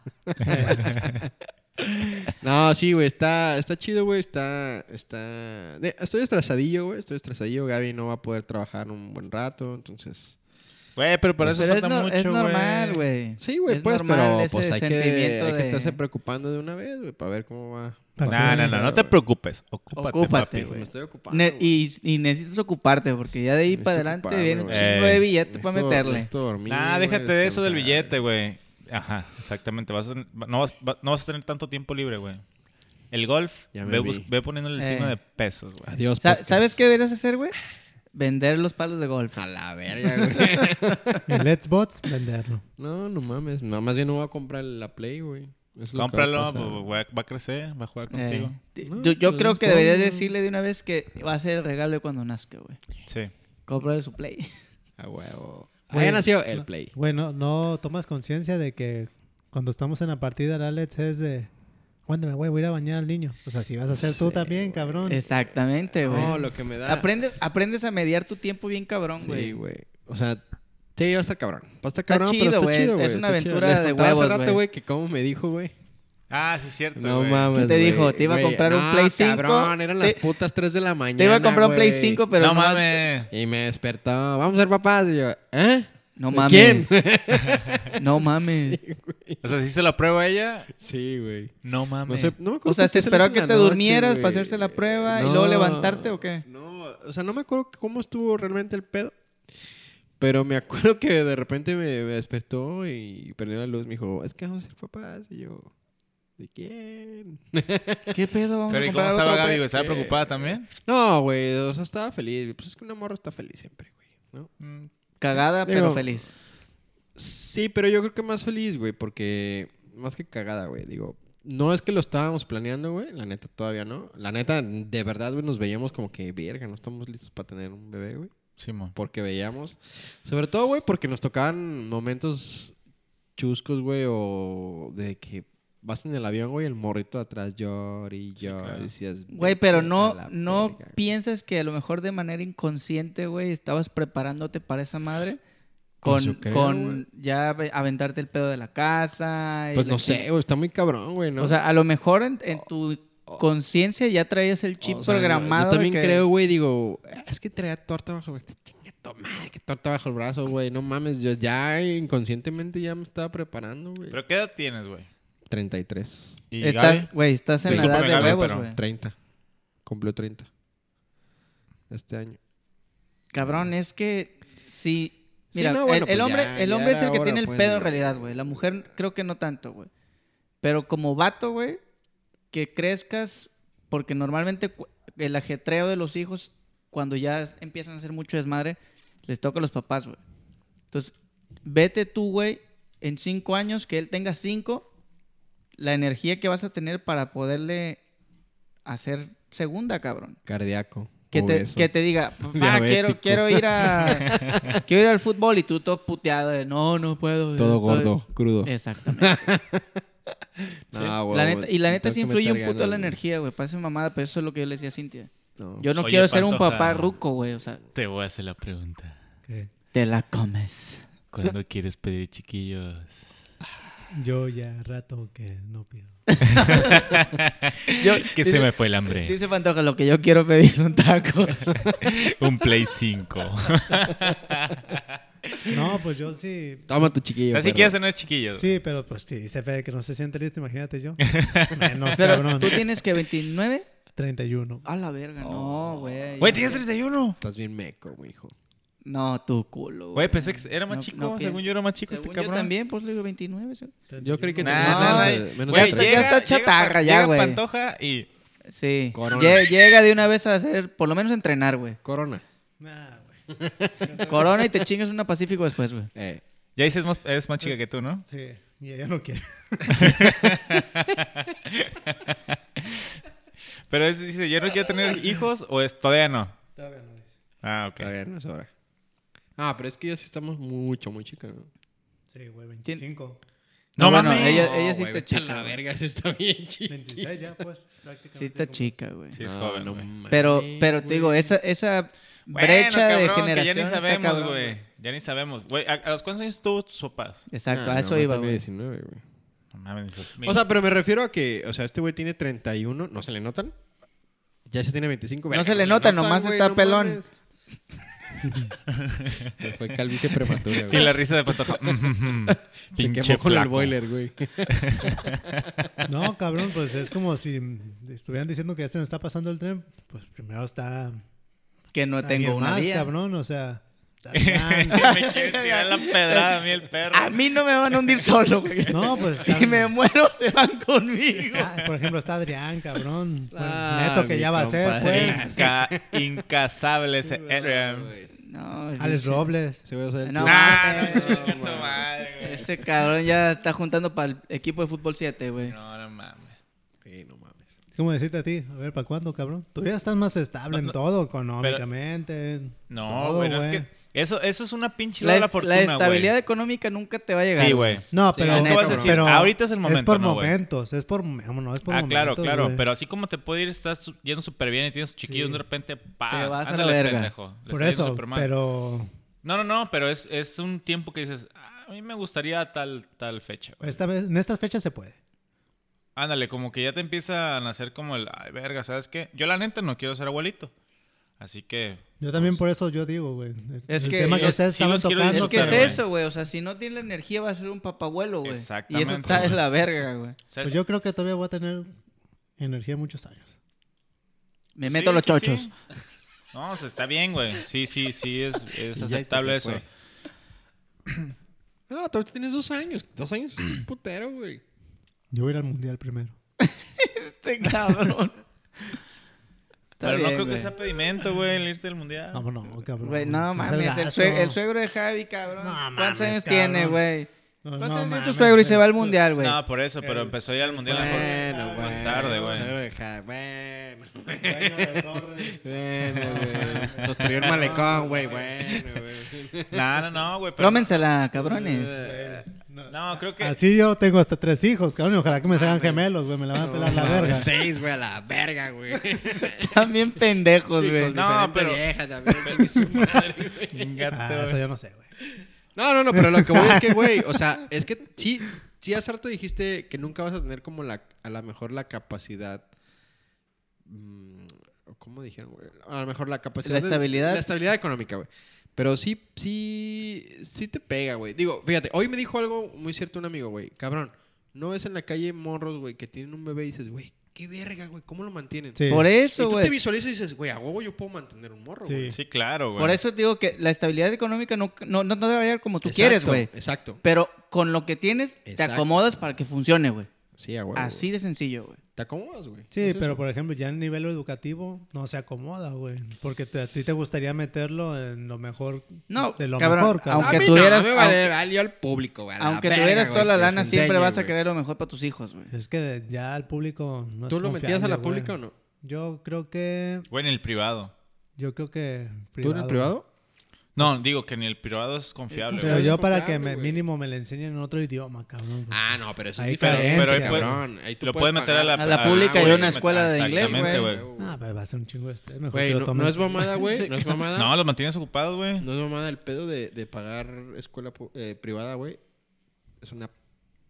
S2: No, sí, güey, está, está chido, güey, está, está... de- Estoy estresadillo, güey, estoy estresadillo. Gaby no va a poder trabajar un buen rato, entonces...
S1: Güey, pero para eso
S3: Pero Pues es,
S1: falta
S3: no-
S1: mucho,
S3: es normal, güey.
S2: Sí, güey,
S3: Es
S2: pues,
S3: normal
S2: pero
S3: ese
S2: pues hay que,
S3: sentimiento
S2: hay que
S3: de-
S2: estarse preocupando de una vez, güey, para ver cómo va.
S4: Para
S1: No,
S4: que-
S1: no, no, no te
S2: güey.
S1: preocupes. Ocúpate,
S3: Pues Ocúpate,
S1: papi.
S3: güey.
S2: Me estoy ocupando.
S3: Ne-
S2: güey.
S3: y, y necesitas ocuparte, porque ya de ahí
S2: Me
S3: para
S2: estoy
S3: adelante
S2: ocupando,
S3: viene un
S1: güey.
S3: chingo de
S1: Ey.
S3: billete para
S2: Necesito-
S3: meterle.
S2: necesito dormir,
S1: Nah,
S2: güey,
S1: déjate de eso del
S2: descansar.
S1: billete, güey. Ajá, exactamente. Vas a- no, vas, va- no vas a tener tanto tiempo libre, güey. El golf,
S2: Ya me
S1: ve,
S2: vi.
S1: bus- ve poniéndole el
S3: Eh.
S1: signo de pesos, güey.
S2: Adiós,
S3: Sa-
S2: podcast.
S3: ¿Sabes qué deberías hacer, güey? Vender los palos de golf.
S2: A la verga, güey.
S4: El Let's Bots, venderlo.
S2: no, no mames. Nada más yo no voy a comprar la Play, güey. Es lo que va a
S1: Cómpralo,
S2: pasar.
S1: pues, güey, va a crecer, va a jugar
S3: Eh,
S1: contigo.
S3: t-
S2: No,
S3: yo yo
S2: pues,
S3: creo
S2: nos
S3: que deberías
S2: podemos-
S3: decirle de una vez que va a ser el regalo de cuando nazca, güey.
S1: Sí.
S3: Cómprale su play.
S2: A huevo.
S4: Güey,
S2: Ahí nació el Play.
S4: Bueno, no tomas conciencia de que cuando estamos en la partida, la Let's es de. Cuéntame, güey, voy a ir a bañar al niño. O sea, si vas a hacer tú
S2: Sí,
S4: también,
S2: güey.
S4: cabrón.
S3: Exactamente, güey.
S2: No, Oh, lo que me da...
S3: aprendes, aprendes a mediar tu tiempo bien cabrón, güey.
S2: Sí, güey. O sea, sí, va a estar cabrón. Va a estar
S3: Está
S2: cabrón,
S3: chido,
S2: pero está
S3: güey.
S2: chido,
S3: Es
S2: güey.
S3: una
S2: está chido.
S3: aventura
S2: Les
S3: de
S2: contaba hace
S3: huevos,
S2: rato,
S3: güey.
S2: güey, que cómo me dijo, güey.
S1: Ah, sí es cierto,
S2: No
S1: güey.
S2: mames,
S3: ¿Qué te
S2: güey.
S3: dijo? ¿Te iba a
S2: Güey,
S3: comprar un Play 5?
S2: cabrón, eran las
S3: Te-
S2: putas 3 de la mañana,
S3: Te iba a comprar un Play
S2: güey.
S3: 5, pero
S1: no
S3: no mames.
S1: mames.
S2: Y me despertó. Vamos a ser papás. Y yo, ¿eh?
S3: No
S2: ¿De
S3: mames.
S2: ¿Quién?
S3: No mames.
S1: O sea, si hizo la prueba ella,
S2: sí, güey.
S1: no mames.
S2: No sé, no me acuerdo
S3: O sea,
S2: por qué
S3: ¿se esperó
S2: lo hizo
S3: que
S2: en
S3: te
S2: la noche,
S3: durmieras
S2: güey.
S3: para hacerse la prueba y luego levantarte o qué?
S2: No, o sea, no me acuerdo cómo estuvo realmente el pedo. Pero me acuerdo que de repente me, me despertó y perdió la luz. Me dijo, es que vamos a ser papás. Y yo, ¿de quién?
S3: ¿Qué pedo? Vamos
S1: Pero
S3: a
S1: ¿y cómo
S3: comprar
S1: estaba
S3: otro,
S1: Gaby,
S3: güey.
S1: güey? ¿Estaba
S2: Eh,
S1: preocupada también?
S2: No, güey, o sea, estaba feliz. Pues es que una morra está feliz siempre, güey, ¿no?
S1: Mm,
S3: Cagada,
S2: Digo,
S3: pero feliz.
S2: Sí, pero yo creo que más feliz, güey, porque más que cagada, güey, digo, no es que lo estábamos planeando, güey, la neta todavía no. La neta, de verdad, güey, nos veíamos como que, verga, no estamos listos para tener un bebé, güey,
S1: Simón.
S2: porque veíamos, sobre todo, güey, porque nos tocaban momentos chuscos, güey, o de que vas en el avión, güey, el morrito de atrás llora y
S1: Sí,
S2: llora,
S1: claro.
S2: y decías,
S3: Güey, pero
S2: "Vete a
S3: no,
S2: la
S3: no
S2: verga, güey".
S3: piensas que a lo mejor de manera inconsciente, güey, estabas preparándote para esa madre. Con,
S2: Pues yo creo,
S3: con ya ve- aventarte el pedo de la casa. y
S2: Pues
S3: la
S2: no
S3: chi-
S2: sé, güey, está muy cabrón, güey, ¿no? Oh,
S3: O sea, a lo mejor en, en tu conciencia ya traías el chip
S2: O sea, no,
S3: programado.
S2: Yo
S3: de
S2: también
S3: que-
S2: creo, güey, digo, es que traía torta bajo el brazo. Chinga tu madre, que torta bajo el brazo, güey. No mames, yo ya inconscientemente ya me estaba preparando, güey.
S1: ¿Pero qué edad tienes, güey?
S2: 33.
S1: ¿Y Gaby?
S3: Estás, güey, estás en la edad
S1: Discúlpame,
S3: de
S1: Gaby,
S3: huevos,
S1: pero
S3: güey.
S2: 30. Cumplió 30. Este año.
S3: Cabrón, es que sí.
S2: Sí,
S3: Mira,
S2: no,
S3: el-
S2: bueno,
S3: el,
S2: pues
S3: hombre,
S2: ya-
S3: el
S2: ya
S3: hombre es
S2: era
S3: el que
S2: hora,
S3: tiene el
S2: pues,
S3: pedo
S2: digo.
S3: en realidad, güey. La mujer creo que no tanto, güey. Pero como vato, güey, que crezcas, porque normalmente cu- el ajetreo de los hijos, cuando ya es- empiezan a hacer mucho desmadre, les toca a los papás, güey. Entonces, vete tú, güey, en cinco años, que él tenga cinco, la energía que vas a tener para poderle hacer segunda, cabrón.
S2: Cardíaco.
S3: Que te,
S2: obeso.
S3: que te diga, papá,
S2: Diabético.
S3: quiero, quiero ir a quiero ir al fútbol y tú todo puteado de no, no puedo.
S2: Todo
S3: estoy-".
S2: gordo, crudo.
S3: Exactamente.
S2: No, güey,
S3: eh, La neta- y la
S2: le
S3: neta
S2: tengo
S3: sí
S2: que
S3: influye un
S2: meter
S3: puto la
S2: ganas,
S3: energía, güey. Parece mamada, pero eso es lo que yo le decía a Cintia.
S2: güey. No.
S3: Yo no
S1: Oye,
S3: quiero ser un
S1: Pantoja.
S3: papá ruco, güey. O sea,
S1: Te voy a hacer la pregunta.
S4: que
S3: te la comes.
S1: ¿Cuándo quieres pedir chiquillos?
S4: yo ya rato que no pido.
S1: que
S3: dice-
S1: se me fue el hambre.
S3: Dice Pantoja, lo que yo quiero pedir son tacos.
S1: Un Play 5. o
S4: No, pues yo sí.
S2: Toma tu chiquillo.
S1: sea, si
S2: perro.
S1: quieres tener chiquillos.
S4: Sí, pero pues sí, dice Fede que no se siente listo, imagínate yo. Menos
S3: pero
S4: cabrón.
S3: tú tienes que 29.
S4: 31.
S3: A la verga, no, güey.
S1: Güey, tienes 31.
S2: Estás bien meco, güey, hijo.
S3: No, tu culo.
S1: Güey, pensé que era más
S3: No-
S1: chico.
S3: no
S1: según
S3: pienses.
S1: yo era más chico
S3: Según
S1: este
S3: yo
S1: cabrón.
S3: también, pues le digo 29. se-
S2: Yo creí que
S3: Nah,
S2: tenías
S3: nah,
S2: menos
S3: nah.
S2: de- menos de
S1: Güey,
S3: ya-
S2: 30.
S3: ya está chatarra ya,
S1: llega
S3: güey.
S1: Pantoja y...
S3: Sí.
S2: Corona.
S3: Lle- Llega de una vez a hacer, por lo menos a entrenar, güey.
S2: Corona.
S4: Nah, güey.
S3: Corona y te chingas una Pacífico después, güey.
S2: Eh.
S1: Ya dices, más- es más
S3: Pues
S1: chica que tú, ¿no?
S4: Sí, y ella no quiere.
S1: Pero es, dice, ¿yo no quiero tener hijos o es, todavía no?
S4: Todavía no dice.
S1: Ah, ok.
S2: Todavía no es hora. Ah, pero es que ya sí estamos mucho, muy chicas, ¿no?
S4: Sí, güey, 25.
S1: No,
S3: bueno,
S1: mames.
S3: Ella, ella sí
S2: güey,
S3: está
S2: vete a
S3: chica.
S2: La
S3: güey.
S2: verga, sí está bien chica.
S4: 26 ya, pues. prácticamente
S3: Sí está
S4: como-
S3: chica, güey.
S1: Sí, es joven, güey.
S2: mames,
S3: Pero, pero te digo,
S2: güey.
S3: esa, esa
S1: Bueno,
S3: brecha de
S1: cabrón, que
S3: generación.
S1: Ya ni
S3: está
S1: sabemos,
S3: cabrón,
S1: güey. Ya ni sabemos. Güey, ¿a, a los cuántos años tuvo tus papás?
S3: Exacto,
S2: Ah,
S3: a
S2: no,
S3: eso
S2: va a
S3: iba,
S2: tener
S3: güey.
S2: 19, güey.
S1: No mames. esos-
S2: O sea, pero me refiero a que, o sea, este güey tiene 31, ¿no se le notan? Ya se tiene 25. verga,
S3: se le nota, nomás
S2: güey,
S3: está pelón.
S2: mames. Me Fue calvicie prematura,
S1: y
S2: güey.
S1: la risa de Pantoja.
S2: Se
S1: Pinche
S2: quemó con el
S1: flaco.
S2: boiler, güey.
S3: Eh,
S4: No, cabrón, pues es como si estuvieran diciendo que ya se me está pasando el tren. Pues primero está.
S3: Que no
S4: alguien
S3: tengo una
S4: más,
S3: día.
S4: cabrón, o sea. Adrián.
S1: me quiere tirar la pedrada a mí el perro.
S3: A mí no me van a hundir solo, güey.
S4: No, pues.
S3: Si
S4: está-
S3: me muero, se van conmigo.
S4: está- por ejemplo, está Adrián, cabrón. Pues,
S2: Ah,
S4: Neto, que
S2: mi
S4: ya va a ser,
S2: compadre.
S4: pues.
S1: Inca, eh, incasable ese Adrian.
S3: No,
S4: Alex
S3: ese-
S4: Robles.
S2: Se va a hacer el
S3: eh, No,
S2: tío.
S1: Ah, no, este,
S3: mames.
S1: chinga tu madre, güey.
S3: Ese cabrón ya está juntando para el equipo de fútbol 7, güey.
S1: No, no mames.
S2: Sí, no mames.
S4: Es como decirte a ti, a ver, ¿para cuándo, cabrón? Tú ya estás más estable en todo, económicamente. en
S1: No,
S4: todo,
S1: güey, no es que. Eso, eso es una pinche
S3: La,
S1: la,
S3: est- la
S1: fortuna,
S3: estabilidad
S1: güey.
S3: económica nunca te va a llegar.
S1: Sí, güey. Ah,
S4: No,
S2: Sí,
S4: pero,
S2: esto vas a
S4: pero-
S2: decir,
S4: pero
S1: ahorita es el momento,
S4: Es por
S1: ¿no, güey?
S4: momentos, es por, no, es
S1: Ah,
S4: por momentos.
S1: claro, claro.
S4: güey.
S1: Pero así como te puede ir, estás su- yendo súper bien y tienes chiquillos,
S4: Sí.
S1: de repente, pa,
S3: Te vas a la
S1: ándale,
S3: verga.
S1: pendejo. Le
S4: por
S1: está yendo
S4: eso,
S1: súper mal.
S4: pero
S1: No, no, no, pero es, es un tiempo que dices, "Ah, a mí me gustaría tal, tal fecha. güey".
S4: esta vez, en estas fechas se puede.
S1: Ándale, como que ya te empieza a nacer como el, ay, verga, ¿sabes qué? Yo la neta no quiero ser abuelito. Así que...
S4: Yo
S1: Pues
S4: también por eso yo digo, güey. el-
S3: Es
S4: el
S3: que-
S4: tema
S3: sí
S4: que
S1: los-
S4: ustedes
S1: sí
S4: estaban
S1: los quiero
S4: tocando,
S3: Es que es
S1: Pero-
S3: eso, güey. O sea, si no tienes la energía, va a ser un papabuelo, güey. Y
S1: Exactamente.
S3: eso está de la verga, güey.
S1: ¿sabes?
S4: Pues yo creo que todavía voy a tener energía muchos años.
S3: Me
S1: Sí,
S3: meto los
S1: sí,
S3: chochos.
S1: sí. No, se está bien, güey. Sí, sí, sí, es, es
S2: Y ya, y te
S1: aceptable
S2: te
S1: eso.
S2: fue. No, tú ahorita tienes dos años. Dos años, es un putero, güey.
S4: Yo voy a ir al mundial primero.
S3: Este cabrón. Está
S1: Pero no
S3: bien,
S1: creo que
S3: güey.
S1: sea pedimento, güey, el irse al mundial.
S4: No, no, cabrón.
S3: Güey, no
S4: Es
S3: mames, el,
S4: gasto.
S3: sue- el suegro de Javi, cabrón.
S4: No mames,
S3: ¿Cuántos años
S4: cabrón.
S3: tiene, güey?
S4: Pues No,
S3: ¿Cuántos
S4: no
S3: años tiene tu
S4: mames,
S3: suegro y se va al
S4: pero-
S3: mundial, güey?
S1: No, por eso, pero empezó ya al mundial
S2: Bueno,
S1: mejor. Más tarde, güey.
S2: güey. Bueno, bueno.
S4: Bueno, de Torres.
S2: Bueno, güey. Construyó el malecón, güey. Bueno, güey.
S1: No, no, no, eh. güey. pero-
S3: Tómensela, cabrones.
S1: No, creo que.
S4: Así yo tengo hasta tres hijos, cabrón. y Ojalá que me
S3: Ah,
S4: salgan gemelos, güey. Me la van a pelar la verga.
S2: Seis, güey, a la verga, güey.
S3: También pendejos,
S2: Con
S3: güey.
S1: No,
S2: diferente
S1: pero-
S2: vieja también, chingue su madre, güey.
S1: Chingato,
S4: Ah,
S1: güey.
S4: eso yo no sé, güey.
S2: No, no, no, pero lo que voy es que, güey, o sea, es que sí, sí hace rato dijiste que nunca vas a tener como la, a lo mejor la capacidad, mm, ¿cómo dijeron? güey? A lo mejor la capacidad.
S3: ¿La
S2: de-
S3: estabilidad?
S2: la estabilidad económica, güey. Pero sí, sí, sí te pega, güey. Digo, fíjate, hoy me dijo algo muy cierto un amigo, güey. Cabrón, no ves en la calle morros, güey, que tienen un bebé y dices, güey, qué verga, güey, ¿cómo lo mantienen?
S4: Sí.
S3: Por
S2: y
S3: eso,
S2: tú te
S3: güey.
S2: visualizas y dices, güey, a huevo yo puedo mantener un morro,
S4: Sí.
S2: güey.
S1: Ah, Sí, claro, güey.
S3: Por eso te digo que la estabilidad económica no, no, no te va a ir como tú
S2: Exacto,
S3: quieres, güey.
S2: Exacto.
S3: Pero con lo que tienes, te
S2: Exacto.
S3: acomodas para que funcione, güey.
S2: Sí, a huevo.
S3: Así de sencillo, güey.
S2: ¿Te acomodas, güey?
S4: Sí,
S2: Es eso.
S4: pero por ejemplo, ya en nivel educativo no se acomoda, güey. Porque te- a ti te gustaría meterlo en lo mejor.
S3: No,
S4: de lo
S3: cabrón,
S4: mejor, cabrón.
S3: aunque
S2: a mí
S3: tuvieras-
S2: No, me vale, valió al público, güey. a la
S3: Aunque
S2: verga,
S3: tuvieras
S2: güey,
S3: toda la
S2: que les
S3: lana, siempre
S2: enseñe,
S3: vas a
S2: güey.
S3: querer lo mejor para tus hijos, güey.
S4: Es que ya al público no es
S2: ¿Tú lo metías a
S4: confiable,
S2: la
S4: güey.
S2: pública o no?
S4: Yo creo que.
S1: Güey, en el privado.
S4: Yo creo que.
S2: ¿Tú en el privado?
S1: No, digo que ni el privado es confiable.
S4: Pero
S1: güey.
S2: Confiable,
S4: yo para que
S2: confiable,
S4: me-
S2: güey.
S4: mínimo me le enseñen en otro idioma, cabrón. güey.
S2: Ah, no, pero eso es
S4: Ahí,
S2: diferente,
S4: pero ahí
S1: puede-
S2: cabrón. Ahí tú
S1: Lo puedes meter a la,
S2: pagar.
S3: A la pública
S1: y
S3: y
S2: güey,
S3: una
S2: que me-
S3: escuela de inglés,
S1: Exactamente,
S3: güey.
S4: Ah, pero va a ser un chingo de estrés. Mejor que
S2: Güey,
S4: lo
S2: no,
S4: tomen.
S2: no es mamada, güey.
S3: Sí.
S2: No es mamada.
S1: No, los mantienes ocupados, güey.
S2: No es mamada el pedo de, de pagar escuela pu- eh, privada, güey. Es una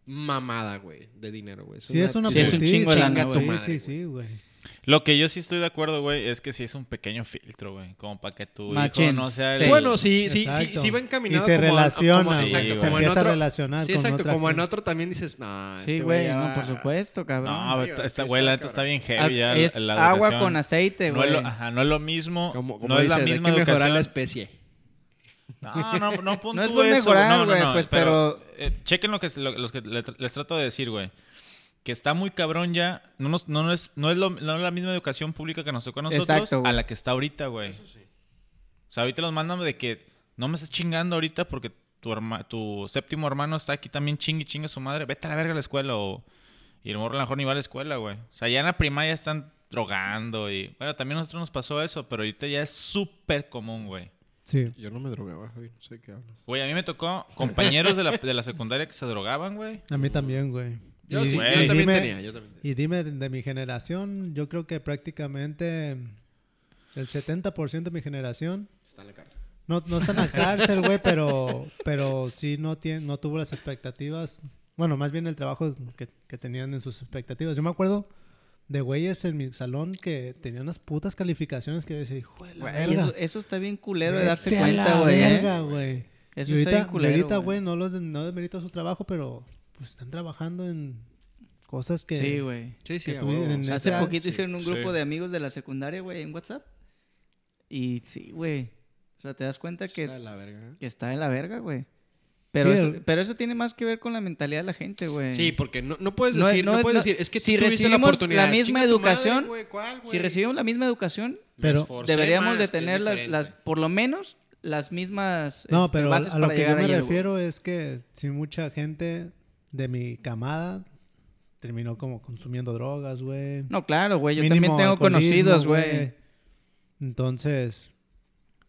S2: mamada, güey, de dinero, güey.
S4: Sí, es una
S3: Sí, es un
S4: putiza,
S3: chingo de lana,
S4: chinga tu
S2: güey.
S4: madre,
S2: Sí,
S4: Sí,
S2: sí, sí,
S4: sí, güey.
S1: Lo que yo sí estoy de acuerdo, güey, es que sí es un pequeño filtro, güey. Como para que tu hijo
S3: Machín.
S1: no sea el...
S3: Sí.
S2: Bueno, sí, sí, sí,
S4: Exacto.
S2: sí va encaminado.
S4: Y se
S2: como a-
S4: relaciona,
S2: como a-
S1: güey.
S2: exacto,
S1: Se
S2: como en
S4: empieza a
S2: otro.
S4: relacionar
S2: sí,
S4: con
S2: exacto.
S4: otra
S2: Como en
S4: gente.
S2: otro también dices, no.
S3: Sí,
S2: este
S3: güey,
S2: ya
S3: no,
S2: va-
S3: por supuesto, cabrón.
S1: No,
S2: güey,
S1: esta,
S2: sí
S1: esta
S2: está
S1: güey, la neta
S2: cabrón.
S1: está bien
S3: Ah,
S1: heavy. ya,
S3: es
S1: la
S3: agua
S1: educación.
S3: con aceite,
S1: No
S3: güey.
S1: es lo, Ah, ajá, no es lo mismo.
S2: Como, como
S1: no es la
S2: dices, hay
S1: misma
S2: que mejorar la
S1: educación.
S2: especie.
S1: No, no, no pon
S3: No es
S1: tú
S3: por
S1: eso,
S3: mejorar,
S1: no, no,
S3: güey,
S1: no,
S3: pues,
S1: eh, chequen lo que, lo- los que le- les trato de decir, güey. Que está muy cabrón ya. No, nos- no, no es, no, es lo- no es la misma educación pública que nos tocó a nosotros
S3: Exacto, güey.
S1: a la que está ahorita, güey. O sea, ahorita los mandan de que no me estés chingando ahorita porque tu, herma- tu séptimo hermano está aquí también chingue, chingue su madre. Vete a la verga a la escuela o... Y el morro a lo mejor ni va a la escuela, güey. O sea, ya en la primaria están drogando y... Bueno, también a nosotros nos pasó eso, pero ahorita ya es súper común, güey.
S4: Sí.
S2: Yo no me drogaba, Javi, no sé de qué hablas.
S1: Güey, a mí me tocó compañeros de la, de la secundaria que se drogaban, güey.
S4: A mí también, güey.
S2: Yo,
S4: Y-
S2: sí, yo
S1: güey,
S2: también
S4: dime-
S2: tenía, yo también tenía.
S4: Y dime, de, de mi generación, yo creo que prácticamente el 70% de mi generación
S2: Está en la cara.
S4: no, no está en la cárcel, güey, pero, pero sí no, tiene, no tuvo las expectativas. Bueno, más bien el trabajo que, que tenían en sus expectativas. Yo me acuerdo de güeyes en mi salón que tenían unas putas calificaciones que decía, hijo de la
S3: Güey,
S4: verga,
S3: eso, eso está bien culero de
S4: vete
S3: darse
S4: a
S3: cuenta,
S4: la
S3: güey. ¿eh?
S4: verga, güey".
S3: Eso está
S4: Y ahorita,
S3: bien culero,
S4: ahorita,
S3: güey.
S4: güey, no, los, no demerito su trabajo, pero pues están trabajando en cosas que...
S3: Sí, güey.
S2: Sí, sí,
S4: que
S2: a
S4: tú-
S2: huevo.
S4: en esa-
S3: Hace poquito
S2: sí.
S3: hicieron un grupo
S1: Sí.
S3: de amigos de la secundaria, güey, en WhatsApp. Y sí, güey. O sea, te das cuenta que
S2: Está de la verga.
S3: que está en la verga, güey. Pero,
S4: Sí,
S3: eso,
S4: el-
S3: pero eso tiene más que ver con la mentalidad de la gente, güey.
S2: Sí, porque no, no puedes
S3: No es-
S2: decir, no,
S3: no es-
S2: puedes
S3: no-
S2: decir, es que
S3: si
S2: tú tuviste la
S3: recibimos la
S2: oportunidad.
S3: misma
S2: Chinga tu madre,
S3: educación,
S2: güey, ¿cuál, güey?
S3: si recibimos la misma educación,
S2: Me
S4: Pero-
S2: esforcé
S3: deberíamos
S2: más,
S3: de
S2: que es
S3: tener las,
S2: diferente.
S3: las- por lo menos las mismas
S4: No,
S3: este,
S4: pero
S3: bases
S4: a lo
S3: para
S4: que yo
S3: llegar
S4: me
S3: ahí, güey.
S4: refiero es que si mucha gente de mi camada terminó como consumiendo drogas, güey.
S3: No, claro, güey. Yo
S4: Mínimo
S3: también tengo
S4: alcoholismo,
S3: conocidos, güey.
S4: Entonces,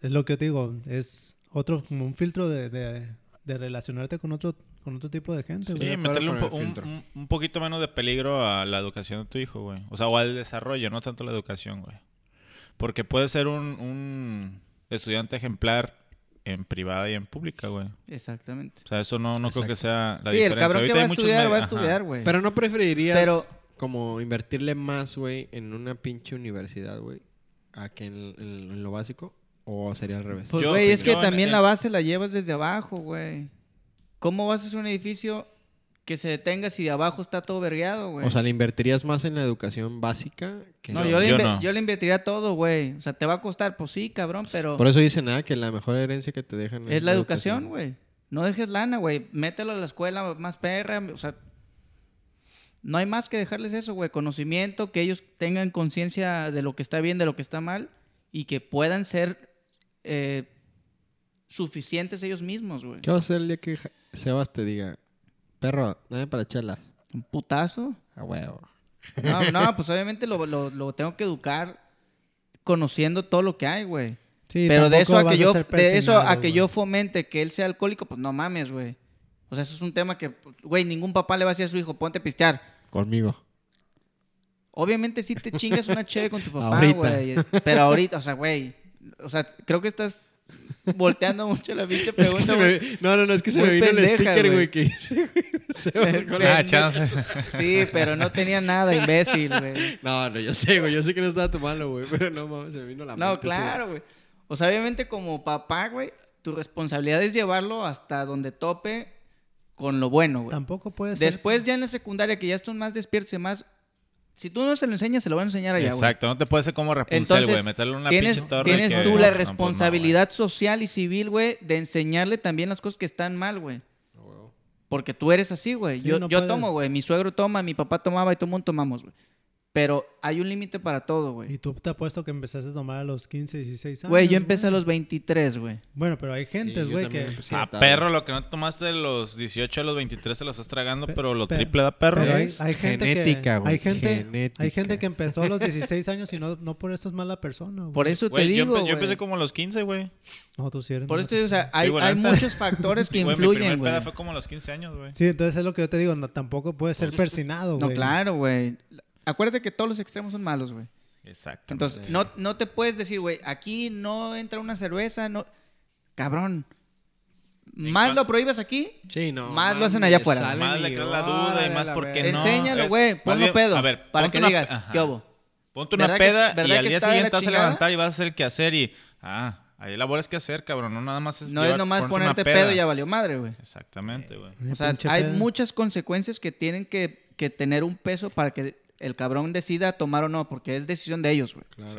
S4: es lo que yo te digo, es otro, como un filtro de, de- de relacionarte con otro, con otro tipo de gente,
S2: Sí.
S4: güey.
S1: Sí,
S2: de acuerdo
S1: meterle un,
S2: con el
S1: po- un-
S2: filtro.
S1: un- un poquito menos de peligro a la educación de tu hijo, güey. O sea, o al desarrollo, no tanto a la educación, güey. Porque puede ser un, un estudiante ejemplar en privada y en pública, güey.
S3: Exactamente.
S1: O sea, eso no, no creo que sea la
S3: sí, el
S1: diferencia.
S3: cabrón que
S1: Ahorita
S3: va a
S1: hay muchos
S3: estudiar,
S1: medios-
S3: va a
S1: ajá.
S3: estudiar, güey.
S2: Pero no preferirías
S3: Pero-
S2: como invertirle más, güey, en una pinche universidad, güey, a que en, en- en lo básico. ¿O sería al revés?
S3: Pues,
S1: Yo-
S3: güey, es que
S1: yo en-
S3: también
S1: en-
S3: la base la llevas desde abajo, güey. ¿Cómo vas a hacer un edificio que se detenga si de abajo está todo vergueado, güey.
S2: O sea, ¿le invertirías más en la educación básica? Que
S3: no,
S1: no,
S3: yo, le
S1: yo
S3: inve-
S1: no.
S3: yo le invertiría todo, güey. O sea, te va a costar, pues sí, cabrón, pero
S2: Por eso dice nada que la mejor herencia que te dejan
S3: es la educación, güey. No dejes lana, güey. Mételo a la escuela más perra, o sea, no hay más que dejarles eso, güey. Conocimiento, que ellos tengan conciencia de lo que está bien, de lo que está mal y que puedan ser eh, suficientes ellos mismos, güey.
S2: ¿Qué vas a hacer el día que Ja- Sebas te diga, perro, dame para chela?
S3: Un putazo.
S2: A huevo.
S3: No, no, pues obviamente lo, lo- lo tengo que educar conociendo todo lo que hay, güey.
S4: Sí,
S3: Pero de eso
S4: tampoco
S3: a
S4: vas
S3: que yo
S4: ser
S3: de eso a
S4: presionado,
S3: que
S4: güey.
S3: yo fomente que él sea alcohólico, pues no mames, güey. O sea, eso es un tema que, güey, ningún papá le va a decir a su hijo, ponte a pistear.
S2: Conmigo.
S3: Obviamente sí te chingas una chévere con tu papá,
S2: Ahorita.
S3: güey. Pero ahorita, o sea, güey. O sea, creo que estás volteando mucho la pinche
S2: Es
S3: pregunta.
S2: que se
S3: güey.
S2: me- No, no, no, es que se
S3: Muy
S2: me vino
S3: pendeja,
S2: el sticker,
S3: güey.
S2: güey, que hice, güey. de Sebas con la-
S1: Ah, chance.
S3: Sí, pero no tenía nada, imbécil, güey.
S2: No, no, yo sé, güey. Yo sé que no estaba tomando, güey. Pero no, mames, se me vino la
S3: No,
S2: mente,
S3: claro, güey. O sea, obviamente como papá, güey, tu responsabilidad es llevarlo hasta donde tope con lo bueno, güey.
S4: Tampoco puede ser.
S3: Después ya en la secundaria, que ya están más despiertos y más... Si tú no se lo enseñas, se lo van a enseñar allá, güey.
S1: Exacto, no te puedes hacer como Rapunzel,
S3: Entonces,
S1: güey. Meterle una
S3: tienes,
S1: pinche torre.
S3: tienes
S1: que-
S3: tú la
S1: No, pues no,
S3: responsabilidad social y civil, güey, de enseñarle también las cosas que están mal, güey.
S2: sí. A huevo.
S3: Porque tú eres así, güey.
S4: Sí,
S3: yo
S4: no
S3: yo
S4: puedes.
S3: tomo, güey. Mi suegro toma, mi papá tomaba y todo el mundo tomamos, güey. Pero hay un límite para todo,
S4: Y
S3: güey.
S4: tú te apuesto que empezaste a tomar a los 15, 16 años.
S3: Güey, yo empecé a los 23, güey.
S4: Bueno, pero hay gentes,
S2: yo
S4: güey, que...
S2: también pues, empecé
S1: güey. Ah,
S2: tarde.
S1: perro, lo que no tomaste de los 18 a los 23 te lo estás tragando,
S4: Pe-
S1: pero lo
S4: pero-
S1: triple da perro.
S4: Pero hay,
S2: es
S4: hay gente
S2: genética,
S4: que,
S2: güey,
S4: Hay gente, hay gente
S2: genética.
S4: que empezó a los 16 años y no, no por eso es mala persona. güey.
S3: Por eso te
S1: Güey, yo empe-
S3: digo,
S1: yo,
S3: güey.
S1: empecé como a los 15, güey.
S4: No, tú sí eres
S3: Por
S4: mala
S3: eso te digo, o sea, hay,
S1: bueno,
S3: hay
S1: neta.
S3: muchos factores que
S1: Güey, Mi
S3: influyen,
S1: primer
S3: güey.
S1: peda fue como a los 15 años, güey.
S4: Sí, entonces es lo que yo te digo, no, tampoco puede ser persinado,
S3: No,
S4: güey.
S3: claro, güey. Acuérdate que todos los extremos son malos, güey.
S1: Exacto.
S3: Entonces, no, no te puedes decir, güey, aquí no entra una cerveza, no. Cabrón. Más
S1: cuan-
S3: lo prohíbas aquí,
S2: Sí, no.
S3: Más lo hacen
S2: mames,
S3: allá afuera.
S2: salen
S1: Más le
S2: y
S1: creas la
S2: órale
S1: duda y más
S2: la
S1: porque
S2: verga.
S1: no.
S3: enséñalo,
S1: es-
S3: güey,
S1: más
S3: ponlo
S1: bien,
S3: pedo.
S1: a ver,
S3: para
S1: ponte
S3: que
S1: una-
S3: digas,
S1: ajá.
S3: ¿qué hubo?
S1: Ponte una
S3: ¿Verdad que-
S1: peda y
S3: verdad
S1: al
S3: que
S1: día
S3: está de la
S1: siguiente vas a
S3: chingada?
S1: levantar y vas a hacer el quehacer y. Ah, ahí la bola es que hacer, cabrón. No nada más es.
S3: No es
S1: llevar-
S3: nomás
S1: una
S3: ponerte
S1: peda.
S3: pedo y ya valió madre, güey.
S1: Exactamente, güey.
S4: Ay,
S3: O sea,
S4: pinche
S3: hay
S4: peda.
S3: muchas consecuencias que tienen que, que tener un peso para que el cabrón decida tomar o no, porque es decisión de ellos, güey.
S2: Claro.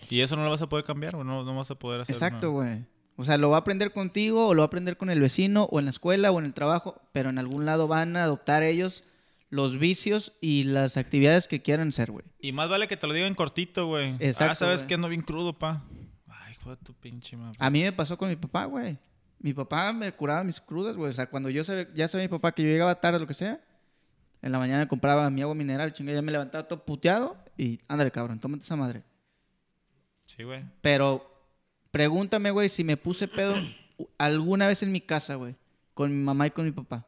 S1: Sí. Y eso no lo vas a poder cambiar, güey. No, no vas a poder hacer.
S3: Exacto,
S1: una-
S3: güey. O sea, lo va a aprender contigo o lo va a aprender con el vecino o en la escuela o en el trabajo, pero en algún lado van a adoptar ellos los vicios y las actividades que quieran hacer, güey.
S1: Y más vale que te lo digan cortito, güey.
S3: Exacto,
S1: Ah, sabes
S3: güey.
S1: que ando bien crudo, pa. Ay, hijo de tu pinche madre.
S3: A mí me pasó con mi papá, güey. Mi papá me curaba mis crudas, güey. O sea, cuando yo sabía, ya sabía mi papá que yo llegaba tarde o lo que sea, en la mañana compraba mi agua mineral, chinga, ya me levantaba todo puteado y ándale, cabrón, tómate esa madre.
S1: Sí, güey.
S3: Pero pregúntame, güey, si me puse pedo alguna vez en mi casa, güey, con mi mamá y con mi papá.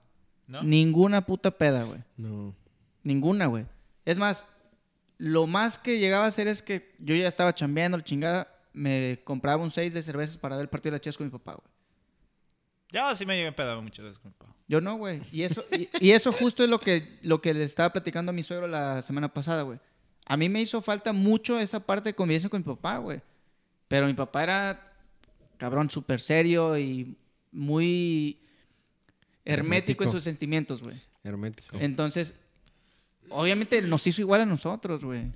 S1: ¿No?
S3: Ninguna puta peda, güey.
S2: No.
S3: Ninguna, güey. Es más, lo más que llegaba a hacer es que yo ya estaba chambeando, la chingada. Me compraba un 6 de cervezas para ver el partido de la Chivas con mi papá, güey.
S1: Ya sí me llegué pedado muchas veces, compa.
S3: Yo no, güey. Y eso, y, y eso justo es lo que, lo que le estaba platicando a mi suegro la semana pasada, güey. A mí me hizo falta mucho esa parte de convivencia con mi papá, güey. Pero mi papá era, cabrón, súper serio y muy hermético,
S2: Hermético.
S3: en sus sentimientos, güey.
S2: Hermético.
S3: Entonces, obviamente nos hizo igual a nosotros, güey.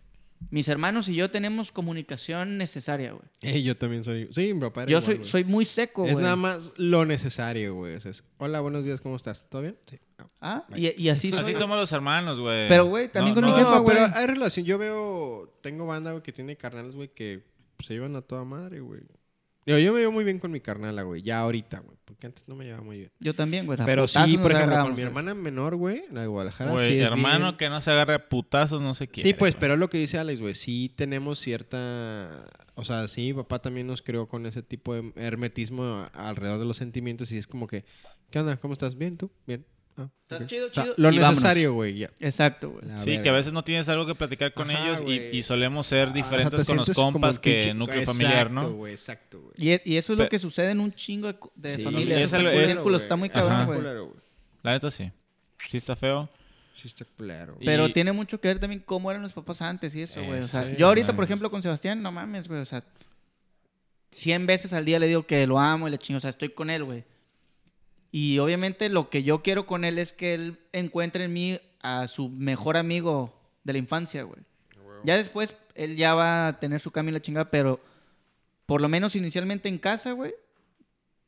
S3: Mis hermanos y yo tenemos comunicación necesaria, güey.
S2: Ey, yo también soy. Sí, mi papá. era
S3: Yo
S2: igual,
S3: soy,
S2: güey.
S3: soy muy seco, güey.
S2: Es nada más lo necesario, güey. O sea, es, Hola, buenos días, ¿cómo estás? ¿Todo bien? Sí. Ah.
S3: Ah, y, y así soy.
S1: Así somos los hermanos, güey.
S3: Pero, güey, también con mi
S2: No,
S3: jefa, güey.
S2: pero hay relación. Yo veo, tengo banda güey, que tiene carnales, güey, que se llevan a toda madre, güey. Yo, yo me llevo muy bien con mi carnala, güey, ya ahorita, güey, porque antes no me llevaba muy bien.
S3: Yo también, güey. a
S2: Pero sí,
S3: putazos
S2: por
S3: nos
S2: ejemplo,
S3: agarramos,
S2: con mi
S3: güey.
S2: hermana menor, güey, la de Guadalajara,
S1: Güey,
S2: sí es
S1: hermano
S2: bien-
S1: que no se agarre a putazos, no sé qué.
S2: Sí, pues, pero es lo que dice Alex, güey, sí tenemos cierta... O sea, sí, mi papá también nos creó con ese tipo de hermetismo a- alrededor de los sentimientos y es como que, ¿qué onda? ¿Cómo estás? ¿Bien? ¿Tú? ¿Bien? Ah,
S3: ¿Estás
S2: ok".
S3: chido,
S2: O sea,
S3: chido?
S2: Lo
S3: Y vámonos.
S2: necesario, güey, ya.
S3: Exacto, güey.
S2: La
S1: Sí, que
S2: verga.
S1: a veces no tienes algo que platicar con
S2: Ajá,
S1: ellos y-
S2: güey.
S1: y, solemos ser diferentes
S2: Ajá, te
S1: con los
S2: sientes como
S1: compas
S2: un
S1: que
S2: pinche-
S1: núcleo
S2: Exacto,
S1: familiar, ¿no?
S2: güey, exacto, güey.
S3: Y, e- y eso es lo
S1: Pe-
S3: que sucede en un chingo de, co- de
S2: Sí,
S3: familias.
S1: es
S3: Ese
S1: algo-
S3: tipo de
S1: es-
S3: círculo está muy cabrón,
S1: Ajá.
S3: güey.
S2: culero, güey.
S1: La neta sí. Sí está feo.
S2: Sí está culero, güey.
S3: Pero
S1: Y-
S3: tiene mucho que ver también cómo eran los papás antes y eso, güey. O sea,
S1: Exacto,
S3: yo ahorita, por
S1: mames.
S3: ejemplo, con Sebastián, no mames, güey. O sea, 100 veces al día le digo que lo amo y le chingo. O sea, estoy con él, güey. Y obviamente lo que yo quiero con él es que él encuentre en mí a su mejor amigo de la infancia, güey. Ya después él ya va a tener su camino y la chingada, pero por lo menos inicialmente en casa, güey,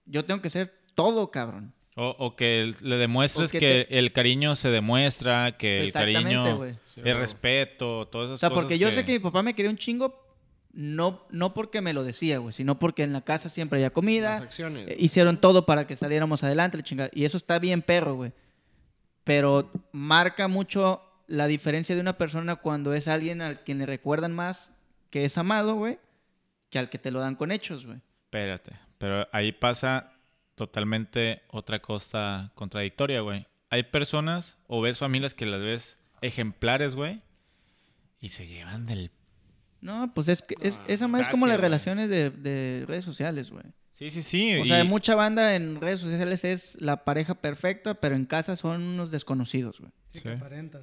S3: yo tengo que ser todo, cabrón.
S1: O, o que el- le demuestres
S3: O que
S1: que, el cariño se demuestra, que el
S3: Exactamente,
S1: cariño
S3: güey.
S1: es respeto, todas
S3: O
S1: esas
S3: sea,
S1: cosas.
S3: porque yo sé que mi papá me quería un chingo, no, no porque me lo decía, güey, sino porque en la casa siempre había
S2: Las
S3: comida,
S2: acciones.
S3: eh, hicieron todo para que saliéramos adelante, la chingada. Y eso está bien, perro, güey. Pero marca mucho la diferencia de una persona cuando es alguien al quien le recuerdan más que es amado, güey, que al que te lo dan con hechos, güey.
S1: Espérate, pero ahí pasa totalmente otra cosa contradictoria, güey. Hay personas o ves familias que las ves ejemplares, güey, y se llevan del...
S3: No, pues es que es,
S2: Ah,
S3: esa madre es como las
S1: gratis, güey.
S3: relaciones de, de redes sociales, güey.
S1: Sí, sí, sí.
S3: O
S1: y-
S3: sea, de mucha banda en redes sociales es la pareja perfecta, pero en casa son unos desconocidos, güey.
S4: Sí,
S1: Sí.
S4: que aparentan.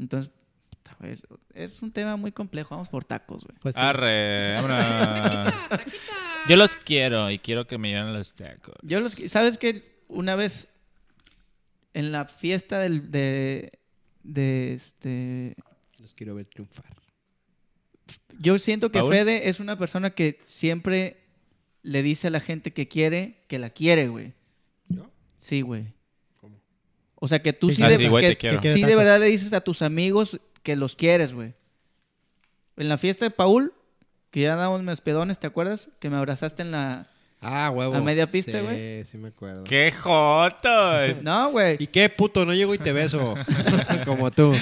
S3: Entonces, puta, güey, es un tema muy complejo. Vamos por tacos, güey.
S4: Pues sí.
S1: Ah, Arre, vámonos. Yo los quiero y quiero que me lleven los tacos.
S3: Yo los... ¿Sabes qué? Una vez en la fiesta del, de... De este...
S2: Los quiero ver triunfar.
S3: Yo siento que
S1: ¿Paul?
S3: Fede es una persona que siempre le dice a la gente que quiere, que la quiere, güey.
S2: ¿Yo?
S3: Sí, güey.
S2: ¿Cómo?
S3: O sea, que tú sí,
S4: Ah,
S3: de,
S4: sí,
S1: güey, te
S3: que-
S1: quiero.
S3: que
S4: Quiero
S3: sí de
S4: tacos.
S3: verdad le dices a tus amigos que los quieres, güey. En la fiesta de Paul, que ya dábamos mis pedones, ¿te acuerdas? Que me abrazaste en la...
S2: Ah, huevo.
S3: ¿A media pista, güey?
S2: Sí, sí me acuerdo.
S1: ¡Qué jotos!
S3: No, güey.
S2: ¿Y qué puto? No llego y te beso. Como tú.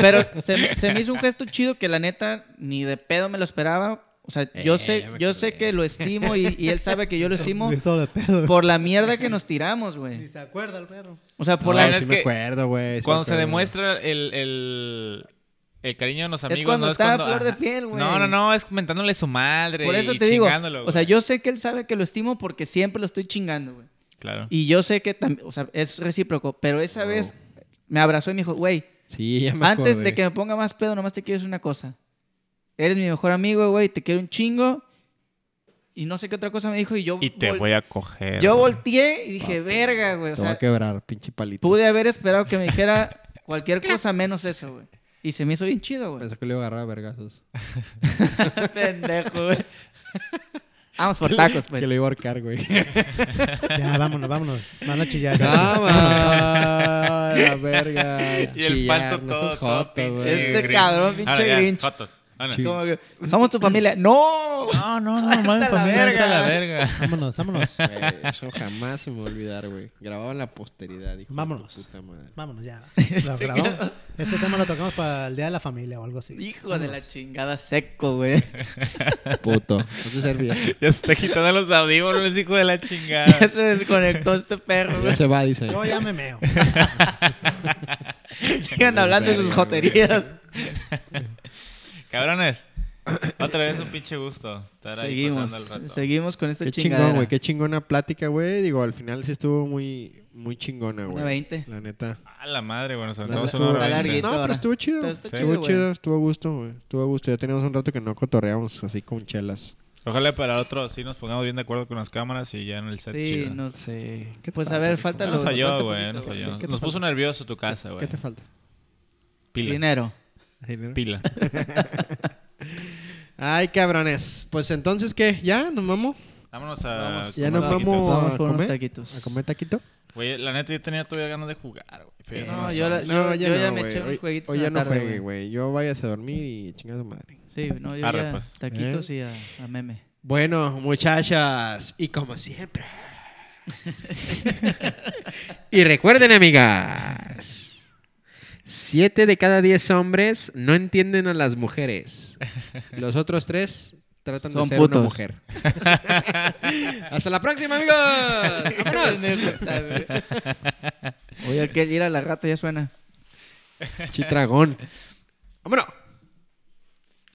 S3: Pero se, se me hizo un gesto chido que la neta ni de pedo me lo esperaba. O sea, yo
S2: Eh,
S3: sé,
S2: ya me
S3: yo sé
S2: acordé.
S3: que lo estimo y, y él sabe que yo lo estimo
S4: Ni solo de pedo.
S3: por la mierda que nos tiramos,
S4: Ni
S3: güey.
S4: se acuerda el perro.
S3: O sea, por
S2: No,
S3: la
S1: verdad
S2: sí
S1: es
S2: me
S1: que
S2: acuerdo, güey. sí me
S1: Cuando se
S2: acuerdo.
S1: demuestra el, el, el cariño de los amigos.
S3: cuando
S1: no
S3: está
S1: es cuando,
S3: a flor de
S1: ajá.
S3: piel, güey.
S1: No, no, no, es comentándole su madre.
S3: Por eso
S1: y
S3: te digo,
S1: chingándolo,
S3: o sea,
S1: güey.
S3: yo sé que él sabe que lo estimo porque siempre lo estoy chingando, güey.
S1: Claro.
S3: Y yo sé que también, o sea, es recíproco, pero esa vez me abrazó y me dijo, güey,
S2: Sí, ya me acuerdo.
S3: antes de que me ponga más pedo, nomás te quiero decir una cosa. Eres mi mejor amigo, güey, te quiero un chingo. Y no sé qué otra cosa me dijo y yo...
S1: Y te
S3: vol-
S1: voy a coger.
S3: Yo volteé y dije, verga, güey. O
S2: Te va a
S3: sea,
S2: quebrar, pinche palito.
S3: pude haber esperado que me dijera cualquier cosa menos eso, güey. Y se me hizo bien chido, güey.
S2: Pensé que le iba a agarrar a vergazos.
S1: Pues,
S3: Pendejo, güey. Vamos por tacos, pues.
S2: Que le iba a ahorcar, güey.
S4: Ya, vámonos, vámonos. Van a chillar.
S2: ¡Cama! La verga.
S1: Y el
S2: Chillar,
S1: panto
S2: no
S1: todo,
S2: seas
S1: todo
S2: joto,
S1: pinche
S2: güey.
S3: Este
S1: Grinch.
S3: cabrón,
S1: Ahora
S3: pinche
S1: Ah, ya,
S3: grinch.
S1: jotos. Ahora.
S2: Sí.
S3: Como que, Somos tu familia. ¡No!
S1: No, no, no, mami,
S3: Esa la
S1: familia, esa
S3: verga.
S1: la verga.
S4: Vámonos, vámonos.
S2: Güey, Eh, Eso jamás se me va a olvidar, güey. Grabado en la posteridad, hijo
S4: Vámonos.
S2: de tu puta madre.
S4: Vámonos, ya. Lo grabamos. Este tema lo tocamos para el Día de la Familia o algo así.
S3: Hijo de la
S4: Vámonos.
S3: chingada seco, güey.
S2: Puto. No te servía.
S1: Ya se está quitando los audífonos, hijo de la
S3: Ya
S1: chingada.
S3: se desconectó este perro,
S2: Ya
S3: güey.
S2: se va, dice.
S4: Yo ya me meo.
S3: Sigan hablando de sus joterías.
S1: Cabrones, otra vez un pinche gusto estar ahí
S3: Seguimos.
S1: pasando el rato.
S3: Seguimos con esta
S2: Qué
S3: chingadera.
S2: chingón, güey. Qué chingona plática, güey. Digo, al final sí estuvo muy, muy chingona,
S3: Una
S2: güey.
S3: 20.
S2: La neta.
S1: A la madre, bueno, sobre
S2: La
S1: todo
S2: neta
S1: una
S2: estuvo-
S1: hora
S3: Está
S1: veinte.
S3: larguito.
S2: No, pero
S3: ahora.
S2: estuvo chido.
S3: Pero está
S1: Sí.
S2: Estuvo
S3: chido, güey.
S2: chido, estuvo a gusto, güey. Estuvo a gusto. Ya teníamos un rato que no cotorreamos así con chelas.
S1: Ojalá para otro sí nos pongamos bien de acuerdo con las cámaras y ya en el set
S3: Sí,
S1: chido.
S3: nos-
S2: Sí.
S3: Pues a ver, falta
S1: No nos
S3: lo-
S1: falló,
S3: falta
S1: güey,
S3: poquito,
S1: nos
S3: güey.
S1: falló.
S2: ¿Qué te
S1: Nos puso
S2: falta?
S1: nervioso tu casa, güey.
S2: ¿Qué te falta?
S1: Pila,
S3: Dinero.
S1: pila.
S2: Ay, cabrones. Pues entonces, ¿qué? ¿Ya nos vamos?
S1: Vámonos a...
S3: Vamos.
S2: Ya
S1: comer
S2: nos
S1: Ah, taquitos.
S2: vamos
S3: Vamos
S2: a
S3: por unos
S2: comer.
S3: taquitos.
S2: ¿A comer taquito?
S1: Güey, la neta yo tenía todavía ganas de jugar, güey. Pero ya son
S3: No,
S1: las
S3: yo la-
S1: once.
S3: yo- yo ya me
S2: güey.
S3: eché unos
S2: Hoy-
S3: jueguitos
S2: Hoy
S3: en
S2: ya
S3: la
S2: no
S3: tarde,
S2: juegue,
S3: güey.
S2: güey. Yo váyase a dormir y chinga su madre.
S3: Sí, no, yo
S1: Arre,
S3: ya
S1: pues.
S3: taquitos y a, a meme.
S2: Bueno, muchachas, y como siempre. y recuerden, amigas. Siete de cada diez hombres no entienden a las mujeres. Los otros tres tratan de
S3: Son
S2: ser
S3: putos.
S2: una mujer. Hasta la próxima, amigos. ¡Vámonos!
S3: Oye, aquel ir a la rata ya suena.
S2: Chitragón. ¡Vámonos!